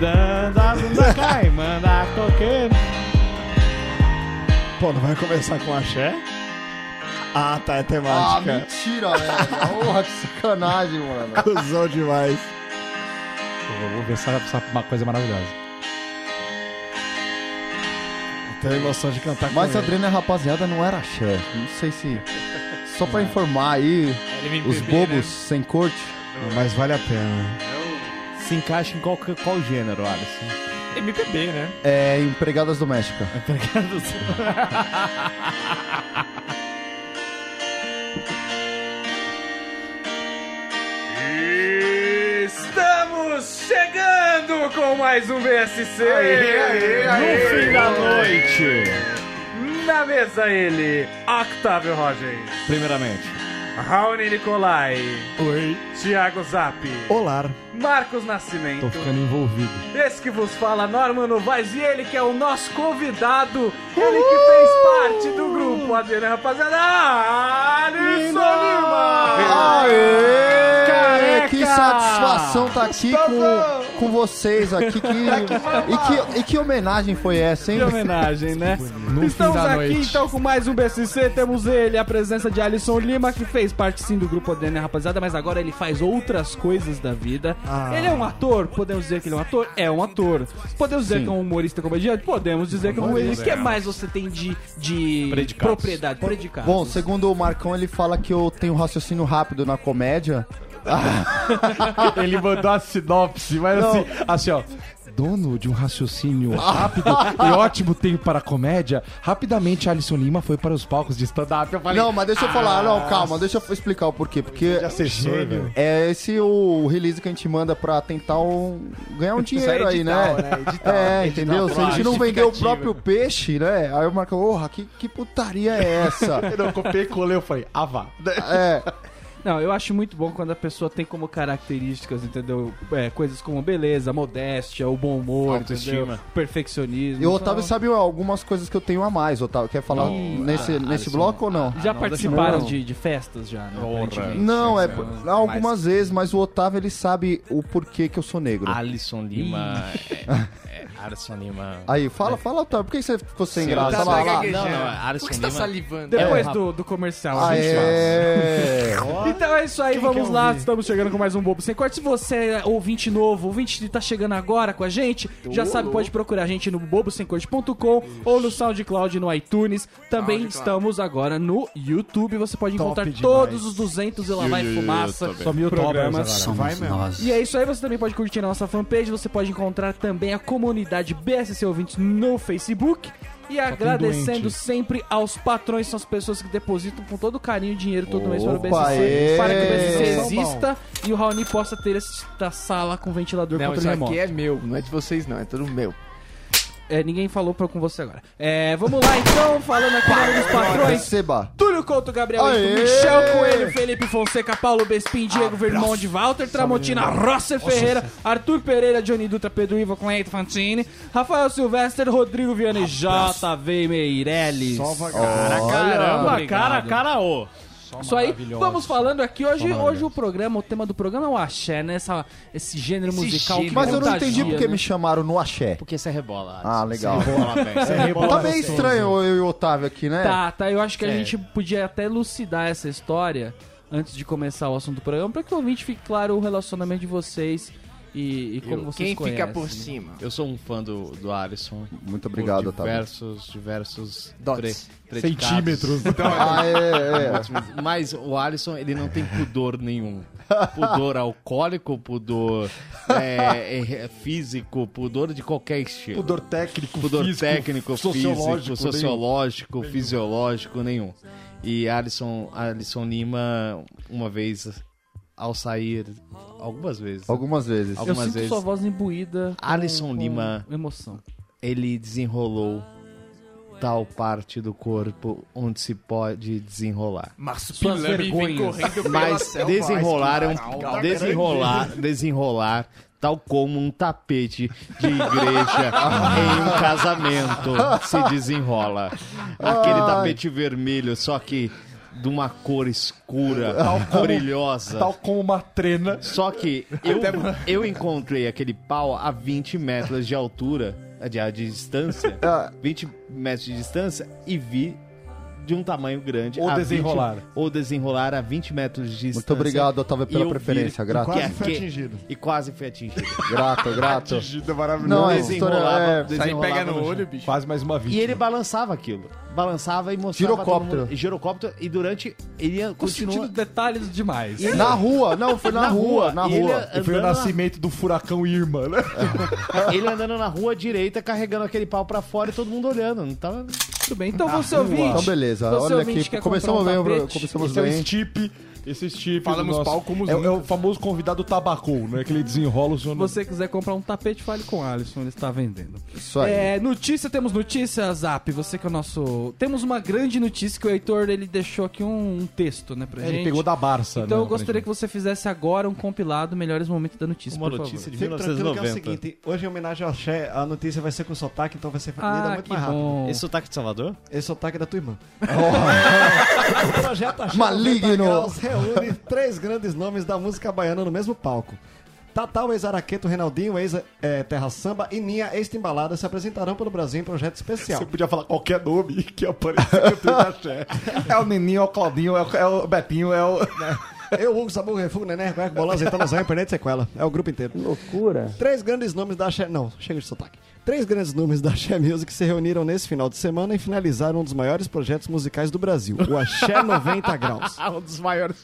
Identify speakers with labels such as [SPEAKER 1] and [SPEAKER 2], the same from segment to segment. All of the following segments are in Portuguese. [SPEAKER 1] Dança, bunda cai, manda coqueiro.
[SPEAKER 2] Pô, não vai começar com axé? Ah, tá, é
[SPEAKER 3] Ah,
[SPEAKER 2] temática.
[SPEAKER 3] mentira, velho. Porra, que sacanagem, mano.
[SPEAKER 2] Ah, Cusão demais.
[SPEAKER 1] Eu vou ver se ela precisa uma coisa maravilhosa.
[SPEAKER 2] Tenho emoção de cantar
[SPEAKER 3] Mas
[SPEAKER 2] com
[SPEAKER 3] a
[SPEAKER 2] ele.
[SPEAKER 3] Adriana, rapaziada, não era axé. Não sei se. Só pra informar aí
[SPEAKER 4] Ele me
[SPEAKER 3] os
[SPEAKER 4] bebê,
[SPEAKER 3] bobos
[SPEAKER 4] né?
[SPEAKER 3] sem corte.
[SPEAKER 2] Mas vale a pena.
[SPEAKER 4] É
[SPEAKER 5] Se encaixa em qual, qual gênero, Alisson?
[SPEAKER 4] o MPB, né?
[SPEAKER 3] É empregadas domésticas.
[SPEAKER 2] Tá
[SPEAKER 4] Estamos chegando com mais um VSC.
[SPEAKER 5] No fim da noite!
[SPEAKER 4] Na mesa ele, Octavio Rogers,
[SPEAKER 5] Primeiramente,
[SPEAKER 4] Raoni Nicolai,
[SPEAKER 2] Oi.
[SPEAKER 4] Thiago Zap,
[SPEAKER 2] Olá.
[SPEAKER 4] Marcos Nascimento.
[SPEAKER 2] Tô ficando envolvido.
[SPEAKER 4] Esse que vos fala, Norman Novaes, e ele que é o nosso convidado, ele que fez parte do grupo Adriana Rapaziada, Ah, Alisson Lima!
[SPEAKER 3] Aê!
[SPEAKER 4] Careca!
[SPEAKER 3] Que satisfação tá aqui com, com vocês aqui. Que, e, que, e que homenagem foi essa, hein?
[SPEAKER 1] Que homenagem, né? Estamos aqui então com mais um BSC. Temos ele, a presença de Alisson Lima, que fez parte sim do grupo ADN né, Rapaziada, mas agora ele faz outras coisas da vida. Ele é um ator? Podemos dizer que ele é um ator? É um ator. Podemos dizer que é um humorista comediante? Podemos dizer que é um humorista. O que mais você tem de, de
[SPEAKER 5] Predicados.
[SPEAKER 1] propriedade? Predicados.
[SPEAKER 3] Bom, segundo o Marcão, ele fala que eu tenho um raciocínio rápido na comédia.
[SPEAKER 5] ele mandou a sinopse, mas
[SPEAKER 3] Não.
[SPEAKER 5] assim, assim, ó. Dono de um raciocínio rápido e ótimo tempo para a comédia, rapidamente Alisson Lima foi para os palcos de stand-up. Eu falei,
[SPEAKER 3] Não, mas deixa eu falar, não, calma, deixa eu explicar o porquê. Porque
[SPEAKER 2] Assessor, velho.
[SPEAKER 3] é esse o release que a gente manda pra tentar um- ganhar um dinheiro aí, né? é, entendeu? Se a gente não vender o próprio peixe, né? Aí o Marcão, porra, que, que putaria é essa?
[SPEAKER 5] eu não copiei, colei, eu falei, ah vá.
[SPEAKER 3] é,
[SPEAKER 1] Não, eu acho muito bom quando a pessoa tem como características, entendeu? É, coisas como beleza, modéstia, o bom humor,
[SPEAKER 5] Autoestima.
[SPEAKER 1] entendeu? perfeccionismo.
[SPEAKER 3] e o Otávio
[SPEAKER 1] Então,
[SPEAKER 3] sabe algumas coisas que eu tenho a mais, Otávio. Quer falar nesse,
[SPEAKER 6] ah,
[SPEAKER 3] nesse bloco ou não?
[SPEAKER 1] Já participaram
[SPEAKER 3] não.
[SPEAKER 1] de, de festas já, né? aparentemente?
[SPEAKER 3] Não, é algumas vezes, mas o Otávio ele sabe o porquê que eu sou negro.
[SPEAKER 7] Tipo,
[SPEAKER 6] Ah,
[SPEAKER 5] Alisson Lima. é, é, Alisson Lima.
[SPEAKER 3] Aí, fala, fala, Otávio, por que você ficou sem graça?
[SPEAKER 6] é. tá
[SPEAKER 3] Fala, lá. é.
[SPEAKER 6] gaguejando.
[SPEAKER 5] Não, não, Alisson
[SPEAKER 6] Por que você tá
[SPEAKER 5] Lima-
[SPEAKER 6] salivando?
[SPEAKER 1] Depois do, do
[SPEAKER 3] Ah,
[SPEAKER 1] comercial, a gente fala.
[SPEAKER 3] é. Aê!
[SPEAKER 1] Então é isso aí, vamos lá. Estamos chegando com mais um Bobo Sem Corte. Se você é ouvinte novo, ouvinte que tá chegando agora com a gente, já sabe, pode procurar a gente no bobosemcorte.com ou no SoundCloud, no iTunes. Também estamos agora no YouTube. Você pode encontrar todos os 200 e lá vai fumaça.
[SPEAKER 5] Só mil
[SPEAKER 1] programas.
[SPEAKER 5] programas.
[SPEAKER 2] Vai mesmo.
[SPEAKER 1] E é isso aí, você também pode curtir a nossa fanpage, você pode encontrar também a comunidade BSC Ouvintes no Facebook. E agradecendo sempre aos patrões, são as pessoas que depositam com todo carinho dinheiro todo mês para o BSC,
[SPEAKER 3] aê!
[SPEAKER 1] para que o BSC
[SPEAKER 3] São bom.
[SPEAKER 1] exista e o Raoni possa ter esta sala com ventilador
[SPEAKER 6] Não,
[SPEAKER 1] controle
[SPEAKER 6] isso
[SPEAKER 1] remoto.
[SPEAKER 6] aqui é meu, não é de vocês não, é tudo meu.
[SPEAKER 1] É, ninguém falou pra, com você agora. É, vamos lá então, falando aqui no nome dos patrões.
[SPEAKER 3] Receba.
[SPEAKER 1] Túlio Couto, Gabriel
[SPEAKER 3] Aê!
[SPEAKER 1] Ito, Michel Coelho, Felipe Fonseca, Paulo Bespin, Diego Vermão de Walter, Tramontina, Rosser Ferreira, Arthur Pereira, Johnny Dutra, Pedro Ivo, Cleito Fantini, Rafael Silvestre, Rodrigo Viana e JV Meirelles.
[SPEAKER 4] Caramba,
[SPEAKER 5] Cara, cara, ô.
[SPEAKER 1] Isso aí, vamos falando aqui hoje, hoje o programa, o tema do programa é o axé, né? Essa, esse gênero musical que
[SPEAKER 3] Mas eu não
[SPEAKER 1] contagia,
[SPEAKER 3] entendi porque
[SPEAKER 1] né?
[SPEAKER 3] me chamaram no axé.
[SPEAKER 5] Porque você rebola.
[SPEAKER 3] Ah, legal.
[SPEAKER 2] Rebola
[SPEAKER 3] Tá meio
[SPEAKER 2] gostoso.
[SPEAKER 3] estranho eu e o Otávio aqui, né?
[SPEAKER 1] Tá, tá. Eu acho que a
[SPEAKER 6] É.
[SPEAKER 1] gente podia até elucidar essa história antes de começar o assunto do programa, pra que o ouvinte fique claro o relacionamento de vocês e, e como vocês
[SPEAKER 6] Quem
[SPEAKER 1] conhecem.
[SPEAKER 6] fica por cima?
[SPEAKER 8] Eu sou um fã do, do Alisson.
[SPEAKER 3] Muito obrigado,
[SPEAKER 8] por
[SPEAKER 3] Otávio.
[SPEAKER 8] diversos, diversos
[SPEAKER 6] Dots.
[SPEAKER 8] pre- predicados.
[SPEAKER 2] Centímetros.
[SPEAKER 3] Ah, é, é.
[SPEAKER 8] Mas o Alisson, ele não tem pudor nenhum. Pudor alcoólico, pudor é, é, é, físico, pudor de qualquer estilo.
[SPEAKER 2] Pudor técnico,
[SPEAKER 8] Pudor
[SPEAKER 2] físico,
[SPEAKER 8] técnico,
[SPEAKER 2] sociológico,
[SPEAKER 8] físico, sociológico, fisiológico, nenhum. E Alisson, Alisson Lima, uma vez ao sair, algumas vezes.
[SPEAKER 3] Algumas vezes.
[SPEAKER 1] Eu
[SPEAKER 8] Algumas
[SPEAKER 1] sinto
[SPEAKER 8] vezes.
[SPEAKER 1] sua voz imbuída. com-
[SPEAKER 8] Alisson
[SPEAKER 1] com
[SPEAKER 8] Lima.
[SPEAKER 1] Emoção.
[SPEAKER 8] ele desenrolou tal parte do corpo onde se pode desenrolar.
[SPEAKER 1] Suas vergonhas.
[SPEAKER 8] Mas desenrolar é um desenrolar, desenrolar tal como um tapete de igreja em um casamento se desenrola. Aquele tapete vermelho, só que
[SPEAKER 7] de uma cor escura, brilhosa.
[SPEAKER 2] Tal como uma trena.
[SPEAKER 7] Só que eu, eu encontrei aquele pau a 20 metros de altura, de, de distância,
[SPEAKER 3] Ah.
[SPEAKER 7] 20 metros de distância, e vi de um tamanho grande.
[SPEAKER 2] Ou
[SPEAKER 7] a 20
[SPEAKER 2] desenrolar.
[SPEAKER 7] ou desenrolar a 20 metros de distância.
[SPEAKER 3] Muito obrigado, Otávio,
[SPEAKER 7] E
[SPEAKER 3] pela
[SPEAKER 7] eu vi-
[SPEAKER 3] preferência. Grato,
[SPEAKER 7] Que é
[SPEAKER 9] Quase foi
[SPEAKER 7] que-
[SPEAKER 9] atingido.
[SPEAKER 7] E quase fui atingido.
[SPEAKER 3] grato, grato.
[SPEAKER 9] Atingido, é maravilhoso.
[SPEAKER 3] Não, essa história
[SPEAKER 7] Desenrolava,
[SPEAKER 3] é...
[SPEAKER 5] Sai
[SPEAKER 7] desenrolava
[SPEAKER 5] pega no
[SPEAKER 7] chão.
[SPEAKER 5] olho, bicho.
[SPEAKER 2] Quase mais uma
[SPEAKER 7] E
[SPEAKER 2] vítima.
[SPEAKER 7] ele balançava aquilo. Balançava e mostrava.
[SPEAKER 3] Girocóptero.
[SPEAKER 7] todo mundo- Girocóptero. E durante. Ele ia- continua.
[SPEAKER 1] Sentindo detalhes demais.
[SPEAKER 3] é. Na rua, não, foi na, rua, na
[SPEAKER 7] e ele
[SPEAKER 3] rua.
[SPEAKER 2] E foi o
[SPEAKER 7] andando na-
[SPEAKER 2] nascimento do furacão Irma, né?
[SPEAKER 7] Ele andando na rua direita, carregando aquele pau pra fora e todo mundo olhando. Não tava...
[SPEAKER 1] Muito bem, então você ouvinte.
[SPEAKER 3] Então beleza,
[SPEAKER 1] Você
[SPEAKER 3] olha
[SPEAKER 1] ouvinte
[SPEAKER 3] aqui,
[SPEAKER 1] quer
[SPEAKER 3] começamos
[SPEAKER 1] comprar
[SPEAKER 3] bem,
[SPEAKER 1] um
[SPEAKER 3] bro-
[SPEAKER 1] tapete?
[SPEAKER 3] começamos
[SPEAKER 2] Esse é o
[SPEAKER 3] bem.
[SPEAKER 2] Stip. Esse Stip.
[SPEAKER 5] Falamos
[SPEAKER 2] do nosso-
[SPEAKER 5] pau como
[SPEAKER 2] é,
[SPEAKER 5] nunca.
[SPEAKER 2] é o famoso convidado tabacou, né? Que ele desenrola o seu
[SPEAKER 1] Se você quiser comprar um tapete, fale com o Alisson, ele está vendendo.
[SPEAKER 3] Isso aí.
[SPEAKER 1] É, notícia, temos notícia, Zap, você que é o nosso... Temos uma grande notícia que o Heitor, ele deixou aqui um, um texto, né, pra
[SPEAKER 2] É,
[SPEAKER 1] gente.
[SPEAKER 2] Ele pegou da Barça,
[SPEAKER 1] Então
[SPEAKER 2] né,
[SPEAKER 1] eu gostaria que você fizesse agora um compilado Melhores Momentos da Notícia,
[SPEAKER 7] Uma
[SPEAKER 1] por
[SPEAKER 7] notícia
[SPEAKER 1] favor.
[SPEAKER 7] de
[SPEAKER 9] Fique tranquilo que é o
[SPEAKER 7] 1990.
[SPEAKER 9] seguinte, hoje em homenagem ao Xé, a notícia vai ser com sotaque, então vai ser lida
[SPEAKER 1] Ah,
[SPEAKER 9] muito
[SPEAKER 1] que
[SPEAKER 9] mais rápido.
[SPEAKER 1] bom.
[SPEAKER 7] Esse sotaque de Salvador?
[SPEAKER 9] Esse sotaque é da tua irmã. o projeto Axé
[SPEAKER 3] Maligno.
[SPEAKER 9] 90 Graus reúne três grandes nomes da música baiana no mesmo palco. Tatal, ex-Araqueto, Renaldinho, ex-Terra é, Samba e Ninha, ex-Timbalada, se apresentarão pelo Brasil em projeto especial.
[SPEAKER 2] Você podia falar qualquer nome que aparecia no teu axé. É o Neninho, é o Claudinho, é o, é o Betinho, é o...
[SPEAKER 9] Eu, Hugo, Sabu, Refugo, Nené, Cueca, Bolão, Zentão, Lazanha, Perneta e Sequela. É o grupo inteiro. Loucura. Três grandes nomes da Axé... Não, chega de sotaque. Três grandes nomes da Axé Music se reuniram nesse final de semana e finalizaram um dos maiores projetos musicais do Brasil, o Axé 90 Graus.
[SPEAKER 7] Ah, um dos maiores.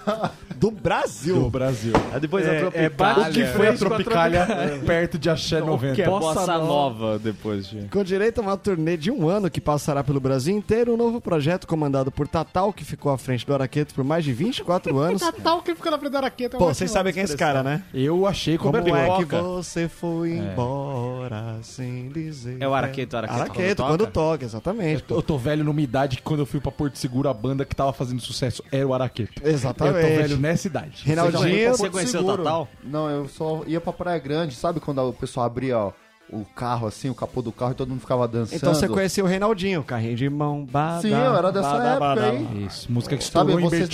[SPEAKER 9] Do Brasil!
[SPEAKER 2] Do Brasil.
[SPEAKER 7] Depois a
[SPEAKER 2] É, é
[SPEAKER 7] Tropicália.
[SPEAKER 2] o que foi a Tropicália perto de Axé
[SPEAKER 7] Que é
[SPEAKER 2] 90.
[SPEAKER 7] Bossa, nova. depois de...
[SPEAKER 9] Com direito a uma turnê de um ano que passará pelo Brasil inteiro, um novo projeto comandado por Tatal, que ficou à frente do Araqueto por mais de 24 anos.
[SPEAKER 7] Natal que fica na frente da raqueta.
[SPEAKER 9] Pô, vocês sabem quem é esse cara, né?
[SPEAKER 2] Eu achei como
[SPEAKER 9] Como é que
[SPEAKER 2] pipoca.
[SPEAKER 9] você foi embora sem dizer?
[SPEAKER 7] É o Araqueto, o Araqueto
[SPEAKER 9] Araqueto,
[SPEAKER 7] quando
[SPEAKER 9] quando toca, exatamente.
[SPEAKER 2] Eu tô velho numa idade que quando eu fui pra Porto Seguro, a banda que tava fazendo sucesso era o Araqueto. Eu
[SPEAKER 9] Exatamente.
[SPEAKER 2] tô velho nessa idade.
[SPEAKER 9] Reinaldinho,
[SPEAKER 7] Você conheceu o Tatal?
[SPEAKER 3] Não, eu só ia pra Praia Grande, sabe quando o pessoal abria ó, o carro assim, o capô do carro e todo mundo ficava dançando?
[SPEAKER 9] Então você conheceu o Reinaldinho, carrinho de mão, bada,
[SPEAKER 3] Sim, eu era dessa
[SPEAKER 9] bada,
[SPEAKER 3] época,
[SPEAKER 9] bada.
[SPEAKER 3] hein?
[SPEAKER 2] Isso, música que
[SPEAKER 3] Sabe,
[SPEAKER 2] estourou em
[SPEAKER 3] você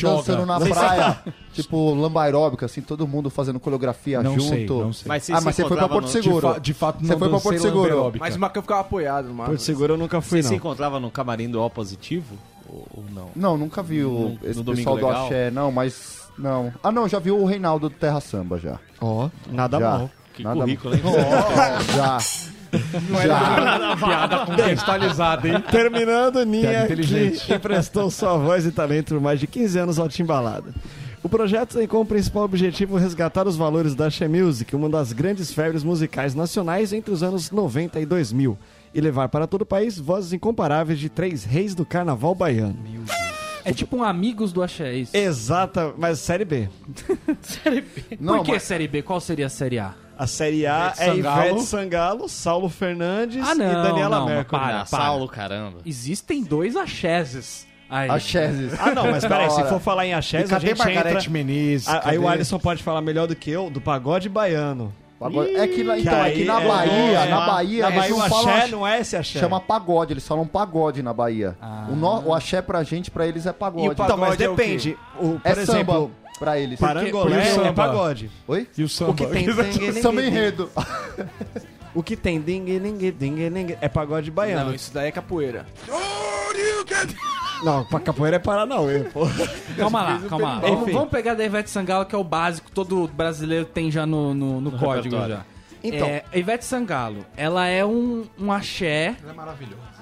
[SPEAKER 2] Bertioga.
[SPEAKER 3] dançando na praia,
[SPEAKER 9] tá-
[SPEAKER 3] tipo lamba aeróbica, assim, todo mundo fazendo coreografia
[SPEAKER 2] Não
[SPEAKER 3] junto.
[SPEAKER 2] sei, não sei.
[SPEAKER 5] Mas vocês
[SPEAKER 3] Ah, mas
[SPEAKER 5] se
[SPEAKER 3] você foi pra
[SPEAKER 5] encontravam
[SPEAKER 3] Porto
[SPEAKER 5] no-
[SPEAKER 2] De,
[SPEAKER 3] Seguro.
[SPEAKER 2] fa- de fato,
[SPEAKER 3] Você
[SPEAKER 2] não
[SPEAKER 3] foi pra
[SPEAKER 2] dancei
[SPEAKER 3] Porto Seguro.
[SPEAKER 2] lamberóbica.
[SPEAKER 5] Mas o Macão ficava apoiado no mar.
[SPEAKER 9] Porto Seguro eu nunca fui,
[SPEAKER 7] Vocês se
[SPEAKER 9] não.
[SPEAKER 7] encontravam no camarim do Ó Positivo? Ou, ou não?
[SPEAKER 3] Não, nunca vi o,
[SPEAKER 7] No-
[SPEAKER 3] esse
[SPEAKER 7] no Domingo
[SPEAKER 3] pessoal do
[SPEAKER 7] Legal?
[SPEAKER 3] Axé, não, mas. Não. Ah, não, já vi o Reinaldo do Terra Samba já.
[SPEAKER 9] Ó, nada
[SPEAKER 3] já.
[SPEAKER 9] mal.
[SPEAKER 7] Que
[SPEAKER 3] Nada
[SPEAKER 7] currículo, hein?
[SPEAKER 3] Já.
[SPEAKER 2] Piada contextualizada, hein?
[SPEAKER 9] Terminando,
[SPEAKER 2] Piada
[SPEAKER 9] Ninha,
[SPEAKER 2] inteligente.
[SPEAKER 9] que emprestou sua voz e talento por mais de 15 anos ao Timbalada. O projeto tem como principal objetivo resgatar os valores da She Music, uma das grandes febres musicais nacionais entre os anos 90 e 2000, e levar para todo o país vozes incomparáveis de três reis do carnaval baiano.
[SPEAKER 1] É tipo um Amigos do Axé, é isso?
[SPEAKER 9] Exata, mas série B.
[SPEAKER 3] Não,
[SPEAKER 1] Por que
[SPEAKER 3] mas-
[SPEAKER 1] série B? Qual seria a série A?
[SPEAKER 9] A série A
[SPEAKER 2] Ivete
[SPEAKER 9] é
[SPEAKER 2] Sangalo.
[SPEAKER 9] Ivete Sangalo, Saulo Fernandes
[SPEAKER 1] Ah, não,
[SPEAKER 9] e Daniela
[SPEAKER 1] não, mas
[SPEAKER 9] Mercury. né?
[SPEAKER 1] para.
[SPEAKER 5] tá
[SPEAKER 7] Ah, Saulo, caramba.
[SPEAKER 1] Existem dois Axéses. Aí.
[SPEAKER 3] Axézes.
[SPEAKER 9] Ah, não, mas peraí,
[SPEAKER 3] Da
[SPEAKER 9] se
[SPEAKER 3] hora.
[SPEAKER 9] for falar em axés, a
[SPEAKER 2] Cadê
[SPEAKER 9] gente
[SPEAKER 2] Margarete
[SPEAKER 9] entra...
[SPEAKER 2] Menezes?
[SPEAKER 9] Ah, Aí
[SPEAKER 2] Cadê-
[SPEAKER 9] o Alisson pode falar melhor do que eu do pagode baiano.
[SPEAKER 3] Agora- é que, lá-
[SPEAKER 9] Que
[SPEAKER 3] então, é
[SPEAKER 9] aí
[SPEAKER 3] que na
[SPEAKER 9] é-
[SPEAKER 3] Bahia,
[SPEAKER 9] é,
[SPEAKER 3] na
[SPEAKER 9] é,
[SPEAKER 3] Bahia,
[SPEAKER 9] na
[SPEAKER 3] eles
[SPEAKER 9] Bahia o
[SPEAKER 3] não falam
[SPEAKER 9] axé
[SPEAKER 3] axé.
[SPEAKER 9] não é esse axé. Ah.
[SPEAKER 3] Chama pagode, eles falam pagode na Bahia. O, no- o axé pra gente, pra eles é pagode.
[SPEAKER 5] E o pa-
[SPEAKER 9] Então, mas
[SPEAKER 5] Pagode é o quê?
[SPEAKER 9] depende. O, por
[SPEAKER 3] é
[SPEAKER 9] exemplo,
[SPEAKER 3] samba pra eles.
[SPEAKER 9] parangolé
[SPEAKER 2] porque o
[SPEAKER 9] é
[SPEAKER 2] samba-
[SPEAKER 9] pagode.
[SPEAKER 3] Oi?
[SPEAKER 2] E o samba?
[SPEAKER 3] Samba enredo.
[SPEAKER 9] O que tem dingue, dingue, dingue, dingue é pagode
[SPEAKER 5] Não,
[SPEAKER 9] baiano.
[SPEAKER 5] isso daí é capoeira.
[SPEAKER 9] Não, pra capoeira é Paranauê, pô.
[SPEAKER 1] Calma lá, calma lá. Vamos,
[SPEAKER 9] Enfim.
[SPEAKER 1] um vamos pegar da Ivete Sangalo, que é o básico, todo brasileiro tem já no, no, no código
[SPEAKER 7] repertório.
[SPEAKER 1] já.
[SPEAKER 9] Então.
[SPEAKER 1] É, a Ivete Sangalo, ela é um, um axé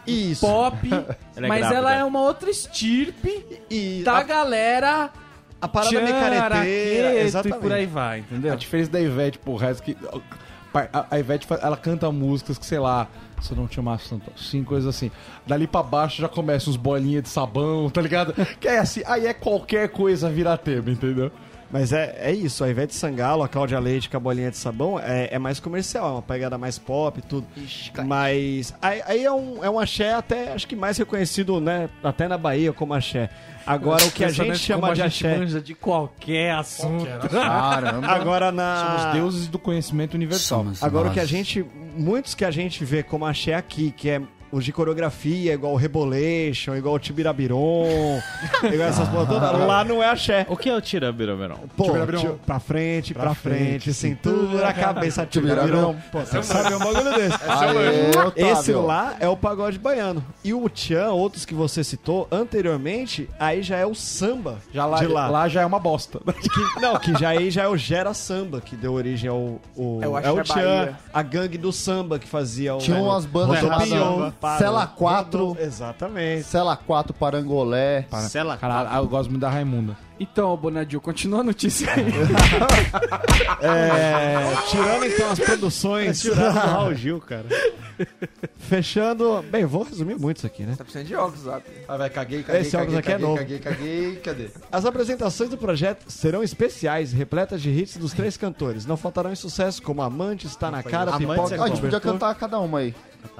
[SPEAKER 9] Isso.
[SPEAKER 1] pop,
[SPEAKER 7] é
[SPEAKER 1] mas
[SPEAKER 7] grávida.
[SPEAKER 1] ela é uma outra estirpe
[SPEAKER 9] E
[SPEAKER 1] da
[SPEAKER 9] a,
[SPEAKER 1] galera
[SPEAKER 9] a parada
[SPEAKER 1] tchan,
[SPEAKER 9] micareteira,
[SPEAKER 1] e por aí
[SPEAKER 9] exatamente.
[SPEAKER 1] vai, entendeu?
[SPEAKER 2] A diferença da Ivete pro resto é que. a- A Ivete, fa- ela canta músicas que, sei lá, se eu não te amasse tanto, assim, coisas assim. Dali pra baixo já começa uns bolinhas de sabão, tá ligado? Que é assim, aí é qualquer coisa virar tema, entendeu?
[SPEAKER 9] Mas é, é isso, a Ivete Sangalo, a Cláudia Leite com a bolinha de sabão é, é mais comercial, é uma pegada mais pop e tudo. Mas aí, aí é, um, é um axé até, acho que mais reconhecido, né? Até na Bahia como axé. Agora, o que a gente
[SPEAKER 1] Como
[SPEAKER 9] chama de
[SPEAKER 1] a gente
[SPEAKER 9] axé...
[SPEAKER 1] manja né? de qualquer assunto.
[SPEAKER 3] Caramba.
[SPEAKER 9] Agora na...
[SPEAKER 2] Os deuses do conhecimento universal.
[SPEAKER 9] Agora, o que a gente... Muitos que a gente vê como axé aqui, que é Os de coreografia, igual o Rebolation, igual o Tibirabiron, igual essas porra toda. Lá não é axé.
[SPEAKER 10] O que é o Tirabiromeron?
[SPEAKER 9] Pô,
[SPEAKER 2] Tibirabiron.
[SPEAKER 9] tio- pra frente, pra, frente, cintura, cabeça,
[SPEAKER 3] Tibirabiron.
[SPEAKER 9] Tibirabiron. Pô, você sabe um bagulho desse.
[SPEAKER 5] é
[SPEAKER 3] Aê, Otávio.
[SPEAKER 9] Esse lá é o pagode baiano. E o Tchan, outros que você citou anteriormente, aí já é o samba
[SPEAKER 2] Já lá,
[SPEAKER 9] de lá.
[SPEAKER 2] lá já é uma bosta.
[SPEAKER 9] Que- não, que já aí já é o Gera Samba, que deu origem ao, ao
[SPEAKER 5] É o Axé
[SPEAKER 9] ao
[SPEAKER 5] Bahia.
[SPEAKER 9] a gangue do samba que fazia o.
[SPEAKER 3] Tinha umas bandas
[SPEAKER 9] Rodopio,
[SPEAKER 3] chamadas
[SPEAKER 9] Parou.
[SPEAKER 3] Cela 4,
[SPEAKER 9] Exatamente.
[SPEAKER 3] Cela 4 Parangolé.
[SPEAKER 10] Sela.
[SPEAKER 2] Caralho, eu gosto muito da Raimunda.
[SPEAKER 1] Então, Bonadio, continua a notícia aí.
[SPEAKER 9] É, tirando então as produções. tirando o Raul Gil, cara. Fechando. Bem, vou resumir muito isso aqui, né?
[SPEAKER 5] Tá precisando de óculos, Zap.
[SPEAKER 2] Ah, vai, caguei,
[SPEAKER 9] Esse óculos aqui é novo.
[SPEAKER 2] Caguei, caguei, cadê?
[SPEAKER 9] As apresentações do projeto serão especiais, repletas de hits dos três cantores. Não faltarão em sucesso como Amante, Está na Cara,
[SPEAKER 10] Amantes
[SPEAKER 9] Pipoca,
[SPEAKER 10] é
[SPEAKER 3] Ah, a gente podia
[SPEAKER 9] Cobertor,
[SPEAKER 3] cantar cada uma aí.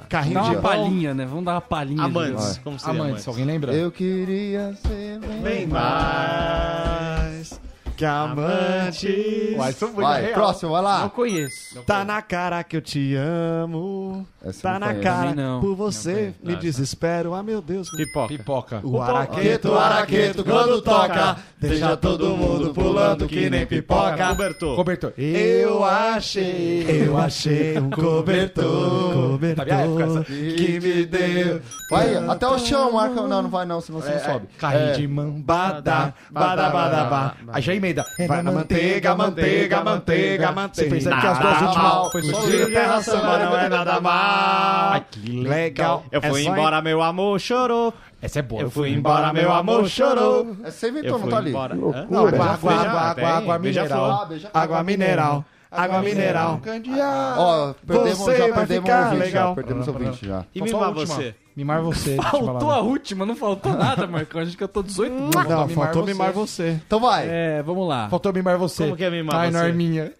[SPEAKER 9] Carrinho
[SPEAKER 1] Dá
[SPEAKER 9] de
[SPEAKER 1] uma
[SPEAKER 9] Mão.
[SPEAKER 1] palhinha, né? Vamos dar uma palhinha.
[SPEAKER 10] Amantes. Como seria
[SPEAKER 2] Amantes,
[SPEAKER 10] amantes?
[SPEAKER 2] alguém lembra?
[SPEAKER 3] Eu queria ser bem.
[SPEAKER 9] mais que amante.
[SPEAKER 2] Uai, isso foi
[SPEAKER 3] Vai,
[SPEAKER 2] real.
[SPEAKER 3] próximo, vai
[SPEAKER 1] Não
[SPEAKER 3] lá.
[SPEAKER 1] conheço.
[SPEAKER 9] Tá na cara que eu te amo.
[SPEAKER 3] Essa eu
[SPEAKER 9] Tá
[SPEAKER 3] não
[SPEAKER 9] na
[SPEAKER 3] conheço.
[SPEAKER 9] cara
[SPEAKER 1] Também não.
[SPEAKER 9] por você.
[SPEAKER 10] Não,
[SPEAKER 9] Me
[SPEAKER 10] tá.
[SPEAKER 9] desespero. Ah, meu Deus.
[SPEAKER 10] Pipoca.
[SPEAKER 2] Pipoca.
[SPEAKER 9] O
[SPEAKER 3] Araqueto, araqueto, quando toca, deixa todo mundo pulando que nem pipoca.
[SPEAKER 10] Cobertor.
[SPEAKER 2] Cobertor.
[SPEAKER 9] Eu achei, eu achei um cobertor,
[SPEAKER 2] Tá minha época
[SPEAKER 9] cobertor
[SPEAKER 2] essa.
[SPEAKER 9] que me deu
[SPEAKER 3] Vai, até o chão, marca. Não, não vai não, senão
[SPEAKER 2] É,
[SPEAKER 3] você não sobe.
[SPEAKER 2] Carrinho de mão.
[SPEAKER 9] bada, bada, bada, bada.
[SPEAKER 2] Aí já emenda.
[SPEAKER 9] Vai na manteiga, manteiga, manteiga,
[SPEAKER 2] Você
[SPEAKER 9] manteiga.
[SPEAKER 2] percebe que as duas
[SPEAKER 9] Nada
[SPEAKER 2] últimas
[SPEAKER 9] mal.
[SPEAKER 2] foi
[SPEAKER 9] Só
[SPEAKER 2] sujeira.
[SPEAKER 9] de terra samba não é nada mal.
[SPEAKER 10] Ai, que
[SPEAKER 9] Legal.
[SPEAKER 10] Eu
[SPEAKER 9] É
[SPEAKER 10] fui
[SPEAKER 9] só
[SPEAKER 10] embora, meu amor chorou.
[SPEAKER 2] Essa é boa.
[SPEAKER 10] Eu fui embora, meu amor chorou.
[SPEAKER 3] É, você
[SPEAKER 10] Eu
[SPEAKER 3] inventou, não
[SPEAKER 10] fui
[SPEAKER 3] tá ali.
[SPEAKER 10] embora. Hã?
[SPEAKER 3] Beija-
[SPEAKER 9] Não, água, água,
[SPEAKER 10] Beija-
[SPEAKER 9] água, água,
[SPEAKER 10] tem,
[SPEAKER 9] água
[SPEAKER 10] beija
[SPEAKER 9] mineral.
[SPEAKER 3] Ah, beija-
[SPEAKER 9] Água mineral. Água mineral.
[SPEAKER 3] Ó, perdemos,
[SPEAKER 9] Você
[SPEAKER 3] já
[SPEAKER 9] vai
[SPEAKER 3] perdemos
[SPEAKER 9] ficar
[SPEAKER 3] ouvinte já.
[SPEAKER 9] legal.
[SPEAKER 3] Perdemos ouvinte já.
[SPEAKER 10] E
[SPEAKER 2] Então,
[SPEAKER 10] mimar você.
[SPEAKER 2] Mimar você.
[SPEAKER 1] Faltou a última, não faltou nada, Marcão. Acho que eu tô 18 pontos.
[SPEAKER 9] Não,
[SPEAKER 2] mimar
[SPEAKER 9] faltou
[SPEAKER 2] você.
[SPEAKER 9] mimar você.
[SPEAKER 3] Então vai.
[SPEAKER 1] É, vamos lá.
[SPEAKER 2] Faltou mimar você.
[SPEAKER 10] Como que é mimar
[SPEAKER 2] Ai,
[SPEAKER 10] você?
[SPEAKER 2] Norminha.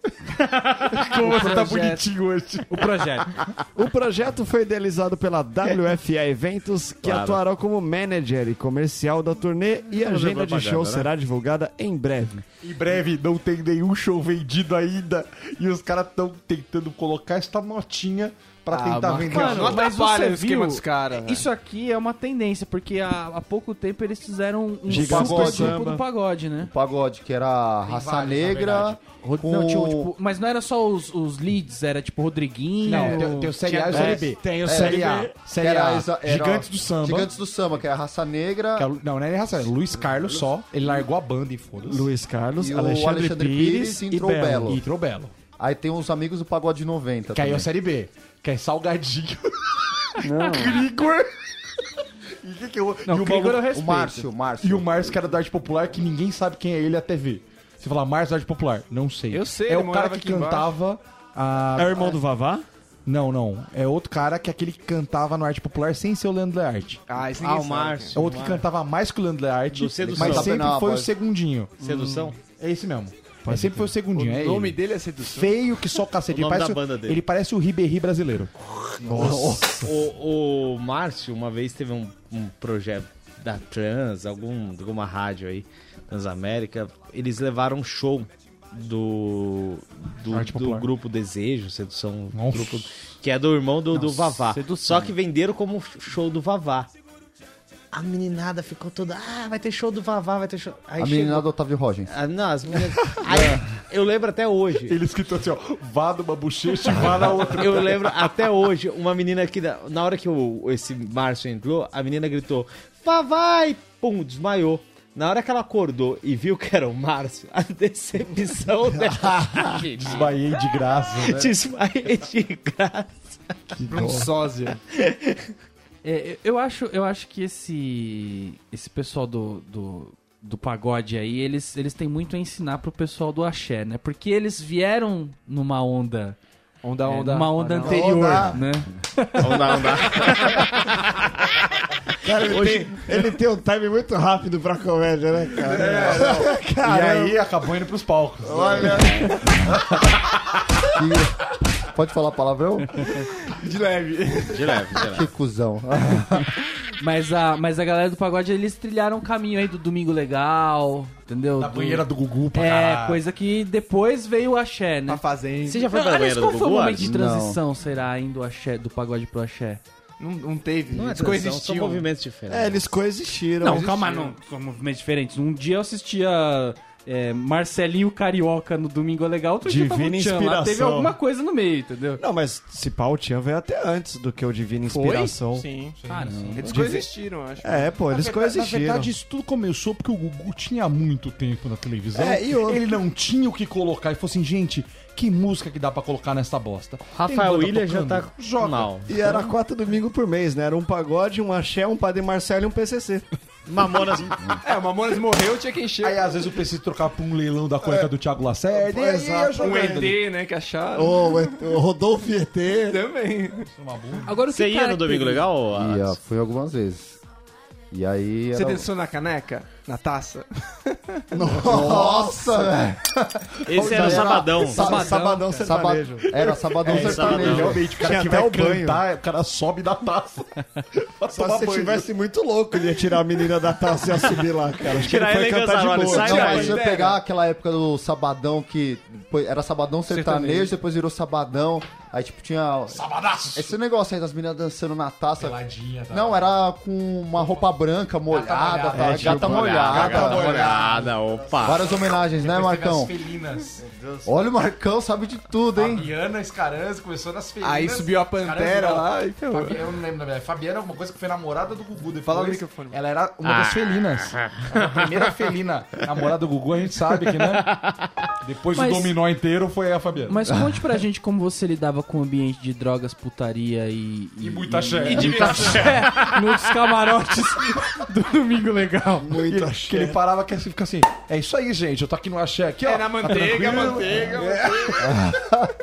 [SPEAKER 2] Como você tá bonitinho hoje.
[SPEAKER 1] O projeto.
[SPEAKER 9] O projeto foi idealizado pela WFA Eventos, que
[SPEAKER 10] Claro.
[SPEAKER 9] atuará como manager e comercial da turnê e a agenda de
[SPEAKER 10] propaganda,
[SPEAKER 9] show
[SPEAKER 10] né?
[SPEAKER 9] será divulgada em breve.
[SPEAKER 2] Em breve não tem nenhum show vendido ainda. E os caras estão tentando colocar esta notinha pra tentar vender.
[SPEAKER 1] Mano,
[SPEAKER 2] show.
[SPEAKER 1] mas
[SPEAKER 5] Falha
[SPEAKER 1] você
[SPEAKER 5] o esquema
[SPEAKER 1] viu?
[SPEAKER 5] dos caras, velho.
[SPEAKER 1] Isso aqui é uma tendência, porque há, há pouco tempo eles fizeram um
[SPEAKER 9] Giga
[SPEAKER 1] super
[SPEAKER 3] Pagode.
[SPEAKER 1] tipo do pagode, né?
[SPEAKER 3] O pagode, que era Raça Negra. Com...
[SPEAKER 1] Não, tinha, tipo, mas não era só os, os leads, era tipo Rodriguinho.
[SPEAKER 2] Não, tem, tem o Série A e o
[SPEAKER 3] É,
[SPEAKER 2] Série B. Tem o Série A. Série
[SPEAKER 3] era
[SPEAKER 2] A.
[SPEAKER 3] exa- era-
[SPEAKER 2] Gigantes do Samba.
[SPEAKER 3] Gigantes do Samba, que é a Raça Negra.
[SPEAKER 2] que é o- não, não era nem raça, era Luiz Carlos só. Ele largou a banda e foda-se.
[SPEAKER 9] Luiz Carlos,
[SPEAKER 3] E o
[SPEAKER 9] Alexandre,
[SPEAKER 3] Alexandre
[SPEAKER 9] Pires,
[SPEAKER 3] Pires
[SPEAKER 9] e
[SPEAKER 3] entrou
[SPEAKER 9] Belo.
[SPEAKER 3] Belo.
[SPEAKER 2] E entrou Belo.
[SPEAKER 3] Aí tem os amigos do Pagode 90.
[SPEAKER 2] Que aí é a
[SPEAKER 3] também.
[SPEAKER 2] Série B. Que é Salgadinho. Grigor. E, que que eu- e o
[SPEAKER 1] Grigor
[SPEAKER 2] maluco-
[SPEAKER 1] eu respeito.
[SPEAKER 3] O Márcio, o Márcio.
[SPEAKER 2] E o Márcio, que era da arte popular, que ninguém sabe quem é ele até ver. Você fala, Márcio da arte popular. Não sei.
[SPEAKER 5] Eu sei,
[SPEAKER 2] É
[SPEAKER 5] ele
[SPEAKER 2] o cara
[SPEAKER 5] morava
[SPEAKER 2] que
[SPEAKER 5] aqui embaixo.
[SPEAKER 2] cantava. A...
[SPEAKER 9] É o irmão do Vavá?
[SPEAKER 2] Não, não. É outro cara que é aquele que cantava no arte popular sem ser o Leandro Learte.
[SPEAKER 5] Ah, isso
[SPEAKER 10] Ah,
[SPEAKER 5] ninguém
[SPEAKER 10] o
[SPEAKER 5] sabe, cara.
[SPEAKER 2] É
[SPEAKER 10] Márcio.
[SPEAKER 2] outro que cantava mais que o Leandro Learte,
[SPEAKER 10] Do Sedução.
[SPEAKER 2] mas
[SPEAKER 3] Tá
[SPEAKER 2] sempre
[SPEAKER 3] vendo a
[SPEAKER 2] foi o
[SPEAKER 3] voz?
[SPEAKER 2] segundinho.
[SPEAKER 10] Sedução?
[SPEAKER 2] É esse mesmo. É, sempre foi o segundinho. é
[SPEAKER 5] O nome
[SPEAKER 2] ele.
[SPEAKER 5] dele é Sedução.
[SPEAKER 2] Feio que só o
[SPEAKER 10] O
[SPEAKER 2] cacete.
[SPEAKER 10] nome
[SPEAKER 2] ele
[SPEAKER 10] da
[SPEAKER 2] parece
[SPEAKER 10] banda dele.
[SPEAKER 2] Ele parece o Ribéry brasileiro.
[SPEAKER 10] O, o Márcio, uma vez teve um, um projeto da Trans, algum, alguma rádio aí, Transamérica, eles levaram um show do, do,
[SPEAKER 2] Arte
[SPEAKER 10] do
[SPEAKER 2] Popular.
[SPEAKER 10] grupo Desejo, Sedução,
[SPEAKER 2] Nossa.
[SPEAKER 10] grupo, que é do irmão do, do Vavá. Só que venderam como show do Vavá. A meninada ficou toda, ah, vai ter show do Vavá, vai ter show. Aí
[SPEAKER 3] A
[SPEAKER 10] chegou-
[SPEAKER 3] menina do Otávio Rogens.
[SPEAKER 10] Ah, não, as meninas. Aí, eu lembro até hoje.
[SPEAKER 2] Ele escrito assim, ó, vá numa bochecha e vá na outra.
[SPEAKER 10] Eu lembro até hoje, uma menina que, da- na hora que o, esse Márcio entrou, a menina gritou, vá, vai! Pum, desmaiou. Na hora que ela acordou e viu que era o Márcio, a decepção dela.
[SPEAKER 2] Desmaiei de graça.
[SPEAKER 10] Desmaiei de graça.
[SPEAKER 5] Um sósia.
[SPEAKER 1] É, eu- eu, acho, eu acho que esse esse pessoal do, do, do pagode aí, eles, eles têm muito a ensinar pro pessoal do axé, né? Porque eles vieram numa onda,
[SPEAKER 5] Onda,
[SPEAKER 1] é,
[SPEAKER 5] onda.
[SPEAKER 1] numa onda anterior,
[SPEAKER 3] Onda.
[SPEAKER 1] né?
[SPEAKER 7] Não dá, não dá.
[SPEAKER 9] Ele tem um time muito rápido pra comédia, né, cara?
[SPEAKER 2] E aí acabou indo pros palcos.
[SPEAKER 3] Que- Pode falar palavrão?
[SPEAKER 7] De leve, de leve.
[SPEAKER 3] que cuzão.
[SPEAKER 1] Mas a, mas a galera do pagode, eles trilharam o caminho aí do Domingo Legal, entendeu?
[SPEAKER 2] Na
[SPEAKER 1] Do-
[SPEAKER 2] banheira do Gugu pra
[SPEAKER 1] É,
[SPEAKER 2] caralho.
[SPEAKER 1] coisa que depois veio o axé,
[SPEAKER 5] Na
[SPEAKER 1] né?
[SPEAKER 5] fazenda.
[SPEAKER 10] Você já foi
[SPEAKER 1] Não,
[SPEAKER 10] pra
[SPEAKER 1] aliás,
[SPEAKER 10] banheira do
[SPEAKER 1] qual foi o
[SPEAKER 10] Gugu?
[SPEAKER 1] momento
[SPEAKER 10] Alisson?
[SPEAKER 1] de transição, será, ainda do axé, do pagode pro axé?
[SPEAKER 5] Não, não teve.
[SPEAKER 10] Não é
[SPEAKER 5] eles
[SPEAKER 10] transição, são
[SPEAKER 5] coexistiam.
[SPEAKER 10] movimentos diferentes.
[SPEAKER 9] É, eles coexistiram.
[SPEAKER 1] Não, calma, não. São movimentos diferentes. Um dia eu assistia é, Marcelinho Carioca no Domingo é Legal, outro
[SPEAKER 9] Divina
[SPEAKER 1] dia tava o Tchan lá. Teve
[SPEAKER 9] inspiração.
[SPEAKER 1] alguma coisa no meio, entendeu?
[SPEAKER 9] Não, mas se pau o Tchan veio até antes do que o Divina Inspiração.
[SPEAKER 5] Sim, sim.
[SPEAKER 1] Cara, assim, sim.
[SPEAKER 5] Eles coexistiram, eu acho.
[SPEAKER 9] É, pô, eles
[SPEAKER 2] Na verdade-
[SPEAKER 9] coexistiram.
[SPEAKER 2] Na verdade, isso tudo começou porque o Gugu tinha muito tempo na televisão.
[SPEAKER 9] É, e outra-
[SPEAKER 2] Ele não tinha o que colocar. E falou assim, gente, que música que dá pra colocar nessa bosta? Tem
[SPEAKER 10] Rafael
[SPEAKER 2] banda
[SPEAKER 10] William já
[SPEAKER 2] tocando?
[SPEAKER 10] tá
[SPEAKER 2] Joga.
[SPEAKER 10] mal.
[SPEAKER 9] E era
[SPEAKER 2] Então?
[SPEAKER 9] quatro domingos por mês, né? Era um pagode, um axé, um padre Marcelo e um PCC.
[SPEAKER 10] Mamonas.
[SPEAKER 5] É, o Mamonas morreu, tinha que encher.
[SPEAKER 2] Aí às vezes eu preciso trocar por um leilão da cueca do Thiago Lacerda. E aí, eu
[SPEAKER 9] Exato.
[SPEAKER 2] jogo
[SPEAKER 5] um ED, né, que acharam.
[SPEAKER 9] Ô, o Rodolfo ET.
[SPEAKER 5] Também.
[SPEAKER 1] Agora o que
[SPEAKER 10] Você ia no
[SPEAKER 1] caracteriza-
[SPEAKER 10] Domingo Legal?
[SPEAKER 3] E ah,
[SPEAKER 10] Alex?
[SPEAKER 3] fui algumas vezes. E aí.
[SPEAKER 5] Você
[SPEAKER 3] era-
[SPEAKER 5] dançou na caneca? Na taça?
[SPEAKER 3] Nossa, velho!
[SPEAKER 10] Esse era o Sabadão.
[SPEAKER 9] Sabadão, sabadão
[SPEAKER 3] Saba-
[SPEAKER 9] sertanejo.
[SPEAKER 3] Era sabadão
[SPEAKER 5] É,
[SPEAKER 3] sertanejo.
[SPEAKER 2] Realmente, É o cara
[SPEAKER 9] Tinha
[SPEAKER 2] que
[SPEAKER 9] até
[SPEAKER 2] vai
[SPEAKER 9] o banho.
[SPEAKER 2] cantar, o cara sobe da taça. Pra
[SPEAKER 9] Só
[SPEAKER 2] tomar
[SPEAKER 9] se
[SPEAKER 2] banho.
[SPEAKER 9] tivesse muito louco, ele ia tirar a menina da taça e ia subir lá, cara. Acho que
[SPEAKER 10] Tirar
[SPEAKER 9] ele
[SPEAKER 10] ele,
[SPEAKER 9] foi cantar de
[SPEAKER 10] Gazzaroli,
[SPEAKER 9] boa.
[SPEAKER 10] sai
[SPEAKER 3] Não,
[SPEAKER 10] daí.
[SPEAKER 3] mas se eu pegar aquela época do sabadão que. depois- Era sabadão sertanejo,
[SPEAKER 5] Sertanejo.
[SPEAKER 3] depois virou sabadão. Aí, tipo, tinha.
[SPEAKER 2] Sabadaço.
[SPEAKER 3] Esse negócio aí das meninas dançando na taça.
[SPEAKER 2] Peladinha, tá?
[SPEAKER 3] Não, era com uma roupa branca molhada, tá?
[SPEAKER 9] É, tipo,
[SPEAKER 3] gata molhada.
[SPEAKER 7] Gata molhada, opa.
[SPEAKER 3] Várias homenagens, né, Marcão?
[SPEAKER 2] felinas. Tá
[SPEAKER 3] Olha o Marcão, sabe de tudo, hein?
[SPEAKER 2] Fabiana Scaranz começou nas felinas.
[SPEAKER 5] Aí subiu a Pantera lá e ferrou.
[SPEAKER 2] Fabi- Eu não lembro, na verdade. Fabiana é alguma coisa que foi namorada do Gugu. Depois,
[SPEAKER 5] Fala no microfone.
[SPEAKER 2] Ela era uma
[SPEAKER 1] Ah.
[SPEAKER 2] das felinas. A primeira felina namorada do Gugu, a gente sabe que, né? Depois
[SPEAKER 1] Mas-
[SPEAKER 2] do dominó inteiro foi a Fabiana.
[SPEAKER 1] Mas conte pra gente como você lidava com o ambiente de drogas, putaria e.
[SPEAKER 2] E muita
[SPEAKER 1] E
[SPEAKER 2] cheia.
[SPEAKER 1] de nos camarotes do Domingo Legal.
[SPEAKER 9] Muito axé.
[SPEAKER 2] Que ele parava que assim, fica assim, é isso aí, gente, eu tô aqui no axé aqui, ó.
[SPEAKER 5] É na
[SPEAKER 2] Tá
[SPEAKER 5] manteiga,
[SPEAKER 2] tranquilo?
[SPEAKER 5] manteiga,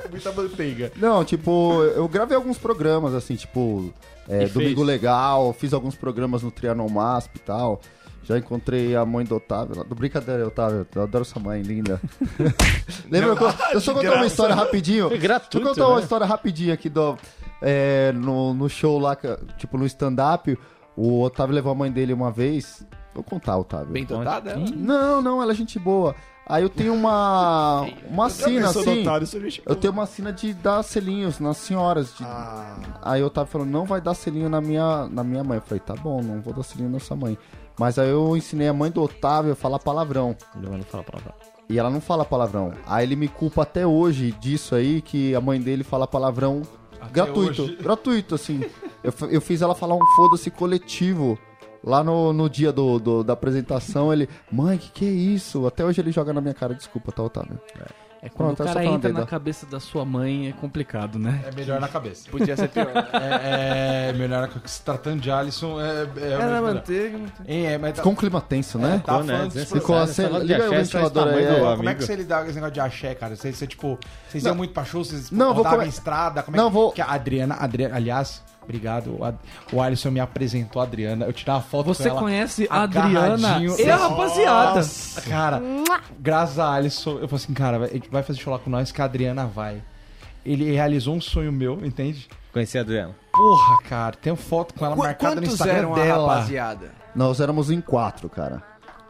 [SPEAKER 2] Muita manteiga.
[SPEAKER 3] Não, tipo, eu gravei alguns programas, assim, tipo, é,
[SPEAKER 10] E
[SPEAKER 3] Domingo
[SPEAKER 10] fez?
[SPEAKER 3] Legal, fiz alguns programas no Trianon Masp e tal. Já encontrei a mãe do Otávio. lá- Do brincadeira, Otávio. Eu adoro sua mãe, linda. Lembra? que eu, eu só contar uma história rapidinho.
[SPEAKER 10] É gratuito,
[SPEAKER 3] Deixa eu contar uma
[SPEAKER 10] né?
[SPEAKER 3] história rapidinha aqui do, é, no, no show lá, que- tipo, no stand-up. O Otávio levou a mãe dele uma vez. Vou contar, Otávio.
[SPEAKER 5] Bem dotada?
[SPEAKER 1] Tá,
[SPEAKER 5] ela?
[SPEAKER 1] né? Hum.
[SPEAKER 3] Não, não, ela é gente boa. Aí eu tenho uma. Uma sina, assim. Eu tenho uma sina de dar selinhos nas senhoras. de- Aí eu tava falando, não vai dar selinho na minha, na minha mãe. Eu falei, tá bom, não vou dar selinho na sua mãe. Mas aí eu ensinei a mãe do Otávio a falar palavrão.
[SPEAKER 10] Não, não fala palavrão.
[SPEAKER 3] E ela não fala palavrão. Aí ele me culpa até hoje disso aí, que a mãe dele fala palavrão gratuito. Gratuito, assim. eu, f- eu fiz ela falar um foda-se coletivo. Lá no, no dia do, do- da apresentação, ele, mãe, que que é isso? Até hoje ele joga na minha cara, desculpa, tá, Otávio?
[SPEAKER 1] É quando
[SPEAKER 3] Pronto,
[SPEAKER 1] o
[SPEAKER 3] eu só
[SPEAKER 1] cara
[SPEAKER 3] falo
[SPEAKER 1] entra
[SPEAKER 3] dele,
[SPEAKER 1] na
[SPEAKER 3] ó.
[SPEAKER 1] cabeça da sua mãe, é complicado, né?
[SPEAKER 2] É melhor na cabeça.
[SPEAKER 5] Podia ser pior.
[SPEAKER 2] É, é melhor na- se tratando de Alisson, é, é,
[SPEAKER 5] É na
[SPEAKER 2] melhor.
[SPEAKER 5] manteiga, manteiga.
[SPEAKER 2] Hein, é, mas tá-
[SPEAKER 3] Ficou um clima tenso, né?
[SPEAKER 2] tá
[SPEAKER 10] né?
[SPEAKER 2] falando dos
[SPEAKER 3] Ficou
[SPEAKER 2] processos.
[SPEAKER 3] assim,
[SPEAKER 10] Essa
[SPEAKER 3] liga aí o
[SPEAKER 10] de axé, essa
[SPEAKER 3] ventilador aí,
[SPEAKER 10] tamanho do
[SPEAKER 3] é.
[SPEAKER 2] Como é que
[SPEAKER 10] amigo.
[SPEAKER 2] você lidava com esse negócio de axé, cara? Você, você, tipo, vocês iam muito pra show, vocês
[SPEAKER 3] Não, vou
[SPEAKER 2] rodavam
[SPEAKER 3] come-
[SPEAKER 2] em estrada? Como
[SPEAKER 3] Não,
[SPEAKER 2] é que...
[SPEAKER 3] vou-
[SPEAKER 2] que a Adriana, Adriana, aliás, obrigado. O, Ad... o Alisson me apresentou a Adriana. Eu tirava foto
[SPEAKER 1] Você
[SPEAKER 2] com ela.
[SPEAKER 1] conhece a Adriana
[SPEAKER 2] agarradinho.
[SPEAKER 1] e a rapaziada.
[SPEAKER 2] Nossa, cara. Graças a Alisson, eu falei assim, cara, vai- vai fazer show lá com nós que a Adriana vai. Ele realizou um sonho meu, entende?
[SPEAKER 10] Conheci a Adriana.
[SPEAKER 2] Porra, cara, tem foto com ela
[SPEAKER 5] Qu-
[SPEAKER 2] marcada no
[SPEAKER 5] Quantos
[SPEAKER 2] Instagram
[SPEAKER 5] eram a
[SPEAKER 2] dela.
[SPEAKER 5] rapaziada?
[SPEAKER 3] Nós éramos em quatro, cara.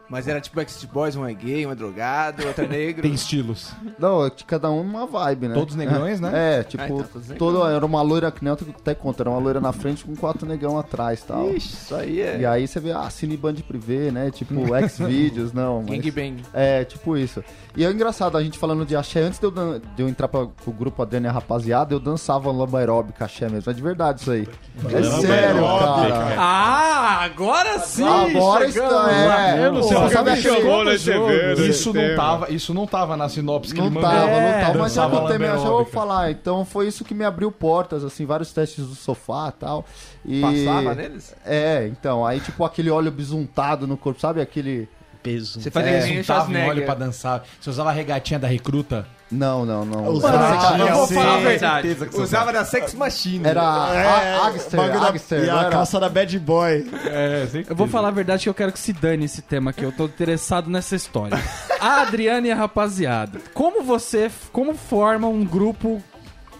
[SPEAKER 5] Mas era tipo Backstreet Boys, um é gay, um é drogado, outro é negro.
[SPEAKER 2] Tem estilos.
[SPEAKER 3] Não, é de cada um uma vibe, né?
[SPEAKER 2] Todos negrões,
[SPEAKER 3] é.
[SPEAKER 2] né?
[SPEAKER 3] É,
[SPEAKER 5] Ah,
[SPEAKER 3] tipo,
[SPEAKER 5] então, todos negão.
[SPEAKER 3] todo, era uma loira, que nem eu até conta, era uma loira na frente com quatro negão atrás e tal.
[SPEAKER 5] Ixi, isso aí
[SPEAKER 3] E
[SPEAKER 5] é...
[SPEAKER 3] aí você vê, ah, Cineband Privé, né? Tipo, X-Videos, não. Mas...
[SPEAKER 5] Gangbang.
[SPEAKER 3] É, tipo isso. E é engraçado, a gente falando de axé, antes de eu, dan- de eu entrar pra, pro grupo Adriana e a Rapaziada, eu dançava um lamba aeróbica axé mesmo. É de verdade isso aí. É sério, cara.
[SPEAKER 1] Ah, agora sim!
[SPEAKER 3] Agora está, é.
[SPEAKER 10] Eu não sei,
[SPEAKER 3] Pô,
[SPEAKER 10] eu
[SPEAKER 3] sabe
[SPEAKER 10] me
[SPEAKER 3] aquele-
[SPEAKER 10] chamou, né, chegando.
[SPEAKER 2] Isso não tava, isso não tava na sinopse que
[SPEAKER 3] Não
[SPEAKER 2] ele
[SPEAKER 3] tava,
[SPEAKER 2] mandou.
[SPEAKER 3] É, não tava, mas já
[SPEAKER 2] dançava
[SPEAKER 3] contei minha já vou
[SPEAKER 2] lamberóbica.
[SPEAKER 3] falar. Então foi isso que me abriu portas, assim, vários testes do sofá e tal. E...
[SPEAKER 5] Passava neles?
[SPEAKER 3] É, então, aí tipo aquele óleo bisuntado no corpo, sabe? Aquele.
[SPEAKER 10] Peso.
[SPEAKER 5] Você
[SPEAKER 2] Fazia
[SPEAKER 5] fazia
[SPEAKER 2] eles
[SPEAKER 5] que nem o
[SPEAKER 2] untavam em É. óleo
[SPEAKER 5] Schwarzenegger.
[SPEAKER 2] pra dançar. Você usava a regatinha da recruta.
[SPEAKER 3] Não, não, não.
[SPEAKER 9] Ah,
[SPEAKER 5] eu vou
[SPEAKER 9] sim.
[SPEAKER 5] falar a
[SPEAKER 2] verdade.
[SPEAKER 5] verdade. Usava da Sex Machine.
[SPEAKER 3] Era
[SPEAKER 9] É,
[SPEAKER 3] a- Agster,
[SPEAKER 9] bagulho da-
[SPEAKER 3] Agster,
[SPEAKER 9] E
[SPEAKER 3] não
[SPEAKER 9] a
[SPEAKER 3] era?
[SPEAKER 9] calça da Bad Boy.
[SPEAKER 2] É, sei.
[SPEAKER 1] Eu vou falar a verdade que eu quero que se dane esse tema aqui. Eu tô interessado nessa história. A Adriana e a rapaziada. Como você. Como forma um grupo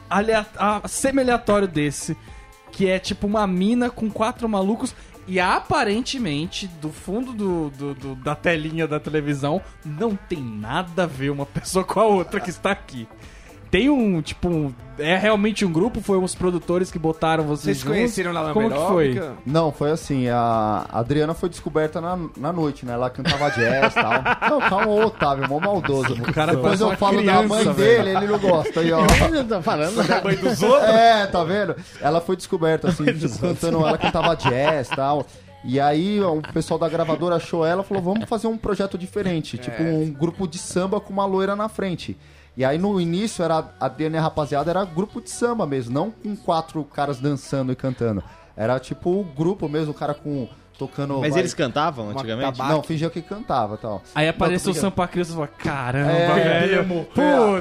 [SPEAKER 1] alea- a- semelhatório desse? Que é tipo uma mina com quatro malucos. E aparentemente, do fundo do- do- do- da telinha da televisão, não tem nada a ver uma pessoa com a outra que está aqui. tem um, tipo, um- é realmente um grupo? Foi os produtores que botaram vocês
[SPEAKER 5] Vocês se
[SPEAKER 1] juntos?
[SPEAKER 5] conheceram lá na
[SPEAKER 1] Como que foi?
[SPEAKER 5] Lamberóbica?
[SPEAKER 3] Não, foi assim, a Adriana foi descoberta na, na noite, né? Ela cantava jazz e tal. Não, calma, ô Otávio, mó maldoso.
[SPEAKER 1] cara
[SPEAKER 3] Depois
[SPEAKER 1] parece
[SPEAKER 3] eu
[SPEAKER 1] uma
[SPEAKER 3] falo da
[SPEAKER 1] criança,
[SPEAKER 3] mãe
[SPEAKER 1] velho.
[SPEAKER 3] dele, ele não gosta. Aí, ó.
[SPEAKER 7] tá falando?
[SPEAKER 3] É, tá vendo? Ela foi descoberta, assim, cantando, ela cantava jazz e tal. E aí ó, o pessoal da gravadora achou ela e falou: vamos fazer um projeto diferente, tipo um grupo de samba com uma loira na frente. E aí no início era a DNA rapaziada era grupo de samba mesmo, não com quatro caras dançando e cantando. Era tipo o grupo mesmo, o cara com tocando.
[SPEAKER 10] Mas
[SPEAKER 3] vai,
[SPEAKER 10] eles cantavam antigamente?
[SPEAKER 3] Não, fingia que cantava e tal.
[SPEAKER 1] Aí apareceu o
[SPEAKER 3] Não, tô
[SPEAKER 1] Sampa Cris e falou, caramba,
[SPEAKER 3] É,
[SPEAKER 1] velho.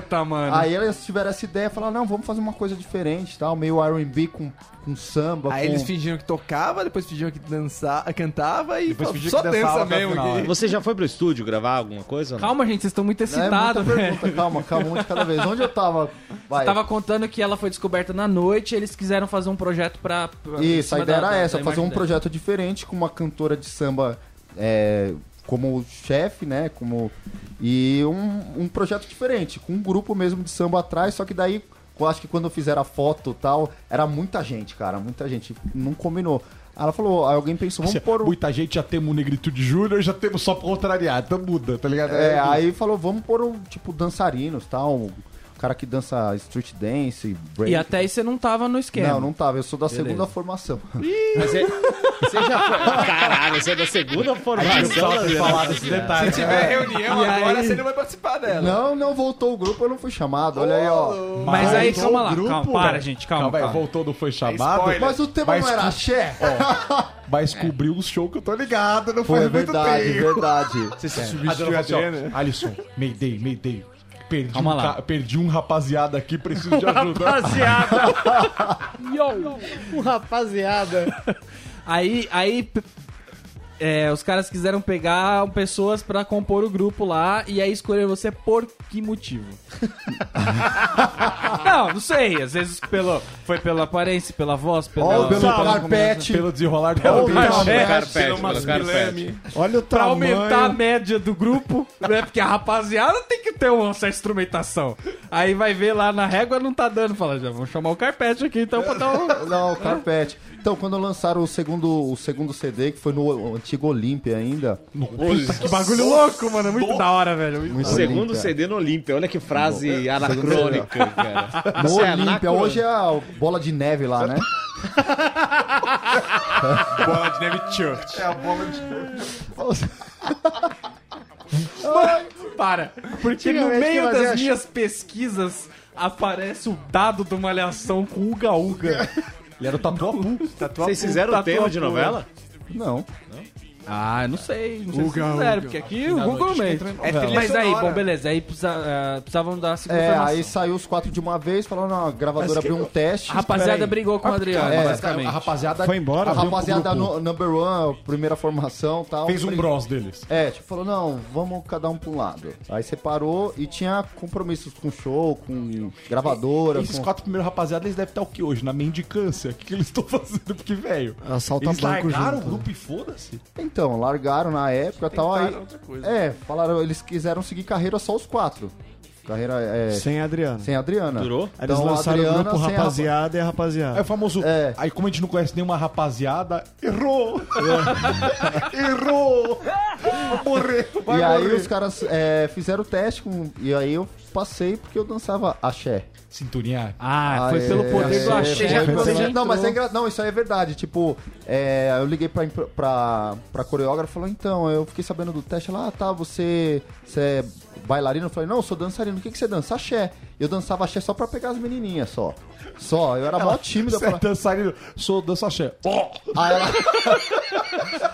[SPEAKER 1] Puta, mano.
[SPEAKER 3] Aí eles tiveram essa ideia e falaram, não, vamos fazer uma coisa diferente, tal, meio R&B com, com samba,
[SPEAKER 5] Aí
[SPEAKER 3] com...
[SPEAKER 5] eles fingiram que tocava, depois fingiram que dançava, cantava e
[SPEAKER 2] Depois
[SPEAKER 5] falou,
[SPEAKER 2] fingiram
[SPEAKER 5] só
[SPEAKER 2] que dançava
[SPEAKER 5] dança
[SPEAKER 2] até o
[SPEAKER 5] mesmo.
[SPEAKER 2] final, né?
[SPEAKER 5] aqui.
[SPEAKER 10] Você já foi pro estúdio gravar alguma coisa? ou não?
[SPEAKER 1] Calma, gente, vocês estão muito
[SPEAKER 3] É,
[SPEAKER 1] excitados,
[SPEAKER 3] muita
[SPEAKER 1] velho.
[SPEAKER 3] pergunta, calma, calma, um de cada vez. Onde eu tava? Vai.
[SPEAKER 1] Tava contando que ela foi descoberta na noite, eles quiseram fazer um projeto pra. pra- em
[SPEAKER 3] Isso,
[SPEAKER 1] cima
[SPEAKER 3] a ideia
[SPEAKER 1] da-
[SPEAKER 3] era
[SPEAKER 1] da-
[SPEAKER 3] essa,
[SPEAKER 1] da
[SPEAKER 3] fazer um
[SPEAKER 1] imagem dela.
[SPEAKER 3] projeto diferente com uma cantora de samba é, como chefe, né? Como, e um, um projeto diferente, com um grupo mesmo de samba atrás, só que daí, eu acho que quando fizeram a foto e tal, era muita gente, cara, muita gente, não combinou. Aí Ela falou, aí alguém pensou,
[SPEAKER 1] é
[SPEAKER 3] vamos um-
[SPEAKER 2] Assim,
[SPEAKER 3] pôr o
[SPEAKER 2] Muita gente já temos o Negritude Júnior, já temos só pra contrariar, então muda, tá ligado?
[SPEAKER 3] É, aí falou, vamos pôr um, tipo, dançarinos, tal, um cara que dança street dance, break.
[SPEAKER 1] E até é. aí você não tava no esquema.
[SPEAKER 3] Não, não tava, eu sou da segunda formação.
[SPEAKER 10] Mas você, você já foi. Caralho, você é da segunda formação.
[SPEAKER 2] falar desse detalhe.
[SPEAKER 5] Se tiver reunião agora, você não vai participar dela.
[SPEAKER 3] Não, não voltou o grupo, eu não fui chamado, olha aí, ó.
[SPEAKER 1] Mas
[SPEAKER 2] Mas
[SPEAKER 1] aí,
[SPEAKER 3] Então,
[SPEAKER 2] voltou
[SPEAKER 1] calma
[SPEAKER 2] o
[SPEAKER 1] lá.
[SPEAKER 2] grupo,
[SPEAKER 1] calma, para,
[SPEAKER 2] velho.
[SPEAKER 1] gente, calma.
[SPEAKER 2] Calma, aí,
[SPEAKER 1] calma.
[SPEAKER 2] voltou, não foi
[SPEAKER 5] É
[SPEAKER 2] chamado.
[SPEAKER 5] spoiler.
[SPEAKER 3] Mas É, o tema
[SPEAKER 2] Mas
[SPEAKER 3] não era
[SPEAKER 2] com-
[SPEAKER 3] axé?
[SPEAKER 2] Mas cobriu o um show que eu tô ligado, não
[SPEAKER 3] Foi
[SPEAKER 2] faz muito
[SPEAKER 3] é verdade,
[SPEAKER 2] tempo.
[SPEAKER 3] verdade.
[SPEAKER 5] Você se
[SPEAKER 2] A dona
[SPEAKER 5] substituiu
[SPEAKER 2] falou
[SPEAKER 5] a
[SPEAKER 2] assim,
[SPEAKER 5] Adriana.
[SPEAKER 2] ó, Alisson, Mayday, Mayday. Perdi
[SPEAKER 1] Calma
[SPEAKER 2] um,
[SPEAKER 1] lá.
[SPEAKER 2] ca- perdi um rapaziada aqui, preciso de ajuda.
[SPEAKER 7] Rapaziada.
[SPEAKER 1] Aí, aí p- é, os caras quiseram pegar pessoas pra compor o grupo lá e aí escolher você por que motivo? não, não sei. Às vezes pelo, foi pela aparência, pela voz, pela.
[SPEAKER 3] Ó,
[SPEAKER 1] pela-
[SPEAKER 3] pelo
[SPEAKER 1] pela-
[SPEAKER 3] carpete.
[SPEAKER 2] Pelo desenrolar do
[SPEAKER 3] Pelo
[SPEAKER 2] cabelo.
[SPEAKER 3] carpete.
[SPEAKER 10] Carpete, mano, carpete.
[SPEAKER 9] Olha o
[SPEAKER 1] Pra
[SPEAKER 9] tamanho.
[SPEAKER 1] aumentar a média do grupo, né? Porque a rapaziada tem que ter uma certa instrumentação. Aí vai ver lá na régua não tá dando. Fala, já vamos chamar o carpete aqui então pra dar um.
[SPEAKER 3] Não, carpete. Então, quando lançaram o segundo, o segundo CD, que foi no o antigo Olímpia ainda.
[SPEAKER 1] Que bagulho louco, mano. É muito da hora, velho. Muito
[SPEAKER 3] no
[SPEAKER 10] Segundo
[SPEAKER 3] Olímpia. é,
[SPEAKER 10] CD no Olímpia. Olha que frase anacrônica, cara.
[SPEAKER 3] No
[SPEAKER 10] Isso é
[SPEAKER 3] Olímpia,
[SPEAKER 10] anacrônico.
[SPEAKER 3] hoje é a bola de neve lá, né?
[SPEAKER 2] Bola de neve church. É a bola de
[SPEAKER 1] Para. Porque no meio das minhas pesquisas aparece o dado do Malhação com Uga Uga.
[SPEAKER 2] Ele era o tatuapu.
[SPEAKER 10] Vocês fizeram o tema de
[SPEAKER 1] Tatuapu,
[SPEAKER 10] novela?
[SPEAKER 3] Não.
[SPEAKER 1] Ah, eu não sei. Não sei se fizeram, porque aqui o Google mesmo. Mas aí, bom, beleza. Aí precisa- ah, precisavam dar a segunda
[SPEAKER 3] É,
[SPEAKER 1] formação.
[SPEAKER 3] aí saiu os quatro de uma vez, falando, não, a gravadora abriu um teste.
[SPEAKER 1] A rapaziada
[SPEAKER 3] Peraí.
[SPEAKER 1] brigou com o Adriano,
[SPEAKER 2] A
[SPEAKER 3] é,
[SPEAKER 1] basicamente.
[SPEAKER 2] rapaziada
[SPEAKER 9] Foi embora?
[SPEAKER 3] A rapaziada no, number one, primeira formação tal.
[SPEAKER 2] fez um
[SPEAKER 3] Falei,
[SPEAKER 2] bros deles.
[SPEAKER 3] É, tipo, falou, não, vamos cada um pra um lado. Aí separou e tinha compromissos com show, com gravadora,
[SPEAKER 2] Esses
[SPEAKER 3] com...
[SPEAKER 2] quatro primeiros rapaziada, eles devem estar o que hoje? Na mendicância? O que, que eles estão fazendo? Porque, velho.
[SPEAKER 3] Tá
[SPEAKER 9] Assalta
[SPEAKER 2] Eles
[SPEAKER 9] banco
[SPEAKER 2] largaram
[SPEAKER 3] né?
[SPEAKER 9] junto.
[SPEAKER 2] o grupo e foda-se.
[SPEAKER 3] Então, largaram na época e
[SPEAKER 1] Tá,
[SPEAKER 3] tal, aí... É, falaram, eles quiseram seguir carreira só os quatro. Carreira, é... Sem,
[SPEAKER 9] Sem Adriano.
[SPEAKER 3] a Adriana.
[SPEAKER 10] Durou?
[SPEAKER 9] Aí Eles
[SPEAKER 3] Então,
[SPEAKER 9] lançaram o
[SPEAKER 3] Adriana
[SPEAKER 9] grupo
[SPEAKER 3] sem a rapa-
[SPEAKER 9] Rapaziada e a Rapaziada.
[SPEAKER 2] É o famoso.
[SPEAKER 3] É.
[SPEAKER 2] Aí, como a gente não conhece nenhuma rapaziada, errou! errou! Vai morrer! Vai
[SPEAKER 3] E aí
[SPEAKER 2] morrer!
[SPEAKER 3] os caras é, fizeram o teste com... E aí eu passei porque eu dançava axé.
[SPEAKER 2] Cinturinha.
[SPEAKER 1] Ah, foi
[SPEAKER 3] Aê,
[SPEAKER 1] pelo poder do
[SPEAKER 3] foi
[SPEAKER 1] axé. que
[SPEAKER 3] pelo-
[SPEAKER 1] você já
[SPEAKER 3] assim, Não, mas é
[SPEAKER 1] entrou.
[SPEAKER 3] engra... não, isso aí é verdade. Tipo, é, eu liguei pra, impr- pra, pra coreógrafa e falou, então, eu fiquei sabendo do teste lá, ah, tá, você, você é bailarino? Eu falei, não, eu sou dançarino. O que, que você dança? Axé. Eu dançava axé só pra pegar as menininhas, só. Só, eu era mó tímida.
[SPEAKER 2] Você é
[SPEAKER 3] Pra...
[SPEAKER 2] dançarino. Sou dança axé.
[SPEAKER 3] Aí ela...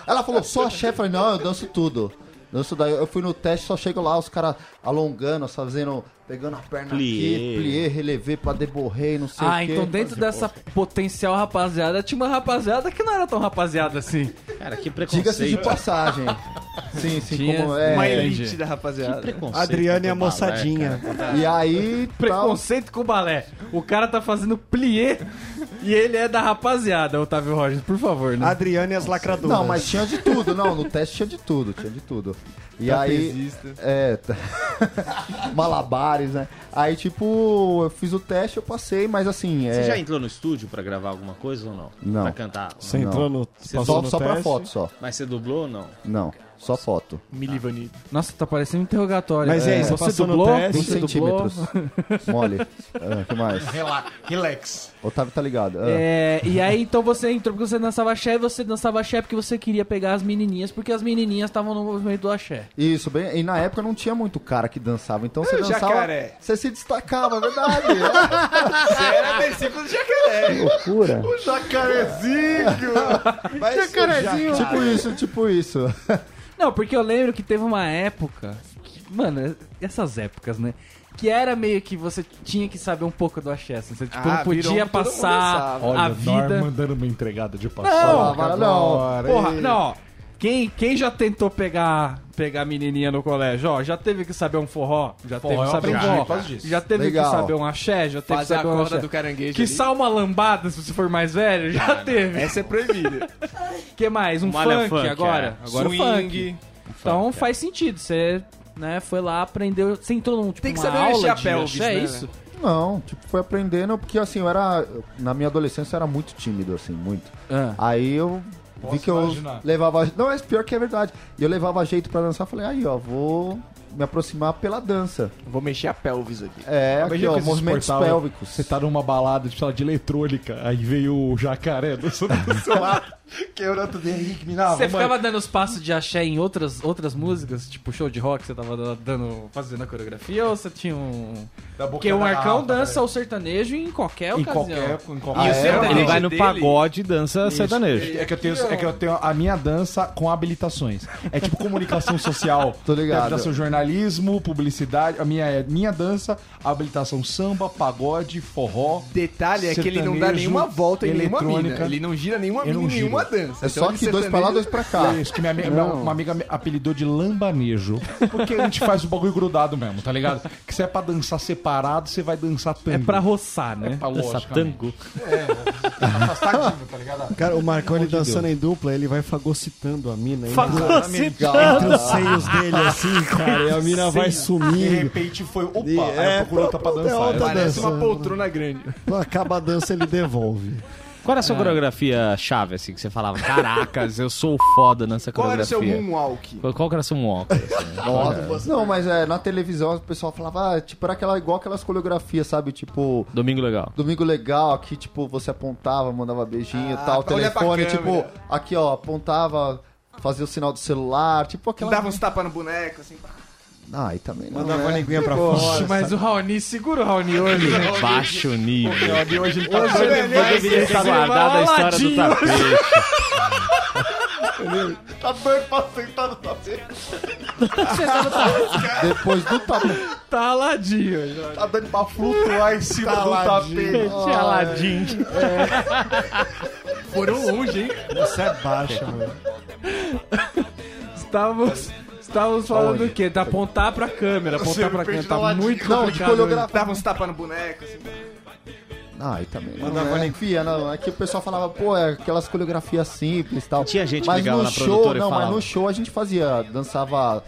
[SPEAKER 3] ela falou, só axé? Eu falei, não, eu danço tudo. Danço daí. Eu fui no teste, só chego lá, os caras alongando, só fazendo... Pegando a perna
[SPEAKER 10] Plié.
[SPEAKER 3] aqui, plié, relevé, pra deborrer, não sei o
[SPEAKER 1] Ah,
[SPEAKER 3] quê.
[SPEAKER 1] então dentro dessa potencial rapaziada, tinha uma rapaziada que não era tão rapaziada assim.
[SPEAKER 10] Cara, que
[SPEAKER 3] Diga-se de
[SPEAKER 10] preconceito.
[SPEAKER 3] passagem. sim, sim,
[SPEAKER 1] Tinha
[SPEAKER 3] como é.
[SPEAKER 5] Uma elite da rapaziada.
[SPEAKER 10] Preconceito
[SPEAKER 9] Adriano e a
[SPEAKER 10] do balé,
[SPEAKER 9] moçadinha.
[SPEAKER 2] né,
[SPEAKER 3] E aí, tal,
[SPEAKER 1] Preconceito com o balé. O cara tá fazendo plié e ele é da rapaziada, Otávio Rogers, por favor, né?
[SPEAKER 9] Adriano e as lacradoras.
[SPEAKER 3] Não, mas tinha de tudo, não. No teste tinha de tudo, tinha de tudo. E aí. É. tá- malabares, né? Aí, tipo, eu fiz o teste, eu passei, mas assim.
[SPEAKER 7] Você
[SPEAKER 3] é...
[SPEAKER 7] já entrou no estúdio pra gravar alguma coisa ou não?
[SPEAKER 3] Não.
[SPEAKER 7] Pra cantar?
[SPEAKER 9] Você entrou no.
[SPEAKER 3] Só,
[SPEAKER 9] no
[SPEAKER 3] só pra
[SPEAKER 9] teste?
[SPEAKER 3] foto, só.
[SPEAKER 7] Mas você dublou ou não?
[SPEAKER 3] Não, só foto.
[SPEAKER 1] Nossa, tá parecendo um interrogatório.
[SPEAKER 9] Mas e aí, você
[SPEAKER 1] você Um
[SPEAKER 9] passou no
[SPEAKER 1] dublou?
[SPEAKER 9] teste?
[SPEAKER 1] Você
[SPEAKER 3] 20
[SPEAKER 1] dublou?
[SPEAKER 3] centímetros. Mole. O que mais?
[SPEAKER 2] Relax. Relax.
[SPEAKER 3] Otávio tá ligado. Ah.
[SPEAKER 1] É, e aí então você entrou porque você dançava axé e você dançava axé porque você queria pegar as menininhas, porque as menininhas estavam no movimento do axé.
[SPEAKER 3] Isso, bem, e na época não tinha muito cara que dançava, então você dançava,
[SPEAKER 5] jacaré.
[SPEAKER 3] você se destacava, é verdade.
[SPEAKER 5] Era versículo de jacaré.
[SPEAKER 3] Loucura.
[SPEAKER 5] Mas jacarezinho.
[SPEAKER 3] tipo isso, tipo isso.
[SPEAKER 1] Não, porque eu lembro que teve uma época. que- mano, essas épocas, né? Que era meio que você tinha que saber um pouco do axé. Assim, você tipo,
[SPEAKER 5] Ah, virou
[SPEAKER 1] não podia
[SPEAKER 5] que todo mundo
[SPEAKER 1] passar
[SPEAKER 5] sabe.
[SPEAKER 1] a
[SPEAKER 2] Olha, o
[SPEAKER 1] vida.
[SPEAKER 2] Norman dando uma entregada de
[SPEAKER 3] Não,
[SPEAKER 2] passar.
[SPEAKER 3] cara, não.
[SPEAKER 1] Porra, não, ó. Quem, quem já tentou pegar pegar menininha no colégio, ó, já teve que saber um forró, já
[SPEAKER 2] Forró
[SPEAKER 1] teve que
[SPEAKER 2] eu
[SPEAKER 1] saber um
[SPEAKER 2] aprendi
[SPEAKER 1] forró,
[SPEAKER 2] por causa disso.
[SPEAKER 1] já teve
[SPEAKER 3] Legal.
[SPEAKER 1] que saber um axé, já teve
[SPEAKER 5] Fazer
[SPEAKER 3] é
[SPEAKER 1] que
[SPEAKER 5] a
[SPEAKER 1] saber um
[SPEAKER 5] corda
[SPEAKER 1] axé.
[SPEAKER 5] do caranguejo.
[SPEAKER 1] Que
[SPEAKER 5] ali.
[SPEAKER 1] sal uma lambada, se você for mais velho, já teve.
[SPEAKER 5] Essa é proibida.
[SPEAKER 1] que mais? Um
[SPEAKER 7] Malha
[SPEAKER 1] funk,
[SPEAKER 7] funk,
[SPEAKER 1] agora?
[SPEAKER 7] é.
[SPEAKER 1] Agora o funk.
[SPEAKER 5] Swing.
[SPEAKER 1] Então faz sentido, você né, foi lá, aprendeu, você entrou num tipo
[SPEAKER 5] Tem que
[SPEAKER 1] uma
[SPEAKER 5] saber
[SPEAKER 1] aula
[SPEAKER 5] mexer a
[SPEAKER 1] de
[SPEAKER 5] pelvis,
[SPEAKER 1] axé, é
[SPEAKER 5] né,
[SPEAKER 1] isso?
[SPEAKER 3] Não, tipo, foi aprendendo, porque assim, eu era, na minha adolescência eu era muito tímido, assim, muito.
[SPEAKER 7] É.
[SPEAKER 3] Aí eu vi que eu
[SPEAKER 2] imaginar.
[SPEAKER 3] levava, não, é pior que é verdade, e eu levava jeito pra dançar, falei, aí ó, vou me aproximar pela dança.
[SPEAKER 5] Vou mexer a pelvis aqui.
[SPEAKER 3] É, aqui,
[SPEAKER 2] Imagina
[SPEAKER 3] ó,
[SPEAKER 2] com esses
[SPEAKER 3] movimentos
[SPEAKER 2] portal,
[SPEAKER 3] pélvicos.
[SPEAKER 2] Você tá numa balada de, sei lá, de eletrônica, aí veio o jacaré do seu, do seu lado, quebrando o Henrique Minava.
[SPEAKER 1] Você ficava dando os passos de axé em outras, outras músicas, tipo show de rock, você tava da- dando, fazendo a coreografia, ou você tinha um... Porque o Marcão dança o sertanejo em qualquer
[SPEAKER 2] em
[SPEAKER 1] ocasião.
[SPEAKER 2] né? qualquer, em
[SPEAKER 3] Ah,
[SPEAKER 2] qualquer.
[SPEAKER 3] é?
[SPEAKER 10] Ele vai no
[SPEAKER 5] dele-
[SPEAKER 10] pagode e dança sertanejo.
[SPEAKER 2] É que, eu tenho, é que eu tenho a minha dança com habilitações. É tipo comunicação social.
[SPEAKER 3] Tô ligado.
[SPEAKER 2] Tem habilitação jornalismo, publicidade. A minha é minha dança, habilitação samba, pagode, forró.
[SPEAKER 5] Detalhe é que ele não dá
[SPEAKER 2] Sertanejo,
[SPEAKER 5] nenhuma volta em nenhuma mina.
[SPEAKER 2] eletrônica.
[SPEAKER 5] Ele não gira nenhuma
[SPEAKER 2] Eu
[SPEAKER 5] mina
[SPEAKER 2] não
[SPEAKER 5] em
[SPEAKER 2] giro.
[SPEAKER 5] nenhuma dança.
[SPEAKER 3] É
[SPEAKER 5] Então,
[SPEAKER 3] só
[SPEAKER 5] de
[SPEAKER 3] que dois pra lá,
[SPEAKER 5] sertanejo-
[SPEAKER 3] dois pra cá.
[SPEAKER 2] tá Isso, que minha, amiga- minha- uma amiga me apelidou de lambanejo. Porque a gente faz o bagulho grudado mesmo, tá ligado? Que se é pra dançar separado, você vai dançar tango.
[SPEAKER 1] É pra roçar, né?
[SPEAKER 2] pra
[SPEAKER 10] Dança tango.
[SPEAKER 2] Afastadinho, tá ligado?
[SPEAKER 9] Cara, o Marcão ele dançando em dupla, ele vai fagocitando a mina. Ele
[SPEAKER 3] Legal.
[SPEAKER 9] entre os seios dele assim, cara, e a mina vai
[SPEAKER 2] De
[SPEAKER 9] sumindo.
[SPEAKER 2] repente foi, opa,
[SPEAKER 9] E-
[SPEAKER 2] aí eu procurou outra pra
[SPEAKER 9] é,
[SPEAKER 2] dançar.
[SPEAKER 9] outra
[SPEAKER 2] Parece-
[SPEAKER 5] Parece uma
[SPEAKER 9] dançando.
[SPEAKER 5] poltrona grande.
[SPEAKER 9] Quando Acaba a dança, ele devolve.
[SPEAKER 7] Qual era a sua coreografia chave, assim, que você falava, caracas, eu sou foda nessa
[SPEAKER 5] Qual era o
[SPEAKER 7] coreografia?
[SPEAKER 5] seu moonwalk?
[SPEAKER 7] Qual- Qual que era o seu walk?
[SPEAKER 3] Nossa, não, mas é, na televisão o pessoal falava, ah, tipo, era aquela, igual aquelas coreografias, sabe? Tipo,
[SPEAKER 7] Domingo Legal.
[SPEAKER 3] domingo legal, aqui, tipo, você apontava, mandava beijinho e
[SPEAKER 5] Ah,
[SPEAKER 3] tal,
[SPEAKER 5] pra olhar pra
[SPEAKER 3] telefone, tipo,
[SPEAKER 5] câmera.
[SPEAKER 3] aqui, ó, apontava, fazia o sinal do celular, tipo aquela.
[SPEAKER 5] Dava uns tapas no boneco, assim.
[SPEAKER 3] Ah, aí também não.
[SPEAKER 9] Mandava a
[SPEAKER 3] né?
[SPEAKER 9] linguinha pra fora.
[SPEAKER 1] Mas o Raoni, segura o Raoni hoje. né?
[SPEAKER 7] Baixo nível.
[SPEAKER 2] E hoje ele tá
[SPEAKER 5] Hoje ele vai
[SPEAKER 7] Devia estar guardada a história do tapete.
[SPEAKER 5] Tá
[SPEAKER 3] Depois do tapete.
[SPEAKER 1] Tá aladinho. já.
[SPEAKER 2] tá dando pra flutuar em cima
[SPEAKER 5] Tá
[SPEAKER 2] do tapete.
[SPEAKER 7] tipo.
[SPEAKER 5] Foram longe, hein?
[SPEAKER 9] Você é baixa, mano.
[SPEAKER 1] Estávamos, estávamos falando do quê? Da apontar pra câmera, apontar pra câmera. Tá muito
[SPEAKER 3] Não, de
[SPEAKER 1] complicado.
[SPEAKER 3] coreografia.
[SPEAKER 5] Dava uns tapas no boneco, assim.
[SPEAKER 3] Ah, aí também. Não, né? Enfia, não. É que o pessoal falava, pô, é aquelas coreografias simples e tal.
[SPEAKER 7] Tinha gente que
[SPEAKER 3] mas
[SPEAKER 7] ligava
[SPEAKER 3] no
[SPEAKER 7] na
[SPEAKER 3] show,
[SPEAKER 7] produtora e
[SPEAKER 3] não, mas
[SPEAKER 7] falava.
[SPEAKER 3] no show a gente fazia, dançava